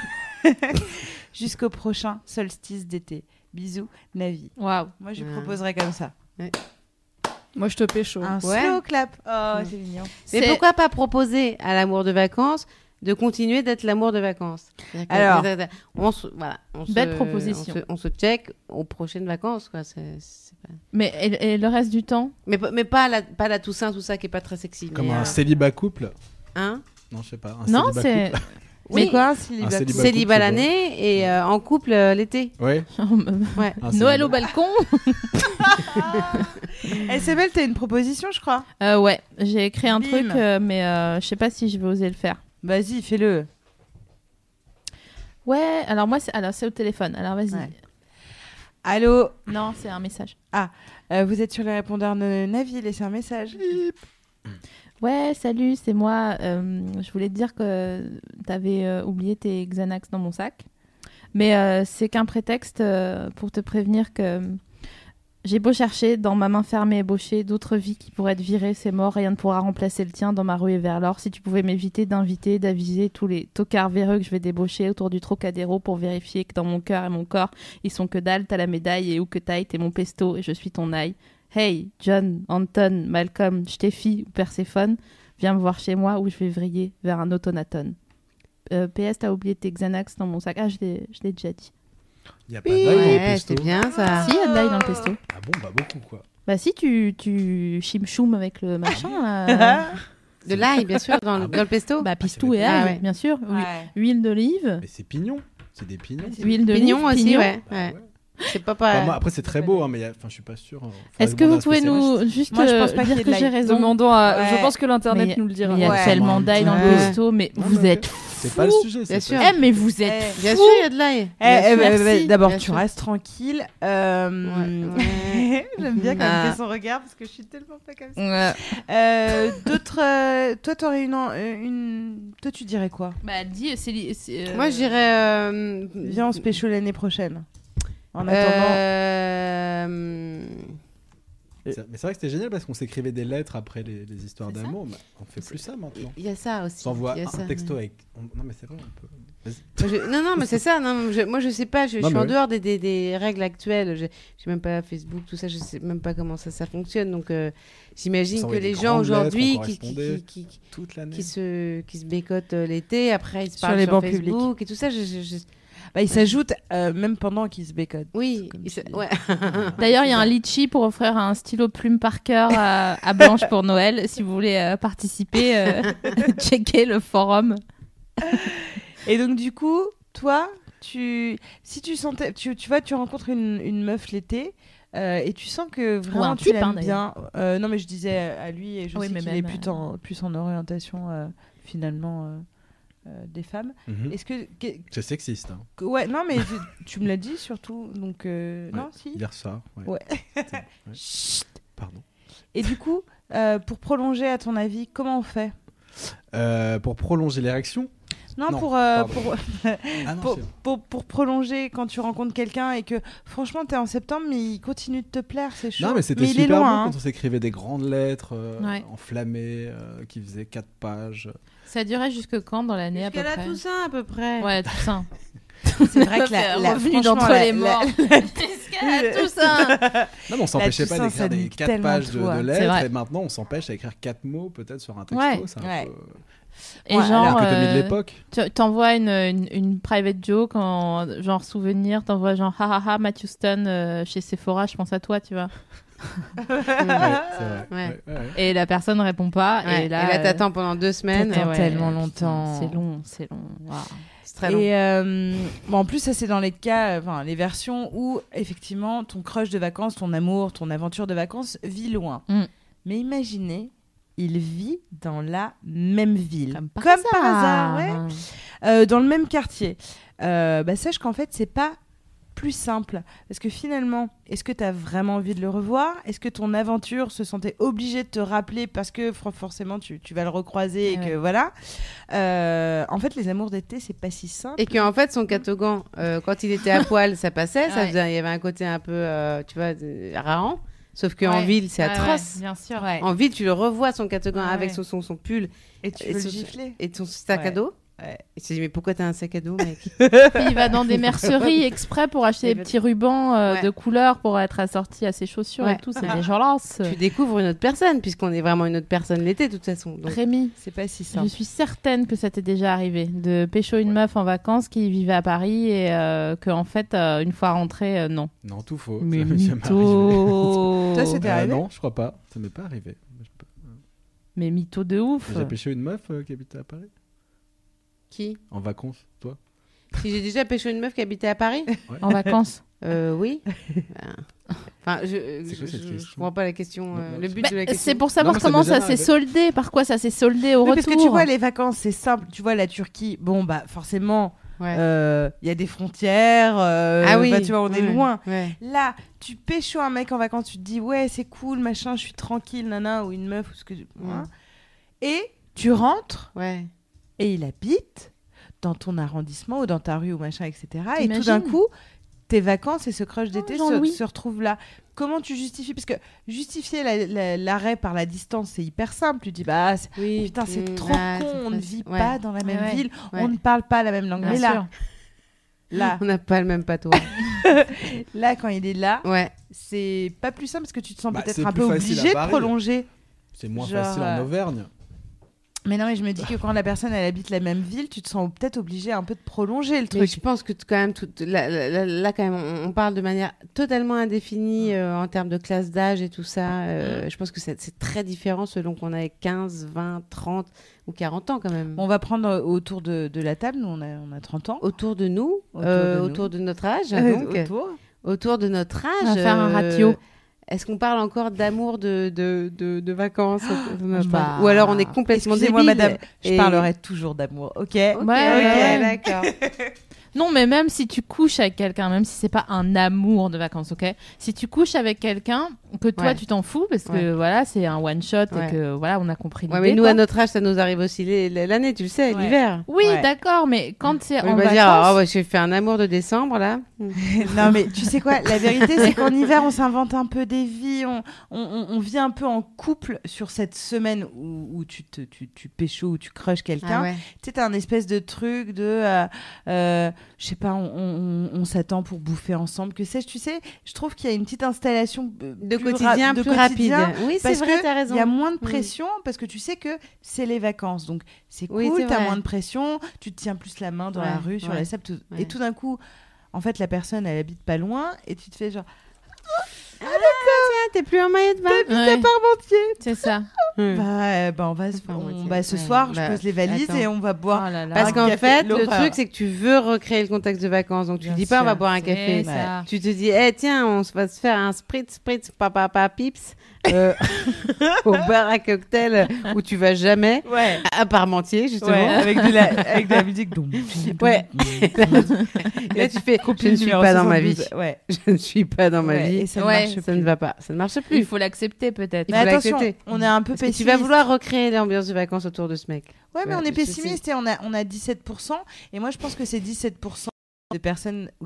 S5: Jusqu'au prochain solstice d'été. Bisous, Navi.
S3: Waouh.
S5: Moi, je
S7: Ouais.
S5: proposerais comme ça.
S7: Ouais.
S6: Moi, je te pécho.
S3: Ah.
S5: Un
S7: Ouais.
S5: slow clap. Oh,
S6: Ouais.
S5: c'est mignon.
S7: Mais
S3: C'est-
S7: pourquoi pas proposer à l'amour de vacances de continuer d'être l'amour de vacances C'est-à-dire que-
S5: Alors.
S7: on se, voilà, on se-
S3: Belle proposition.
S7: On se, on se check aux prochaines vacances, quoi. c'est- c'est pas-
S3: Mais et, et le reste du temps
S7: Mais, pas- mais pas la, pas la Toussaint, tout ça qui est pas très sexy.
S4: Comme
S7: mais,
S4: un
S7: euh,
S4: célibat couple.
S7: hein
S4: Non, je sais pas. Un
S3: Non,
S4: célibat
S3: c'est.
S4: couple.
S7: Oui,
S5: Mais quoi, un célibat
S4: Un
S5: couple
S4: célibat
S7: célibat
S4: couple,
S7: l'année et euh, en couple euh, l'été.
S4: Ouais.
S7: Ouais.
S4: un
S3: Oh, Noël
S4: célibat-
S3: au balcon
S5: Ah. SML, t'as une proposition, je crois.
S3: Euh, Ouais, j'ai écrit un
S5: Bim.
S3: truc, euh, mais euh, je sais pas si je vais oser le faire.
S5: Vas-y, fais-le.
S3: Ouais, alors moi, c'est alors, c'est au téléphone. Alors vas-y.
S5: Ouais. Allô,
S3: Non, c'est un message.
S5: euh, vous êtes sur le répondeur de Navi, laissez un message.
S3: Ouais, salut, c'est moi. Euh, je voulais te dire que t'avais euh, oublié tes Xanax dans mon sac. Mais euh, c'est qu'un prétexte euh, pour te prévenir que j'ai beau chercher dans ma main fermée et ébauchée d'autres vies qui pourraient être virées, c'est mort, rien ne pourra remplacer le tien dans ma rue et vers l'or. Si tu pouvais m'éviter d'inviter, d'aviser tous les tocards véreux que je vais débaucher autour du Trocadéro pour vérifier que dans mon cœur et mon corps, ils sont que dalle, t'as la médaille et où que t'ailles, t'es mon pesto et je suis ton ail. Hey, John, Anton, Malcolm, Steffi ou Perséphone, viens me voir chez moi où je vais vriller vers un autonaton. Euh, PS, t'as oublié tes Xanax dans mon sac. Ah, je l'ai je l'ai déjà dit.
S4: Il y a pas d'ail dans le
S7: Ouais,
S4: pesto.
S7: c'est bien ça.
S3: Si, il y a de l'ail dans le pesto.
S4: Ah bon, bah beaucoup quoi.
S3: Bah si, tu, tu chimchoum avec le machin, là.
S5: Euh,
S7: De l'ail, bien sûr,
S4: Ah
S7: dans, le- dans le pesto.
S3: bah pistou
S4: c'est
S3: et
S7: vrai.
S3: ail,
S7: Ah ouais.
S3: bien sûr. Hu-
S5: Ouais.
S3: Huile d'olive,
S4: Mais c'est pignon. C'est des pignons.
S3: huile d'olive,
S7: pignon aussi,
S3: pignon.
S7: ouais.
S4: Bah
S7: ouais.
S4: ouais.
S7: C'est pas
S4: Enfin,
S7: pas.
S4: moi, après, c'est très beau, hein, mais il y a- enfin, je suis pas sûr. hein. Faudrait
S3: Est-ce que
S4: demander à
S3: vous
S4: un
S3: pouvez nous juste
S5: Moi, je pense
S3: euh,
S5: pas qu'il y
S3: dire
S5: ait de
S3: que j'ai
S5: l'ail.
S3: raison
S6: Demandons à. euh, Je
S5: Ouais.
S6: pense que
S3: Mais
S6: l'internet
S3: il y a-
S6: nous le dira.
S3: Il y a
S5: Ouais.
S3: tellement d'ail dans le
S7: Ouais.
S3: pesto, mais
S4: Non,
S3: vous
S4: mais
S3: êtes
S4: spécialiste. C'est pas le sujet.
S7: Bien
S4: c'est
S7: sûr.
S4: pas-
S3: Eh, mais vous êtes
S5: Eh,
S7: Bien
S3: fous.
S7: sûr, il y a de l'ail.
S5: Eh, eh, bah,
S3: Merci.
S5: bah, D'abord,
S7: Bien
S5: tu
S7: sûr.
S5: restes tranquille. Euh,
S7: Ouais,
S5: J'aime bien quand
S7: Ah.
S5: elle fait son regard parce que je suis tellement pas comme ça.
S3: Ouais.
S5: Euh, D'autres. euh, toi, t'aurais une, en- euh, une. Toi, tu dirais quoi
S3: Bah, dis, c'est. li- c'est, euh,
S7: Moi, j'irais. euh,
S5: Viens, on se pécho l'année prochaine. En attendant.
S7: euh,
S4: C'est- Mais c'est vrai que c'était génial parce qu'on s'écrivait des lettres après les, les histoires
S3: C'est ça
S4: d'amour. mais on fait plus ça maintenant.
S7: Il y a ça aussi.
S4: On s'envoie
S7: il y a
S4: un
S7: ça.
S4: texto avec. on- Non, mais c'est vrai, on peut. Vas-y.
S7: Moi, je- Non, non, mais c'est ça. Non, je- moi, je sais pas. Je, je
S4: Non,
S7: suis
S4: mais
S7: en
S4: oui.
S7: dehors des, des- des règles actuelles. Je j'ai même pas Facebook, tout ça. Je sais même pas comment ça, ça fonctionne. Donc, euh, j'imagine que
S4: S'envoyer des
S7: les gens
S4: grandes lettres,
S7: aujourd'hui
S4: on
S7: qui, qui-
S4: correspondait.
S7: qui- qui-
S4: Toute l'année.
S7: qui se, qui se bécotent euh, l'été, après, ils se
S5: Sur
S7: parlent
S5: les
S7: sur,
S5: bancs publics.
S7: Facebook et tout ça. je- je- je-
S5: Bah, ils s'ajoutent euh, même pendant qu'ils se bécotent.
S7: Oui,
S5: Comme
S7: ils se-
S5: tu dis.
S7: ouais.
S3: D'ailleurs, il y a un litchi pour offrir un stylo plume par cœur à, à Blanche pour Noël. Si vous voulez euh, participer, euh, checkez le forum.
S5: Et donc, du coup, toi, tu. Si tu sentais. Tu, tu vois, tu rencontres une, une meuf l'été. euh, et tu sens que
S3: Ou
S5: vraiment
S3: un
S5: tu
S3: type,
S5: l'aimes
S3: hein,
S5: bien. Euh, non mais je disais à lui et je
S3: Oui,
S5: sais
S3: mais
S5: qu'il
S3: même,
S5: est plus
S3: euh,
S5: en, plus en orientation euh, finalement euh, euh, des femmes.
S4: Mhm.
S5: Est-ce que, que-
S4: C'est sexiste, hein.
S5: que- ouais non mais tu, tu me l'as dit surtout donc euh, non
S4: Ouais.
S5: si.
S4: Hier soir. Ouais.
S5: Ouais.
S4: C'était- ouais.
S5: Chut.
S4: Pardon.
S5: Et du coup, euh, pour prolonger, à ton avis, comment on fait
S4: Euh, pour prolonger l'érection.
S5: Non,
S4: Non,
S5: pour, euh,
S4: pardon.
S5: pour,
S4: Ah non,
S5: pour,
S4: c'est-
S5: pour- pour prolonger quand tu rencontres quelqu'un et que franchement, t'es en septembre, mais il continue de te plaire, c'est chaud.
S4: Non, mais c'était
S5: il est
S4: super bon
S5: loin. hein.
S4: quand on s'écrivait des grandes lettres euh,
S3: Ouais.
S4: enflammées euh, qui faisaient 4 pages.
S3: Ça durait jusque quand dans l'année à peu
S7: Jusqu'à la
S3: près
S7: Toussaint, à peu près.
S3: Ouais, Toussaint.
S5: C'est vrai que la, la-
S3: revenue
S5: franchement,
S3: d'entre
S5: la-
S3: les
S5: la-
S3: morts. Jusqu'à la Toussaint.
S4: Non, mais on s'empêchait pas
S5: Toussaint, ça
S4: d'écrire des
S5: nique
S4: 4
S5: tellement
S4: pages de,
S5: tout, hein.
S4: de
S3: C'est
S4: lettres
S3: vrai.
S4: et maintenant on s'empêche à écrire 4 mots peut-être sur un texto.
S3: Ouais.
S4: C'est un
S5: Ouais.
S4: peu
S3: Et
S5: Ouais,
S3: genre,
S4: Alors que t'as mis
S3: euh,
S4: de l'époque.
S3: tu- t'envoies une, une, une private joke en genre souvenir, t'envoies genre ha ha ha Matthew Stone euh, chez Sephora, je pense à toi, tu vois.
S4: Ouais,
S7: Ouais.
S4: c'est vrai.
S7: Ouais.
S4: Ouais, ouais, ouais.
S3: Et la personne répond pas.
S7: Ouais,
S3: Et là, euh,
S7: t'attends pendant deux semaines.
S3: t'attends
S7: Et ouais,
S5: tellement
S3: putain,
S5: longtemps.
S3: C'est long, c'est long. Waouh.
S7: C'est très long.
S5: Et euh, bon, en plus, ça c'est dans les cas, euh, enfin les versions où effectivement ton crush de vacances, ton amour, ton aventure de vacances vit loin.
S3: Mm.
S5: Mais imaginez, il vit dans la même ville,
S3: Comme par
S5: hasard, Ah,
S3: Ah,
S5: ouais. Euh, dans le même quartier. Euh, bah, sache qu'en fait, c'est pas plus simple. Parce que finalement, est-ce que tu as vraiment envie de le revoir Est-ce que ton aventure se sentait obligée de te rappeler parce que fro- forcément tu, tu vas le recroiser et
S3: Ouais.
S5: que voilà Euh, En fait, les amours d'été, c'est pas si simple.
S7: Et qu'en fait, son catogan, euh, quand il était à poil, ça passait. Ça
S3: Ouais.
S7: faisait- il y avait un côté un peu, euh, tu vois, de- rarant. Sauf qu'en
S3: Ouais.
S7: ville, c'est
S3: Ah ouais,
S7: atroce.
S3: bien sûr.
S7: En ville, tu le revois, son catogan,
S3: Ouais,
S7: avec
S3: ouais.
S7: son, son, son pull
S5: Et tu
S7: Et
S5: veux le
S7: ce-
S5: gifler
S7: et ton sac à
S5: Ouais.
S7: dos. euh, je lui ai dit, mais pourquoi t'as un sac à dos, mec
S3: Il va dans des merceries exprès pour acheter des petits rubans euh,
S7: Ouais.
S3: de couleur pour être assorti à ses chaussures et
S7: Ouais.
S3: tout. C'est des gens-là. ce-
S7: Tu découvres une autre personne, puisqu'on est vraiment une autre personne l'été, de toute façon. Donc,
S3: Rémi,
S7: c'est pas si
S3: je
S7: simple.
S3: suis certaine que ça t'est déjà arrivé de pécho une meuf en vacances qui vivait à Paris et euh, que, en fait, euh, une fois rentrée, euh, non.
S4: Non, tout faux.
S3: Mais
S4: Oh, Ça m'est jamais
S3: mytho
S5: Toi, c'est-
S4: arrivé.
S5: T'es arrivé
S4: non, je crois pas. Ça m'est pas arrivé.
S3: Mais mytho de ouf
S4: J'ai pêché une meuf euh, qui habitait à Paris.
S7: Qui
S4: En vacances, toi
S7: Si j'ai déjà pêché une meuf qui habitait à Paris
S3: en vacances.
S7: Euh, Oui. Ben, Enfin, je,
S4: C'est
S7: je,
S4: quoi cette
S7: je- je
S4: question
S7: comprends pas la question, euh,
S4: Non,
S7: le
S4: non,
S7: but
S3: Bah,
S7: de la
S3: c'est
S7: question.
S3: pour savoir
S4: Non, mais ça
S3: comment
S4: m'est
S3: ça
S4: jamais
S3: s'est soldé, par quoi ça s'est soldé au
S5: Oui,
S3: retour.
S5: parce que tu vois, les vacances, c'est simple. Tu vois, là, Turquie, bon, bah, forcément,
S7: Ouais.
S5: euh, il y a des frontières. euh,
S7: ah oui,
S5: bah, tu vois, on est
S7: ouais,
S5: loin.
S7: ouais.
S5: Là, tu pécho un mec en vacances, tu te dis, ouais, c'est cool, machin, je suis tranquille, nana, ou une meuf, ou ce que tu hein. Et tu rentres,
S7: Ouais.
S5: et il habite dans ton arrondissement ou dans ta rue ou machin, etc. Et tout
S3: T'imagines Ah,
S5: d'un coup, tes vacances et ce crush d'été se,
S3: Jean-Louis.
S5: se retrouvent là. Comment tu justifies Parce que justifier la- la- l'arrêt par la distance, c'est hyper simple. Tu dis, bah, c'est-
S7: Oui.
S5: putain, c'est
S7: mm,
S5: trop
S7: ah,
S5: con,
S7: c'est
S5: on ne
S7: facile.
S5: vit
S7: Ouais.
S5: pas dans la même
S3: Ouais, ouais.
S5: ville,
S7: Ouais.
S5: on ne parle pas la même langue.
S3: Bien
S5: Mais
S3: sûr.
S5: là, là,
S7: On n'a pas le même hein. patois.
S5: là, quand il est là,
S7: ouais.
S5: c'est pas plus simple parce que tu te sens
S4: Bah,
S5: peut-être
S4: c'est
S5: un
S4: plus
S5: peu
S4: facile à
S5: obligé de
S4: Paris.
S5: prolonger.
S4: C'est moins
S5: Genre,
S4: facile en
S5: euh,
S4: Auvergne.
S5: Mais non, mais je me dis que quand la personne, elle habite la même ville, tu te sens peut-être obligé un peu de prolonger le
S7: Mais
S5: truc.
S7: je pense que t- quand même, tout, là, là- là- là, quand même, on, on parle de manière totalement indéfinie euh, en termes de classe d'âge et tout ça. Euh, Je pense que c'est c'est très différent selon qu'on a 15, 20, 30 ou 40 ans quand même.
S5: On va prendre euh, autour de, de la table, nous on a, on a 30 ans.
S7: Autour de nous,
S5: Autour
S7: euh,
S5: de nous.
S7: autour de notre âge,
S5: Euh,
S7: donc,
S5: autour.
S7: autour de notre âge.
S3: On va faire un
S7: euh,
S3: ratio.
S7: Est-ce qu'on parle encore d'amour de, de, de, de vacances
S3: je parle-
S7: Ou alors on est complètement
S5: Ah. Excusez-moi,
S7: débiles
S5: madame, je
S7: et-
S5: parlerai toujours d'amour, ok
S7: Ok,
S3: ouais,
S7: ok, d'accord.
S3: Non, mais même si tu couches avec quelqu'un, même si c'est pas un amour de vacances, ok Si tu couches avec quelqu'un, que toi
S7: Ouais.
S3: tu t'en fous, parce que
S7: Ouais.
S3: voilà, c'est un one shot et
S7: Ouais.
S3: que voilà, on a compris
S7: Ouais,
S3: l'idée.
S7: mais nous,
S3: quoi.
S7: à notre âge, ça nous arrive aussi les- les- l'année, tu le sais,
S5: Ouais.
S7: l'hiver.
S3: Oui,
S5: Ouais.
S3: d'accord, mais quand c'est
S7: On
S3: en
S7: va
S3: vacances,
S7: dire, ah ouais, j'ai fait un amour de décembre, là.
S5: non mais tu sais quoi, la vérité c'est qu'en hiver on s'invente un peu des vies, on, on, on- on vit un peu en couple sur cette semaine où, où tu, te, tu, tu pécho ou tu crushes quelqu'un.
S7: Ah ouais.
S5: Tu sais, t'as un espèce de truc de, euh, euh, je sais pas, on, on- on- on s'attend pour bouffer ensemble, que sais-je, tu sais, je trouve qu'il y a une petite installation euh,
S7: De
S5: plus ra-
S7: quotidien
S5: de
S7: plus
S5: quotidien,
S7: rapide. Oui, c'est
S5: Parce
S7: vrai,
S5: que
S7: t'as raison.
S5: Il y a moins de pression parce que tu sais que c'est les vacances. Donc c'est
S7: Oui,
S5: cool,
S7: c'est
S5: t'as
S7: vrai.
S5: moins de pression, tu te tiens plus la main dans la
S7: Ouais,
S5: rue, sur
S7: ouais,
S5: la sable. tout-
S7: ouais.
S5: Et tout d'un coup, en fait, la personne, elle habite pas loin et tu te fais genre
S7: Ah, T'es plus Hmm. en maillot de bain.
S3: ouais,
S5: Parmentier
S3: c'est ça.
S7: Mm.
S5: Bah, euh, bah, on va se-
S7: Enfin,
S5: on-
S7: ouais,
S5: bah, ce
S7: ouais,
S5: soir,
S7: bah,
S5: je pose les valises
S7: attends.
S5: et on va boire.
S3: Oh là là.
S7: Parce
S5: Un
S7: qu'en
S5: café,
S7: fait, le
S5: l'horreur.
S7: truc, c'est que tu veux recréer le contexte de vacances. Donc, tu
S3: Bien
S7: dis pas, on va
S3: sûr,
S7: boire un
S3: c'est
S7: café. Bah,
S3: ça.
S7: Tu te dis, eh, tiens, on se va se faire un spritz, spritz, papa, papa, pips, euh, au bar à cocktail où tu vas jamais,
S5: Ouais,
S7: à Parmentier, justement.
S5: ouais, avec, de la, avec de la musique. dum, dum, dum.
S7: Ouais. Et là, tu fais, je ne suis
S5: Numéro
S7: pas dans ma vie.
S5: 72, Ouais.
S7: Je ne suis pas dans ma
S5: Ouais,
S7: vie.
S5: et ça
S3: ne marche
S7: ça ne va pas. Ça ne marche plus.
S3: Il faut l'accepter peut-être.
S7: Il
S5: Mais
S7: faut
S5: attention,
S7: l'accepter.
S5: on est un peu
S7: Parce que
S5: pessimiste.
S7: tu vas vouloir recréer l'ambiance de vacances autour de ce mec.
S5: Ouais, mais
S7: Ouais,
S5: on est
S7: je sais.
S5: pessimiste et on a, on a 17%. Et moi, je pense que ces 17% de personnes où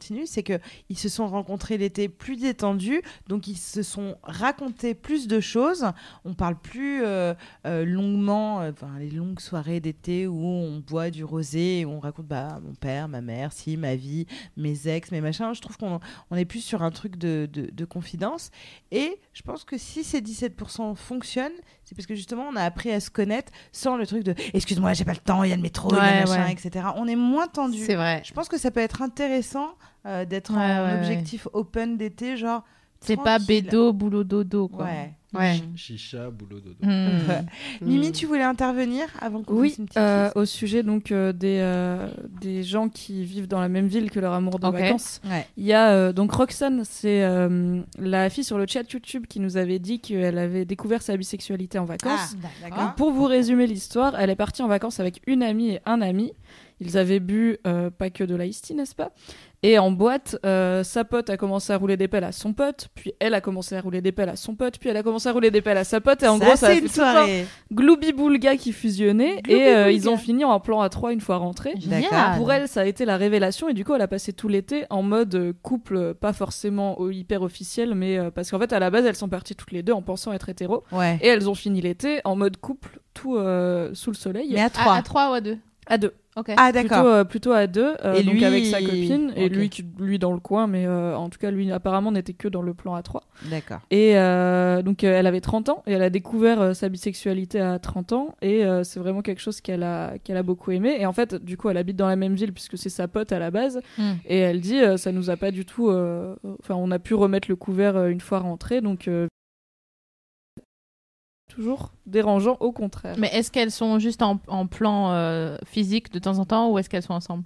S5: continue, c'est que ils se sont rencontrés l'été plus détendus, donc ils se sont racontés plus de choses. On parle plus euh, euh, longuement, euh, enfin, les longues soirées d'été où on boit du rosé et où on raconte bah mon père, ma mère, si ma vie, mes ex, mes machins. Je trouve qu'on on est plus sur un truc de, de- de confidence. Et je pense que si ces 17% fonctionnent, c'est parce que justement, on a appris à se connaître sans le truc de excuse-moi, j'ai pas le temps, il y a le métro, il y a
S3: Ouais,
S5: le machin,
S3: ouais.
S5: etc. On est moins tendu.
S7: C'est vrai.
S5: Je pense que ça peut être intéressant euh, d'être
S3: Ouais,
S5: en
S3: ouais,
S5: objectif open d'été, genre.
S3: C'est pas
S5: tranquille.
S3: bédo, boulot, dodo. Quoi. Mm.
S5: Ouais.
S7: Ouais.
S4: Chicha, boulot, dodo.
S3: Hmm.
S5: Mimi, tu voulais intervenir avant qu'on
S6: Oui,
S5: fasse une petite
S6: euh,
S5: chose
S6: au sujet donc euh, des, euh, des gens qui vivent dans la même ville que leur amour de
S3: Ok.
S6: vacances.
S5: Ouais.
S6: Il y a euh, donc Roxane, c'est euh, la fille sur le chat YouTube qui nous avait dit qu'elle avait découvert sa bisexualité en vacances.
S5: Ah,
S6: Donc,
S5: d'accord.
S6: pour vous résumer l'histoire, elle est partie en vacances avec une amie et un ami. Ils avaient bu euh, pas que de l'Ice tea, n'est-ce pas Et en boîte, euh, sa pote a commencé à rouler des pelles à son pote, puis elle a commencé à rouler des pelles à son pote, puis elle a commencé à rouler des pelles à sa pote, et en gros, ça a
S5: c'est
S6: fait
S5: une
S6: tout un
S5: soirée.
S6: gloubi-boulga qui fusionnait, et euh, ils ont fini en plan à trois une fois rentrés.
S5: D'accord.
S6: Pour elle, ça a été la révélation et du coup, elle a passé tout l'été en mode euh, couple, euh, pas forcément au- hyper officiel, mais euh, parce qu'en fait, à la base, elles sont parties toutes les deux en pensant être hétéro
S5: Ouais.
S6: et elles ont fini l'été en mode couple, tout euh, sous le soleil,
S5: Mais à
S3: À,
S5: trois.
S3: à 3 ou à 2
S6: à deux,
S3: Ok.
S5: Ah
S6: plutôt,
S5: d'accord.
S6: euh, plutôt à deux, euh,
S5: Et
S6: donc
S5: lui,
S6: avec sa copine et
S5: ok.
S6: lui qui lui dans le coin, mais euh, en tout cas, lui apparemment n'était que dans le plan à trois.
S5: D'accord.
S6: Et euh, donc, euh, elle avait 30 ans et elle a découvert euh, sa bisexualité à 30 ans. Et euh, c'est vraiment quelque chose qu'elle a, qu'elle a beaucoup aimé. Et en fait, du coup, elle habite dans la même ville puisque c'est sa pote à la base.
S3: Mm.
S6: Et elle dit, euh, ça nous a pas du tout. euh, Enfin, on a pu remettre le couvert euh, une fois rentré. Donc, euh, toujours dérangeant au contraire.
S3: Mais est-ce qu'elles sont juste en, en plan euh, physique de temps en temps ou est-ce qu'elles sont ensemble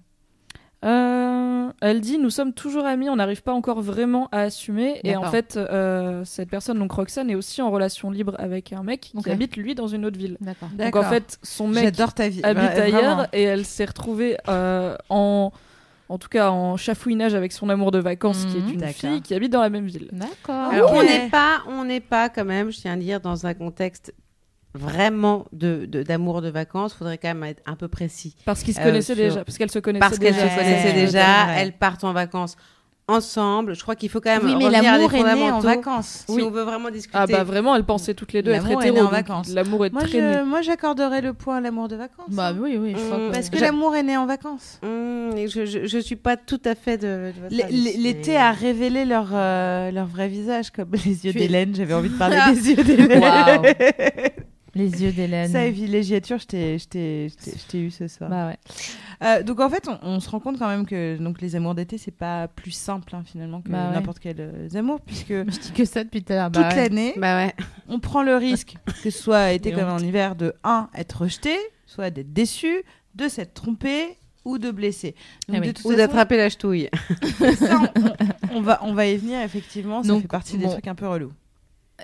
S6: Euh, elle dit nous sommes toujours amis, on n'arrive pas encore vraiment à assumer. Et en
S3: D'accord.
S6: fait, euh, cette personne, donc Roxane, est aussi en relation libre avec un mec
S3: Ok.
S6: qui habite lui dans une autre ville.
S3: D'accord.
S6: Donc en fait, son mec
S5: J'adore ta vie.
S6: habite
S5: Vra-
S6: ailleurs
S5: vraiment.
S6: et elle s'est retrouvée euh, en en tout cas en chafouinage avec son amour de vacances qui
S3: Mhm.
S6: est une
S5: D'accord.
S6: fille qui habite dans la même ville.
S3: D'accord.
S5: Ah
S7: Alors,
S5: ouais.
S7: on n'est pas, on n'est pas quand même, je tiens à dire, dans un contexte vraiment de de- d'amour de, vacances. Faudrait quand même être un peu précis
S6: Parce qu'ils se
S7: Euh,
S6: connaissaient
S7: sur-
S6: déjà, parce qu'elles se connaissaient
S7: parce qu'elles
S6: déjà.
S7: se connaissaient
S5: Ouais.
S7: déjà.
S5: Ouais.
S7: Elles partent en vacances ensemble. Je crois qu'il faut quand même
S5: Oui, mais
S7: revenir à des
S5: l'amour est né en
S7: fondamentaux.
S5: vacances.
S7: Si
S6: Oui.
S7: on veut vraiment discuter.
S6: Ah bah vraiment, elles pensaient toutes les deux être
S5: L'amour est né
S6: hétéro.
S5: en
S6: donc
S5: vacances.
S6: L'amour est
S5: Moi,
S6: très né.
S5: je, moi, j'accorderais le point à l'amour de vacances.
S3: Bah
S5: hein.
S3: oui, oui, je crois
S7: Mm,
S3: que...
S5: Parce que
S7: J'a-
S5: l'amour est né en vacances.
S7: Mmh, et je, je, je suis pas tout à fait de. de votre
S5: L-
S7: avis,
S5: l- L'été
S7: mais-
S5: a révélé leur, euh, leur vrai visage, comme les yeux
S3: Tu es-
S5: d'Hélène. J'avais envie de parler
S3: Ah.
S5: des yeux d'Hélène.
S3: Waouh. Les yeux d'Hélène.
S5: Ça et villégiature, je t'ai- je t'ai je t'ai- je t'ai eu ce soir.
S3: Bah ouais.
S5: Euh, donc en fait, on, on se rend compte quand même que donc les amours d'été, c'est pas plus simple hein, finalement que
S3: Bah ouais.
S5: n'importe quel euh, amour, puisque
S3: Je dis que ça depuis tout à l'heure.
S5: toute
S3: Bah ouais.
S5: l'année,
S7: Bah ouais.
S5: on prend le risque que ce soit été
S3: Et
S5: comme en hiver de un être rejeté, soit d'être déçu, de s'être trompé ou de blessé. Donc, de
S3: Eh oui.
S5: toute
S7: Ou
S5: façon,
S7: d'attraper la ch'touille.
S5: ça, on, on- on va on va y venir effectivement. Ça
S3: Donc,
S5: fait partie
S3: bon.
S5: des trucs un peu relous.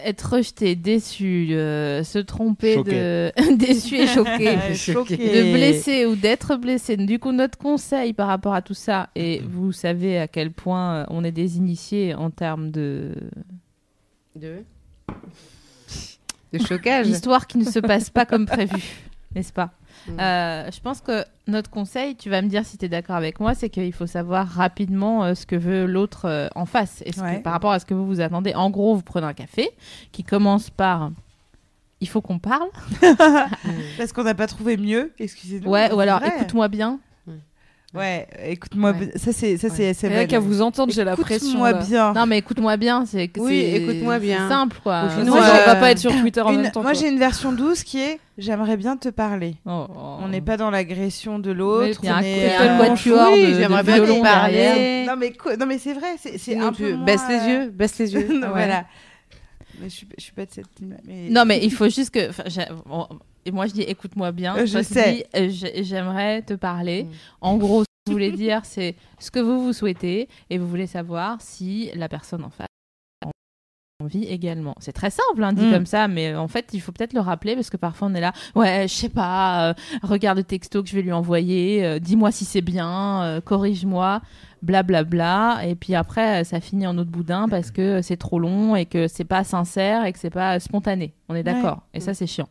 S3: Être rejeté, déçu, euh, se tromper
S4: Choqué.
S3: de. déçu et choqué.
S5: Choqué.
S3: de blesser ou d'être blessé. Du coup, notre conseil par rapport à tout ça, et vous savez à quel point euh, on est des initiés en termes de
S7: De. De chocage.
S3: l'histoire qui ne se passe pas comme prévu, n'est-ce pas
S7: Mm.
S3: Euh, Je pense que notre conseil, tu vas me dire si tu es d'accord avec moi, c'est qu'il faut savoir rapidement euh, ce que veut l'autre euh, en face, et ce que-
S5: Ouais.
S3: par rapport à ce que vous vous attendez. En gros, vous prenez un café qui commence par. Il faut qu'on parle.
S5: Parce qu'on n'a pas trouvé mieux. Excusez-nous.
S3: ouais,
S5: c'est
S3: ou alors
S5: vrai.
S3: écoute-moi bien.
S5: Ouais, écoute-moi.
S3: Ouais.
S5: Ça c'est ça c'est
S7: Ouais.
S5: c'est
S6: Rien
S5: vrai.
S6: qu'à vous entendre, j'ai la pression.
S5: Écoute-moi
S6: là.
S5: bien.
S3: Non, mais écoute-moi bien, c'est
S7: Oui,
S3: c'est-
S7: écoute-moi bien.
S3: c'est simple quoi.
S7: Au final,
S6: Sinon,
S5: Moi,
S6: on
S5: j'ai-
S6: va pas être sur Twitter en
S5: euh, Une-
S6: même temps.
S5: moi
S6: quoi.
S5: j'ai une version douce qui est j'aimerais bien te parler.
S3: Oh,
S5: On n'est pas dans l'agression de l'autre.
S3: Il y a
S5: on
S3: un
S5: est,
S3: cocktail
S5: euh,
S3: quatuor
S7: oui,
S3: de-
S7: j'aimerais
S3: de
S7: bien
S3: violon
S7: te parler.
S3: derrière.
S5: Non mais quoi- non mais c'est vrai, c'est c'est
S7: Sinon,
S5: un
S7: tu-
S5: peu moins,
S7: baisse les
S5: euh,
S7: yeux, baisse les yeux.
S5: non,
S3: Ouais.
S5: Voilà. Mais je suis, je suis pas de cette team. Mais...
S3: Non, mais il faut juste que. enfin, j'ai- bon, Et moi, je dis écoute-moi bien.
S5: Euh, je
S3: Toi, tu
S5: sais.
S3: dis, euh, j'ai- J'aimerais te parler.
S7: Mm.
S3: En gros, ce que vous voulez dire, c'est ce que vous vous souhaitez et vous voulez savoir si la personne en face a envie également. C'est très simple, hein, dit
S5: Mm.
S3: comme ça, mais euh, en fait, il faut peut-être le rappeler parce que parfois on est là, ouais, je sais pas, euh, regarde le texto que je vais lui envoyer, euh, dis-moi si c'est bien, euh, corrige-moi, blablabla. Et puis après, euh, ça finit en autre boudin parce que c'est trop long et que c'est pas sincère et que c'est pas spontané. On est d'accord. Et ça, c'est chiant.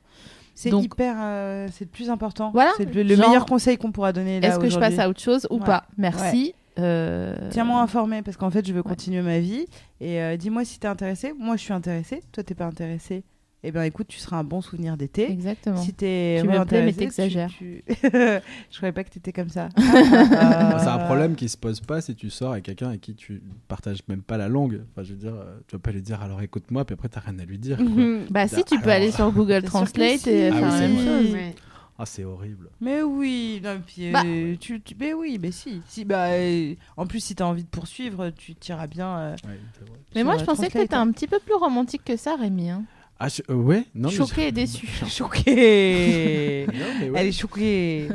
S5: c'est
S3: donc-
S5: hyper, euh, c'est le plus important.
S3: Voilà,
S5: c'est le, le
S3: genre,
S5: meilleur conseil qu'on pourra donner là
S3: Est-ce que je
S5: aujourd'hui.
S3: passe à autre chose ou
S5: Ouais.
S3: pas Merci. Euh,
S5: Tiens-moi informé parce qu'en fait je veux continuer ma vie et euh, dis-moi si t'es intéressé. Moi je suis intéressée, toi t'es pas intéressé. Eh ben écoute, tu seras un bon souvenir d'été.
S3: Exactement.
S5: Si t'es
S3: Tu me plais, mais
S5: réintéressé, tu-
S3: t'exagères.
S5: tu- je croyais pas que t'étais comme ça. Ah,
S4: Bah, C'est un problème qui se pose pas si tu sors avec quelqu'un avec qui tu partages même pas la langue. Enfin, je veux dire, euh, tu vas pas lui dire alors écoute-moi, puis après t'as rien à lui dire. quoi.
S7: Mm-hmm.
S3: Bah si, tu peux
S4: Alors-
S3: aller sur
S5: Bien
S3: Google
S5: sûr que
S3: Translate
S5: si.
S3: et
S4: Ah
S3: faire
S4: oui,
S3: la
S4: c'est
S3: même
S4: vrai.
S3: euh, chose.
S7: Ouais.
S4: Ah, c'est horrible.
S5: Mais oui, non, puis, euh,
S3: Bah.
S5: tu, tu- mais oui, mais si, si bah, euh, en plus si t'as envie de poursuivre, tu tireras bien. euh,
S4: Ouais, c'est vrai.
S3: Mais
S5: sur,
S3: moi, je
S5: euh,
S3: pensais que
S5: Translate,
S3: t'étais un petit peu plus romantique que ça, Rémi. hein.
S4: Ah, je- euh, ouais, non, mais je-
S3: Choqué et déçu.
S5: hein. Choquée.
S4: Non, mais ouais.
S5: Elle est choquée.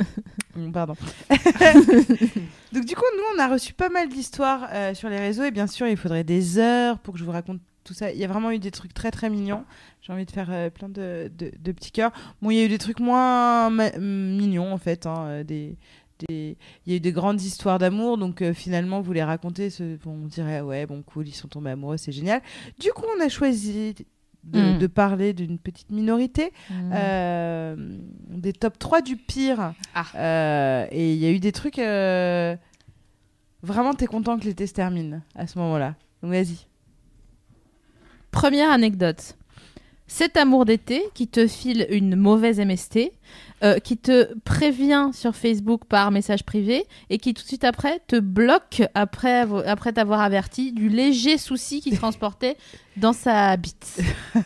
S5: Mm, Pardon. Donc du coup, nous, on a reçu pas mal d'histoires euh, sur les réseaux et bien sûr, il faudrait des heures pour que je vous raconte tout ça. Il y a vraiment eu des trucs très très mignons. J'ai envie de faire euh, plein mm, de, de- de petits cœurs. Bon, il y a eu des trucs moins ma- mignons en fait, hein, euh, des, des, il y a eu des grandes histoires d'amour, donc euh, finalement, vous les racontez, ce- bon, on dirait, ah ouais, bon, cool, ils sont tombés amoureux, c'est génial. Du coup, on a choisi de,
S3: Mm.
S5: de parler d'une petite minorité, euh, des top 3 du pire.
S3: Ah.
S5: Euh, et il y a eu des trucs. euh, Vraiment, t'es content que l'été se termine à ce moment-là. Donc, vas-y.
S3: Première anecdote. Cet amour d'été qui te file une mauvaise MST, euh, qui te prévient sur Facebook par message privé et qui tout de suite après te bloque après, avo- après t'avoir averti du léger souci qu'il transportait dans sa bite.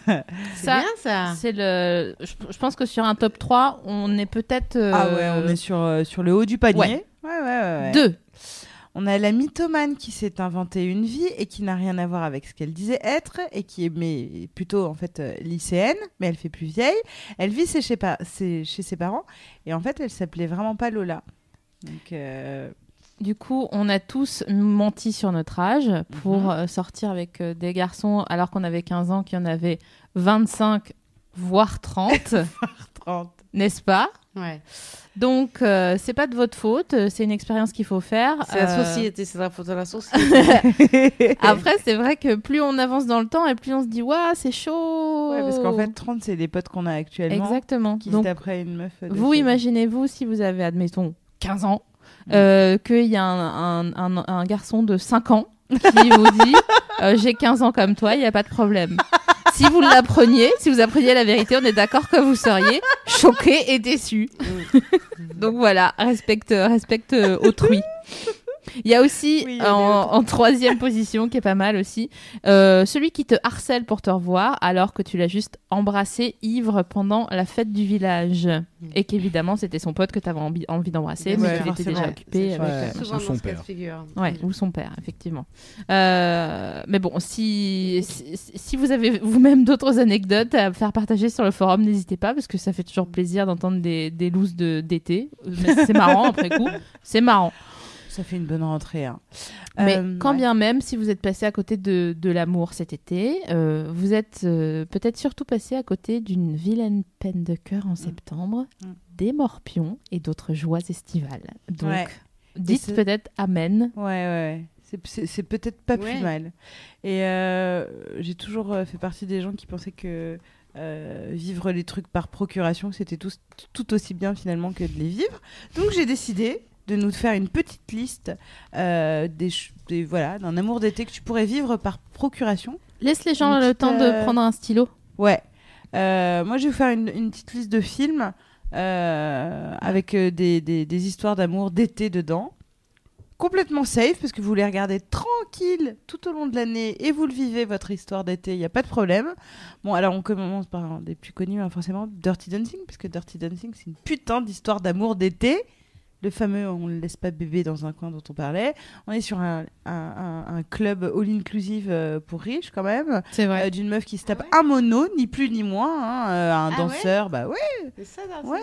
S7: C'est
S3: Ça,
S7: bien ça.
S3: c'est le. Je, je pense que sur un top 3, on est peut-être. euh,
S5: Ah ouais, on est sur, euh, sur le haut du panier.
S3: ouais.
S5: ouais, ouais, ouais, ouais.
S3: Deux.
S5: On a la mythomane qui s'est inventée une vie et qui n'a rien à voir avec ce qu'elle disait être et qui est mais plutôt en fait euh, lycéenne, mais elle fait plus vieille. Elle vit chez, chez, pa- ses- chez ses parents et en fait elle s'appelait vraiment pas Lola. Donc euh,
S3: Du coup, on a tous menti sur notre âge pour
S5: Mhm.
S3: euh, sortir avec euh, des garçons alors qu'on avait 15 ans, qu'il y en avait 25, voire 30,
S5: 30.
S3: n'est-ce pas
S7: Ouais.
S3: Donc, euh, c'est pas de votre faute, euh, c'est une expérience qu'il faut faire.
S7: C'est la
S3: Euh,
S7: société, c'est la faute de la société.
S3: Après, c'est vrai que plus on avance dans le temps et plus on se dit, waouh, c'est chaud.
S5: Ouais, parce qu'en fait 30 c'est les potes qu'on a actuellement
S3: exactement.
S5: qui
S3: Oh. Donc,
S5: se après une meuf. de
S3: Vous
S5: chez-
S3: imaginez-vous si vous avez, admettons, 15 ans,
S5: Mm.
S3: euh, qu'il y a un, un- un- un garçon de 5 ans qui vous dit euh, J'ai 15 ans comme toi, il n'y a pas de problème. Si vous l'appreniez, si vous appreniez la vérité, on est d'accord que vous seriez choqué et déçu.
S5: Mm.
S3: Donc voilà, respecte, respecte autrui. Il y a aussi
S5: Oui, il y a des
S3: en, en troisième position qui est pas mal aussi euh, celui qui te harcèle pour te revoir alors que tu l'as juste embrassé ivre pendant la fête du village et qu'évidemment c'était son pote que t'avais envie, envie d'embrasser
S7: Bien
S5: sûr,
S3: mais qu'il était
S5: forcément.
S3: déjà occupé
S7: C'est Mm.
S4: Ouais.
S3: avec, euh,
S7: souvent
S4: son
S7: dans ce cas de
S4: père.
S7: figure.
S3: Ouais, ou son père, effectivement. Euh, mais bon, si, si, si vous avez vous-même d'autres anecdotes à faire partager sur le forum, n'hésitez pas, parce que ça fait toujours plaisir d'entendre des, des looses de- d'été. Euh, Mais C'est marrant, après coup. C'est marrant.
S5: Ça fait une bonne rentrée. hein.
S3: Mais
S5: Euh,
S3: quand
S5: ouais.
S3: bien même, si vous êtes passé à côté de, de l'amour cet été, euh, vous êtes euh, peut-être surtout passé à côté d'une vilaine peine de cœur en septembre,
S5: Mm.
S3: des morpions et d'autres joies estivales. Donc,
S5: Ouais.
S3: dites
S5: c'est-
S3: peut-être amen.
S5: Ouais, ouais. C'est- C'est c'est peut-être pas
S7: Ouais.
S5: plus mal. Et euh, j'ai toujours euh, fait partie des gens qui pensaient que euh, vivre les trucs par procuration, c'était tout, tout aussi bien finalement que de les vivre. Donc j'ai décidé de nous faire une petite liste euh, des, ch- des- voilà d'un amour d'été que tu pourrais vivre par procuration.
S3: Laisse les gens
S5: Une
S3: le
S5: petite,
S3: temps
S5: euh,
S3: de prendre un stylo.
S5: Ouais. Euh, moi, je vais vous faire une, une petite liste de films euh, avec euh, des, des- des histoires d'amour d'été dedans. Complètement safe, parce que vous les regardez tranquille tout au long de l'année et vous le vivez, votre histoire d'été, il n'y a pas de problème. Bon, alors on commence par un des plus connus, hein, forcément, Dirty Dancing, parce que Dirty Dancing, c'est une putain d'histoire d'amour d'été. Le fameux On ne laisse pas bébé dans un coin dont on parlait. On est sur un, un- un- un club all-inclusive euh, pour riches, quand même.
S3: C'est
S5: Euh, d'une meuf qui se tape un mono, ni plus ni moins, hein, euh, un
S7: Ah
S5: danseur. Bah ouais.
S7: C'est ça, dans
S5: Ouais,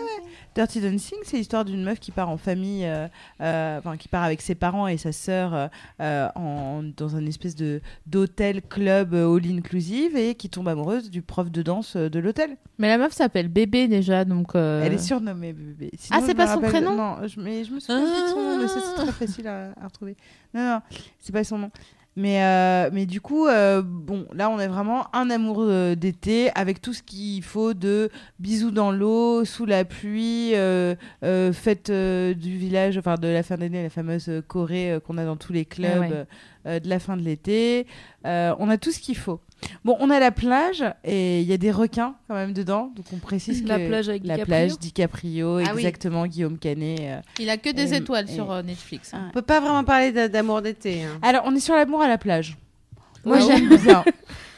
S5: Dirty Dancing, c'est l'histoire d'une meuf qui part en famille, euh, euh, enfin qui part avec ses parents et sa sœur euh, euh, en- dans un espèce de d'hôtel club euh, all inclusive et qui tombe amoureuse du prof de danse euh, de l'hôtel.
S3: Mais la meuf s'appelle Bébé déjà, donc. euh,
S5: Elle est surnommée bébé.
S3: Ah,
S5: je
S3: c'est
S5: me
S3: pas son
S5: rappelle-
S3: prénom
S5: Non, je, mais je me souviens plus de son nom, mais ça c'est très facile à, à retrouver. Non, non, c'est pas son nom. Mais, euh, mais du coup, euh, bon, là on est vraiment un amour euh, d'été avec tout ce qu'il faut de bisous dans l'eau, sous la pluie, euh, euh, fête euh, du village, enfin de la fin d'année, la fameuse euh, corée euh, qu'on a dans tous les clubs
S3: Ah ouais.
S5: euh, de la fin de l'été. Euh, on a tout ce qu'il faut. Bon, on a la plage et il y a des requins quand même dedans, donc on précise
S6: La
S5: que
S6: plage avec hein.
S5: la
S6: DiCaprio.
S5: plage DiCaprio,
S7: Ah oui.
S5: exactement Guillaume Canet. euh.
S3: Il a que des
S5: Et-
S3: étoiles
S5: et-
S3: sur euh, Netflix. hein.
S7: On peut pas vraiment parler d'a- d'amour d'été. hein.
S5: Alors, on est sur l'amour à la plage. Moi,
S7: Ouais.
S5: j'aime bien.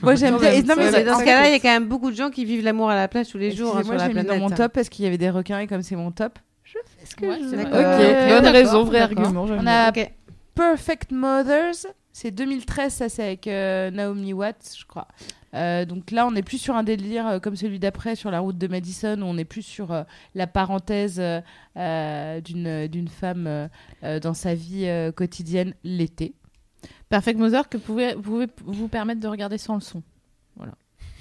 S5: Moi, j'aime
S6: Quand
S5: bien. Et
S6: même,
S5: non, mais
S7: Ouais,
S6: ça-
S7: mais dans
S5: en
S7: ce
S5: fait,
S7: cas-là, il y a quand même beaucoup de gens qui vivent l'amour à la plage tous les jours hein, sur
S5: Excusez-moi,
S7: la
S5: j'ai mis
S7: planète.
S5: dans mon top parce qu'il y avait des requins et comme c'est mon top, je fais ce que
S3: Ouais,
S5: je
S3: c'est
S5: veux.
S3: vrai.
S6: Ok,
S3: Euh,
S6: bonne
S3: d'accord,
S6: raison, vrai
S3: d'accord.
S6: argument. j'aime
S5: On
S6: bien.
S5: a
S7: Ok.
S5: Perfect Mothers. C'est 2013, ça c'est avec euh, Naomi Watts, je crois. Euh, donc là, on est plus sur un délire euh, comme celui d'après, sur la route de Madison, où on est plus sur euh, la parenthèse euh, euh, d'une d'une femme euh, euh, dans sa vie euh, quotidienne l'été.
S3: Perfect Mother que pouvez, pouvez vous permettre de regarder sans le son.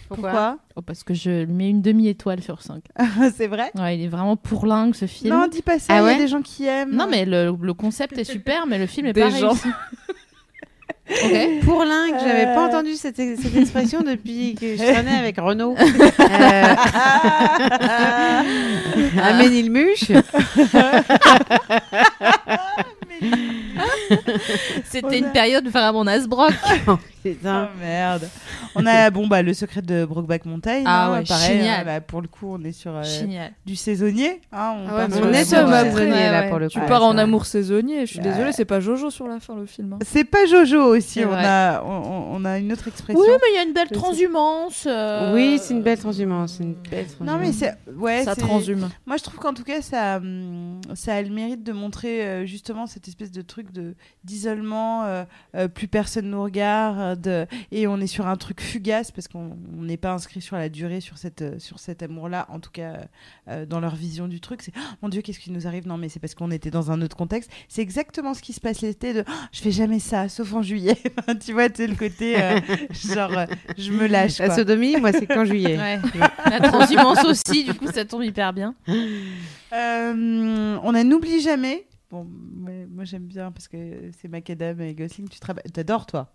S3: Pourquoi Oh, parce que je lui mets une demi-étoile sur 5.
S5: C'est vrai
S3: Ouais, il est vraiment pourlingue ce film.
S5: Non, dis pas ça, il
S3: Ah
S5: y a
S3: ouais
S5: des gens qui aiment.
S3: Non, mais le, le concept est super, mais le film est
S6: Des
S3: pas
S6: gens.
S3: réussi. Ok.
S7: Pour l'un que j'avais pas
S5: Euh.
S7: entendu cette, cette expression depuis que je traînais avec Renaud. Amène il mûche.
S3: C'était une période vraiment Nasbrock.
S7: Putain.
S5: Ah merde. On a bon bah le secret de Brokeback Mountain.
S3: Ah
S5: hein,
S3: ouais,
S5: pareil,
S3: génial.
S5: hein, bah, pour le coup, on est sur euh,
S3: Génial.
S5: du saisonnier. hein, on
S6: Ah
S5: part
S6: ouais,
S5: sur
S7: on
S5: le
S7: est
S5: saisonnier.
S7: sur
S6: ouais,
S7: Saisonnier,
S6: ouais,
S7: là
S6: ouais.
S7: pour le
S6: Tu
S7: coup.
S6: pars
S7: Ouais,
S6: en
S7: c'est
S6: amour saisonnier, je suis
S5: Ouais.
S6: désolée, c'est pas Jojo sur la fin le film. hein.
S5: C'est pas Jojo aussi.
S3: C'est
S5: On
S3: vrai.
S5: a on, on- on a une autre expression.
S3: Oui, mais il y a une belle
S5: Je sais.
S3: transhumance. euh,
S7: Oui, c'est une belle transhumance. c'est Une belle
S5: non mais c'est ouais.
S6: ça
S5: c'est-
S6: transhume.
S5: Moi je trouve qu'en tout cas ça hum, ça a le mérite de montrer euh, justement cette espèce de truc de d'isolement. euh, euh, plus personne nous regarde euh, et on est sur un truc fugace parce qu'on on n'est pas inscrit sur la durée sur cette euh, sur cet amour là en tout cas euh, euh, dans leur vision du truc c'est Oh, mon dieu qu'est-ce qui nous arrive non mais c'est parce qu'on était dans un autre contexte c'est exactement ce qui se passe l'été de Oh, je fais jamais ça sauf en juillet tu vois c'est le côté euh, genre euh, je me lâche
S7: La
S5: quoi.
S7: sodomie, moi, c'est qu'en juillet.
S3: Ouais. La transhumance aussi, du coup, ça tombe hyper bien.
S5: Euh, on a n'oublie jamais bon mais moi j'aime bien parce que c'est Macadam et Gosling tu travailles t'adores toi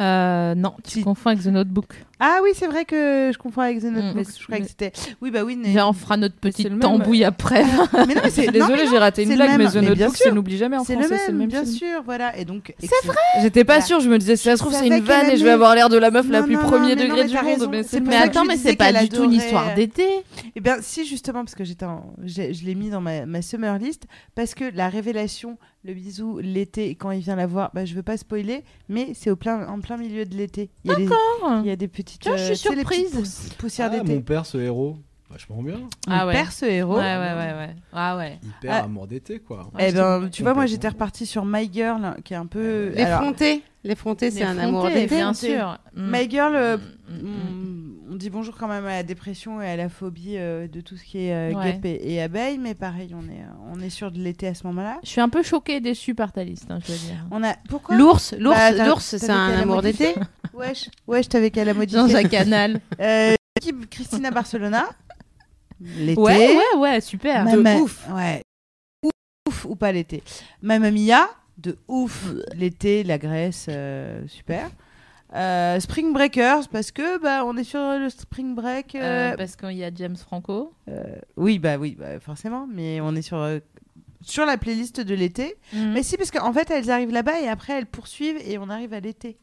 S3: Euh, non, tu
S5: Si.
S3: confonds avec The Notebook.
S5: Ah oui, c'est vrai que je comprends avec The Notebook.
S6: Mm. Mais-
S5: je croyais que c'était. Oui, bah oui, mais.
S3: Déjà, on fera notre
S6: c'est le
S3: petite
S6: même.
S3: tambouille après.
S5: mais non, mais c'est. non,
S6: Désolée, j'ai
S5: c'est
S6: raté une
S5: le
S6: blague,
S5: même.
S6: mais The
S5: Mais bien
S6: Notebook,
S5: sûr.
S6: c'est N'oublie jamais en
S5: mais C'est
S6: français,
S5: le
S6: c'est le
S5: même,
S6: même
S5: bien
S6: film.
S5: sûr, Bah, voilà. Et donc.
S6: C'est vrai J'étais pas
S5: Voilà.
S6: sûre, je me disais, ça se trouve,
S5: Je
S6: c'est
S5: savais
S6: une vanne
S5: qu'elle
S6: et je vais
S5: aimait.
S6: avoir l'air de la meuf la
S5: Non,
S6: plus
S5: non, non,
S6: premier
S5: mais non,
S6: degré
S5: mais
S6: du
S5: t'as
S6: monde.
S5: raison,
S6: mais
S5: c'est
S6: c'est le
S5: pour
S3: Mais
S5: ça
S6: même.
S5: que
S3: attends,
S5: je
S3: mais
S5: disais
S3: c'est pas
S5: qu'elle
S3: du tout une
S5: adorait, euh,
S3: histoire d'été.
S5: Eh bien, si, justement, parce que j'étais en- j'ai- je l'ai mis dans ma, ma summer list, parce que la révélation, le bisou, l'été, quand il vient la voir, bah, je veux pas spoiler, mais c'est au plein, en plein milieu de l'été. Il y a des-
S3: Ah
S5: Il y a des petites. euh,
S3: Tiens, je suis
S5: tu sais, les petites
S3: surprise.
S5: pous- poussières
S4: Ah,
S5: d'été.
S4: mon père, ce héros. Vachement bien.
S3: Ah
S5: Mon
S3: ouais.
S5: père, ce héros.
S3: Ouais, ouais, ouais, ouais. Ah ouais.
S4: Hyper
S5: Ah.
S4: amour d'été, quoi.
S3: Ouais,
S5: Eh
S3: je
S5: ben,
S3: t'aime.
S5: tu vois, moi,
S4: Complètement.
S5: j'étais repartie sur My Girl, qui est un peu. euh,
S7: Les
S5: alors,
S7: frontés. Les frontés, c'est
S3: Les
S7: un amour
S3: frontés,
S7: d'été.
S3: Bien sûr. Mm.
S5: My Girl, euh,
S3: Mm, mm, mm.
S5: On on dit bonjour quand même à la dépression et à la phobie euh, de tout ce qui est euh,
S3: Ouais.
S5: guêpes et, et abeilles, mais pareil, on est, euh, on est sur de l'été à ce moment-là.
S3: Je suis un peu choquée et déçue par ta liste, hein, je dois dire.
S5: On a pourquoi
S7: L'ours, l'ours,
S5: Bah, t'as-
S7: l'ours,
S5: t'as
S7: c'est
S5: vu qu'elle
S7: un
S5: a
S7: amour
S5: modifié.
S7: d'été.
S5: Wesh, wesh, t'avais qu'à la modifier.
S3: Jean-Jacques Anal.
S5: Euh, équipe Christina Barcelona. L'été.
S3: Ouais, ouais, ouais, super.
S5: Mama- Ouais. Ouf, ouf ou pas l'été. Mamma Mia, de ouf. L'été, la Grèce, euh, super. Euh, Spring Breakers parce que bah on est sur le Spring Break. euh,
S3: Euh,
S7: bah-
S3: parce qu'il y a James Franco.
S5: Oui, bah oui, bah, forcément. Mais on est sur, euh, sur la playlist de l'été.
S3: Mm.
S5: Mais si, parce qu'en fait, elles arrivent là-bas et après, elles poursuivent et on arrive à l'été.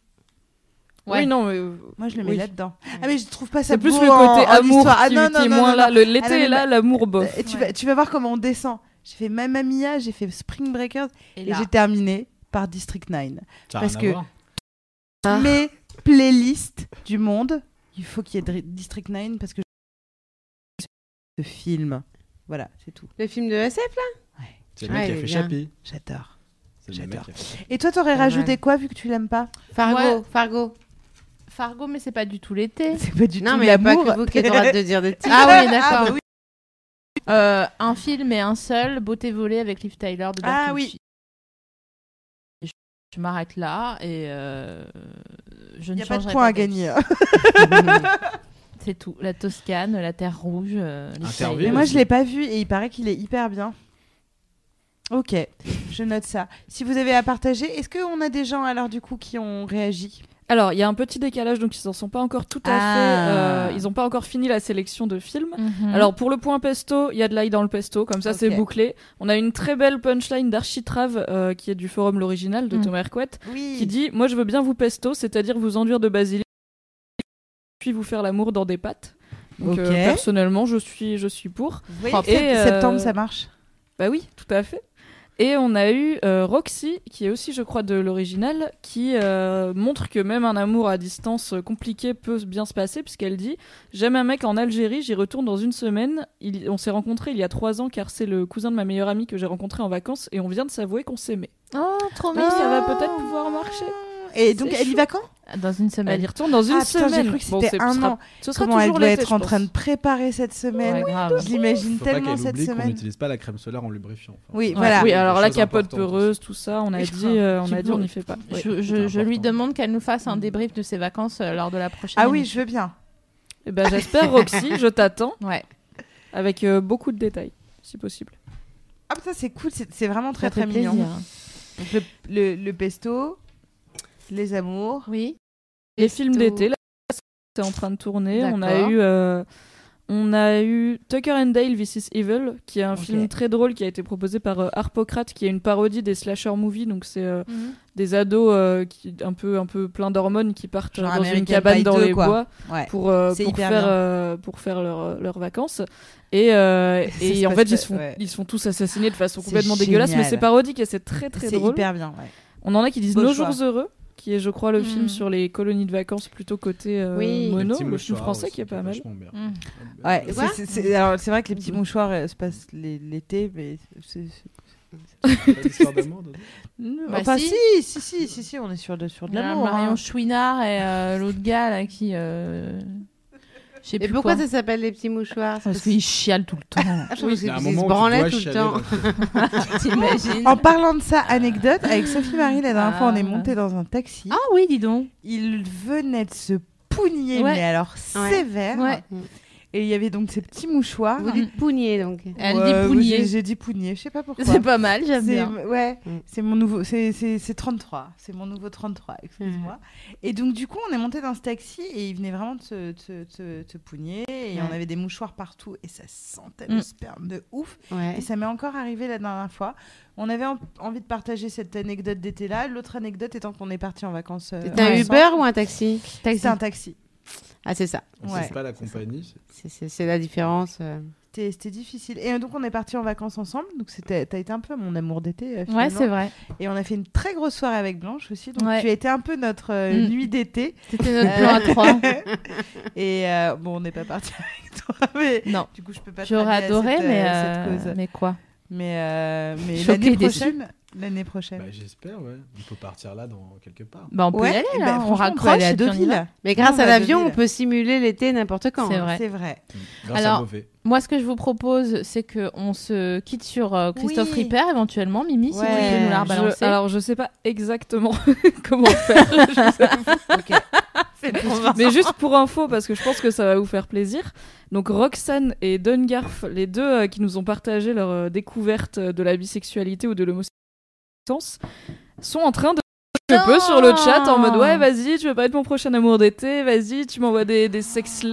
S3: Ouais.
S6: Oui, non, mais euh,
S5: Moi, je le mets
S6: Oui.
S5: là-dedans. Ah, mais je trouve pas ça
S6: c'est plus
S5: beau
S6: le
S5: en-
S6: côté
S5: en
S6: amour
S5: histoire. Ah,
S6: qui,
S5: non,
S6: qui est
S5: non, non,
S6: moins
S5: non.
S6: là. Le-
S5: Ah, non,
S6: L'été
S5: mais
S6: est là, l'amour bof.
S5: Et tu,
S3: Ouais.
S5: vas, tu vas voir comment on descend. J'ai fait Mamma Mia, j'ai fait Spring Breakers
S3: Et
S5: et,
S3: là,
S5: j'ai terminé par District 9.
S4: Ça a
S5: parce
S4: rien à
S5: que-
S4: voir.
S5: Mes playlists du monde, il faut qu'il y ait Dri- District 9 parce que je- ce film. Voilà, c'est tout.
S7: Le film de SF, là
S4: C'est le mec
S7: Ouais,
S4: qui a
S7: il est
S4: fait
S7: bien.
S4: Chappie.
S5: J'adore.
S4: C'est le même mec
S5: J'adore.
S4: qui a fait Chappie.
S5: Et toi, t'aurais
S7: Pas
S5: rajouté
S7: mal.
S5: quoi vu que tu l'aimes pas
S7: Fargo,
S3: Ouais.
S7: Fargo.
S3: Fargo, mais c'est pas du tout l'été.
S5: C'est pas du
S7: Non,
S5: tout
S7: mais il n'y a pas
S5: l'amour.
S7: que vous qui avez le droit de dire des titres.
S3: Ah oui,
S5: Ah,
S3: d'accord.
S5: bah oui.
S3: Euh, un film et un seul, Beauté volée avec Liv Tyler de
S5: Ah
S3: Bertolucci.
S5: oui.
S3: Je, je m'arrête là et euh, je
S5: Il
S3: ne
S5: n'y a pas de
S3: changerai
S5: point à
S3: d'avis.
S5: gagner.
S3: C'est tout. La Toscane, la Terre Rouge. euh, Liv
S4: Interview.
S3: Tyler.
S5: Mais moi, je l'ai pas vu et il paraît qu'il est hyper bien. Ok, je note ça. Si vous avez à partager, est-ce qu'on a des gens alors du coup qui ont réagi
S6: Alors, il y a un petit décalage, donc ils s'en sont pas encore tout à
S5: Ah.
S6: fait. euh, ils n'ont pas encore fini la sélection de films.
S3: Mhm.
S6: Alors pour le point pesto, il y a de l'ail dans le pesto, comme ça c'est
S5: Ok.
S6: bouclé. On a une très belle punchline d'Architrave euh, qui est du forum l'original de
S3: Mm.
S6: Thomas Hercouet
S5: Oui.
S6: qui dit "Moi je veux bien vous pesto, c'est-à-dire vous enduire de basilic puis vous faire l'amour dans des pâtes." Donc
S5: Ok.
S6: euh, personnellement, je suis je suis pour.
S5: Vous voyez
S6: Propre.
S5: que sept-
S6: Et, euh,
S5: septembre, ça marche.
S6: Bah oui, tout à fait. Et on a eu euh, Roxy, qui est aussi, je crois, de l'original, qui euh, montre que même un amour à distance euh, compliqué peut bien se passer, puisqu'elle dit J'aime un mec en Algérie, j'y retourne dans une semaine. Il- on s'est rencontrés il y a trois ans, car c'est le cousin de ma meilleure amie que j'ai rencontré en vacances, et on vient de s'avouer qu'on s'aimait.
S3: Oh, trop
S6: Donc
S3: mignon.
S6: ça va peut-être pouvoir marcher.
S5: Ah. Et donc,
S6: C'est
S5: elle y
S6: chaud.
S5: va quand
S3: Dans une semaine.
S6: Elle y retourne dans une
S5: Ah, putain,
S6: semaine.
S5: j'ai cru que
S6: Bon,
S5: c'était
S6: c'est-
S5: un
S6: ce sera-
S5: an.
S6: Ce sera
S5: Comment elle
S6: toujours
S5: doit
S6: l'été,
S5: être
S6: je
S5: en
S6: pense.
S5: train de préparer cette semaine
S3: Ouais, grave.
S5: Je l'imagine
S4: Faut Ah, pas
S5: tellement
S4: qu'elle
S5: cette
S4: oublie qu'on
S5: semaine.
S4: n'utilise pas la crème solaire en lubrifiant. Enfin,
S5: Oui,
S4: c'est
S5: voilà.
S6: Ah Oui, alors la
S4: chose
S6: capote
S4: importante aussi.
S6: peureuse, tout ça, on a
S3: Oui, je
S6: dit,
S3: crois.
S6: euh, on
S3: Tu
S6: a dit,
S3: peux-
S6: on n'y fait pas.
S4: Ouais,
S3: Je,
S4: c'est
S3: je- je lui
S4: important.
S3: demande qu'elle nous fasse un débrief de ses vacances euh, lors de la prochaine.
S5: Mhm. Ah oui,
S3: émission.
S5: je veux bien.
S6: Eh ben, j'espère, Roxy, je t'attends
S3: Ouais.
S6: avec euh, beaucoup de détails, si possible.
S5: Ah putain, c'est cool, c'est c'est vraiment très
S3: Ça fait
S5: très mignon.
S3: plaisir.
S5: Donc, le, le- le pesto, les amours.
S3: Oui.
S6: Les films
S3: tout.
S6: d'été, là, c'est en train de tourner. On a
S3: D'accord.
S6: eu, euh, on a eu Tucker and Dale vs Evil, qui est un
S5: Ok.
S6: film très drôle qui a été proposé par euh, Harpocrate, qui est une parodie des slasher movies. Donc c'est euh,
S3: Mhm.
S6: des ados euh, qui, un peu, un peu plein d'hormones qui partent euh,
S5: Genre
S6: dans
S5: American
S6: une cabane
S5: Pie
S6: dans
S5: 2,
S6: les
S5: quoi.
S6: bois
S5: Ouais.
S6: pour, euh,
S5: C'est
S6: pour
S5: hyper
S6: faire
S5: bien.
S6: euh, pour faire leurs leurs vacances et euh,
S5: Ça
S6: et
S5: se
S6: en
S5: passe
S6: fait
S5: pas-
S6: ils se font
S5: ouais.
S6: ils se font tous assassiner de façon
S5: C'est
S6: complètement dégueulasse mais
S5: génial.
S6: c'est parodique et c'est très très
S5: C'est
S6: drôle
S5: hyper bien. ouais.
S6: on en a qui disent
S5: Beau
S6: nos
S5: choix.
S6: jours heureux qui est je crois le film
S3: Mm.
S6: sur les colonies de vacances plutôt côté euh,
S7: Oui.
S4: Les petits
S6: mono le film
S4: mouchoirs
S6: français
S4: aussi,
S6: qui est pas mal
S4: vachement bien.
S3: Mm.
S5: Ouais,
S4: Euh,
S7: Quoi
S5: c'est- c'est- c'est- alors c'est vrai que les petits mouchoirs euh, se passent l'é- l'été, mais c'est- c'est-
S4: c'est pas l'histoire d'amende.
S5: Non,
S3: Bah
S5: enfin,
S3: si.
S5: si. Si, si, si, si, on est sur de, sur de
S3: Il y a
S5: l'amour.
S3: Marion
S5: hein.
S3: Chouinard et euh, l'autre gars là qui. euh, Je sais
S7: Et
S3: plus
S7: pourquoi
S3: quoi.
S7: ça s'appelle les petits mouchoirs
S3: Parce qu'il chiale tout le temps.
S7: Ah, je
S6: Oui,
S7: pense
S4: Il y a un
S7: qu'ils se
S4: moment où tu
S7: branlaient
S4: dois
S7: tout le
S4: chialer
S7: temps.
S4: dans le-
S3: T'imagines
S5: En parlant de ça, anecdote, avec Sophie-Marie, la dernière fois, on
S3: Ah.
S5: est monté dans un taxi.
S3: Ah oui, dis donc.
S5: Il venait de se pougner,
S3: Ouais.
S5: mais alors sévère.
S3: Ouais.
S7: Mm.
S5: Et il y avait donc ces petits mouchoirs.
S7: Vous dites pougnées donc.
S3: Elle
S5: Ouais,
S3: dit
S5: moi,
S3: pougner.
S5: j'ai- J'ai dit pougner, je sais pas pourquoi.
S3: C'est pas mal, j'aime
S5: C'est-
S3: bien.
S5: Ouais,
S7: Mm.
S5: c'est mon nouveau, c'est- c'est c'est 33, c'est mon nouveau 33, excuse-moi. Et donc du coup, on est monté dans ce taxi et il venait vraiment de se, de se- de se- de se pougner et
S7: Ouais.
S5: on avait des mouchoirs partout et ça sentait
S3: Mm.
S5: le sperme de ouf.
S7: Ouais.
S5: Et ça m'est encore arrivé la dernière fois. On avait en- envie de partager cette anecdote d'été là, l'autre anecdote étant qu'on est parti en vacances. euh,
S7: C'était un
S5: ensemble.
S7: Uber ou un taxi
S5: C'était un taxi.
S7: Ah, c'est ça.
S4: On
S5: Ouais.
S4: sait pas la compagnie. c'est-
S7: C'est- C'est c'est la différence. euh.
S5: C'était c'était difficile. Et donc on est parti en vacances ensemble, donc c'était t'as été un peu mon amour d'été. euh,
S3: Ouais,
S5: finalement.
S3: c'est vrai.
S5: Et on a fait une très grosse soirée avec Blanche aussi. Donc
S3: Ouais.
S5: tu as été un peu notre euh,
S3: Mm.
S5: nuit d'été.
S3: C'était notre
S5: Euh,
S3: plan à trois.
S5: Et euh, bon, on n'est pas parti avec toi, mais
S3: Non.
S5: du coup je peux pas. te
S3: J'aurais
S5: rallier à
S3: adoré,
S5: cette, euh,
S3: mais,
S5: cette
S3: euh,
S5: cause.
S3: mais quoi
S5: Mais euh, mais
S3: Choquée,
S5: l'année
S3: déçue.
S5: prochaine, l'année prochaine.
S4: Bah, J'espère, ouais. On peut partir là dans quelque part.
S3: bah, On peut y aller,
S5: eh ben,
S3: là. on
S5: franchement, peut
S3: raccroche
S5: aller à
S3: et puis on y va.
S5: Deauville.
S7: Mais grâce
S5: Non, bah,
S7: à l'avion, on
S5: Deauville.
S7: peut simuler l'été n'importe quand.
S3: C'est
S7: hein.
S3: vrai.
S5: C'est vrai.
S4: Grâce
S3: Alors-
S4: à mauvais.
S3: Moi, ce que je vous propose, c'est que on se quitte sur euh, Christophe
S5: Oui.
S3: Ripper, éventuellement. Mimi, si
S5: Ouais.
S3: tu peux nous la
S6: Je-
S3: rebalancer.
S6: alors je sais pas exactement comment faire je sais pas. mais juste pour info parce que je pense que ça va vous faire plaisir donc Roxane et Dungarf les deux euh, qui nous ont partagé leur euh, découverte euh, de la bisexualité ou de l'homosexualité sont en train de je peux sur le chat en mode
S3: Non.
S6: ouais vas-y tu veux pas être mon prochain amour d'été vas-y tu m'envoies des, des sex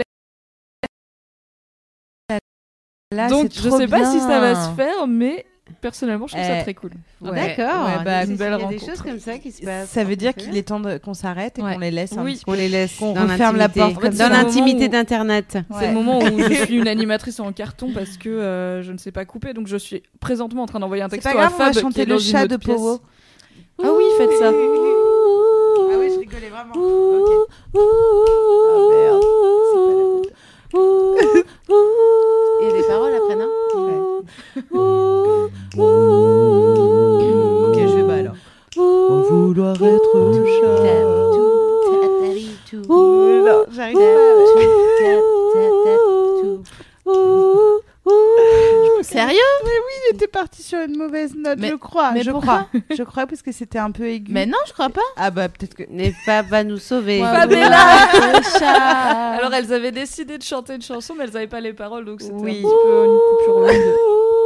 S5: Là,
S6: donc
S5: Ah, c'est
S6: je
S5: trop
S6: sais pas si ça va
S5: bien.
S6: se faire mais personnellement je trouve
S5: Eh,
S6: ça très cool
S5: Ouais.
S7: D'accord.
S5: Ouais, bah,
S7: Il
S6: une
S7: y
S6: belle
S7: a des
S6: rencontre.
S7: choses comme ça qui se passent.
S5: ça veut dire
S7: C'est
S5: qu'il
S7: bien.
S5: est temps de- qu'on s'arrête et
S3: Ouais.
S5: qu'on les laisse. un
S6: Oui.
S5: petit
S7: Qu'on les laisse.
S5: Qu'on
S7: dans
S5: referme la
S7: l'intimité.
S5: porte comme
S7: Dans
S6: ça.
S7: l'intimité
S6: Au moment où-
S7: d'Internet.
S5: peu.
S6: C'est
S5: Ouais.
S6: le moment où je suis une animatrice en carton parce que euh, je ne sais pas couper, donc je suis présentement en train d'envoyer un
S5: C'est
S6: texto
S5: pas grave,
S6: à
S5: on va
S6: Fab qui
S5: chanter
S6: est
S5: le
S6: dans une
S5: chat
S6: autre
S5: de
S6: pièce.
S5: Powo.
S6: Ah oui, faites ça.
S5: Ah oui, je Ah, rigolais vraiment. Ok. merde.
S7: Il y a des paroles après, non
S5: Ouais.
S3: Ok,
S5: Ok, je vais pas alors.
S4: vouloir être
S5: Non, j'arrive pas.
S3: Sérieux
S5: T'es parti sur une mauvaise note,
S3: Mais-
S5: je crois.
S3: mais
S5: je
S3: pourquoi
S5: crois. Je crois parce que c'était un peu aigu.
S3: Mais non, je crois pas.
S5: Ah bah peut-être que.
S7: Mais Fab va nous sauver.
S6: Fab est
S3: là
S6: Alors elles avaient décidé de chanter une chanson, mais elles n'avaient pas les paroles, donc c'était
S5: Oui.
S6: un petit peu une coupure longue.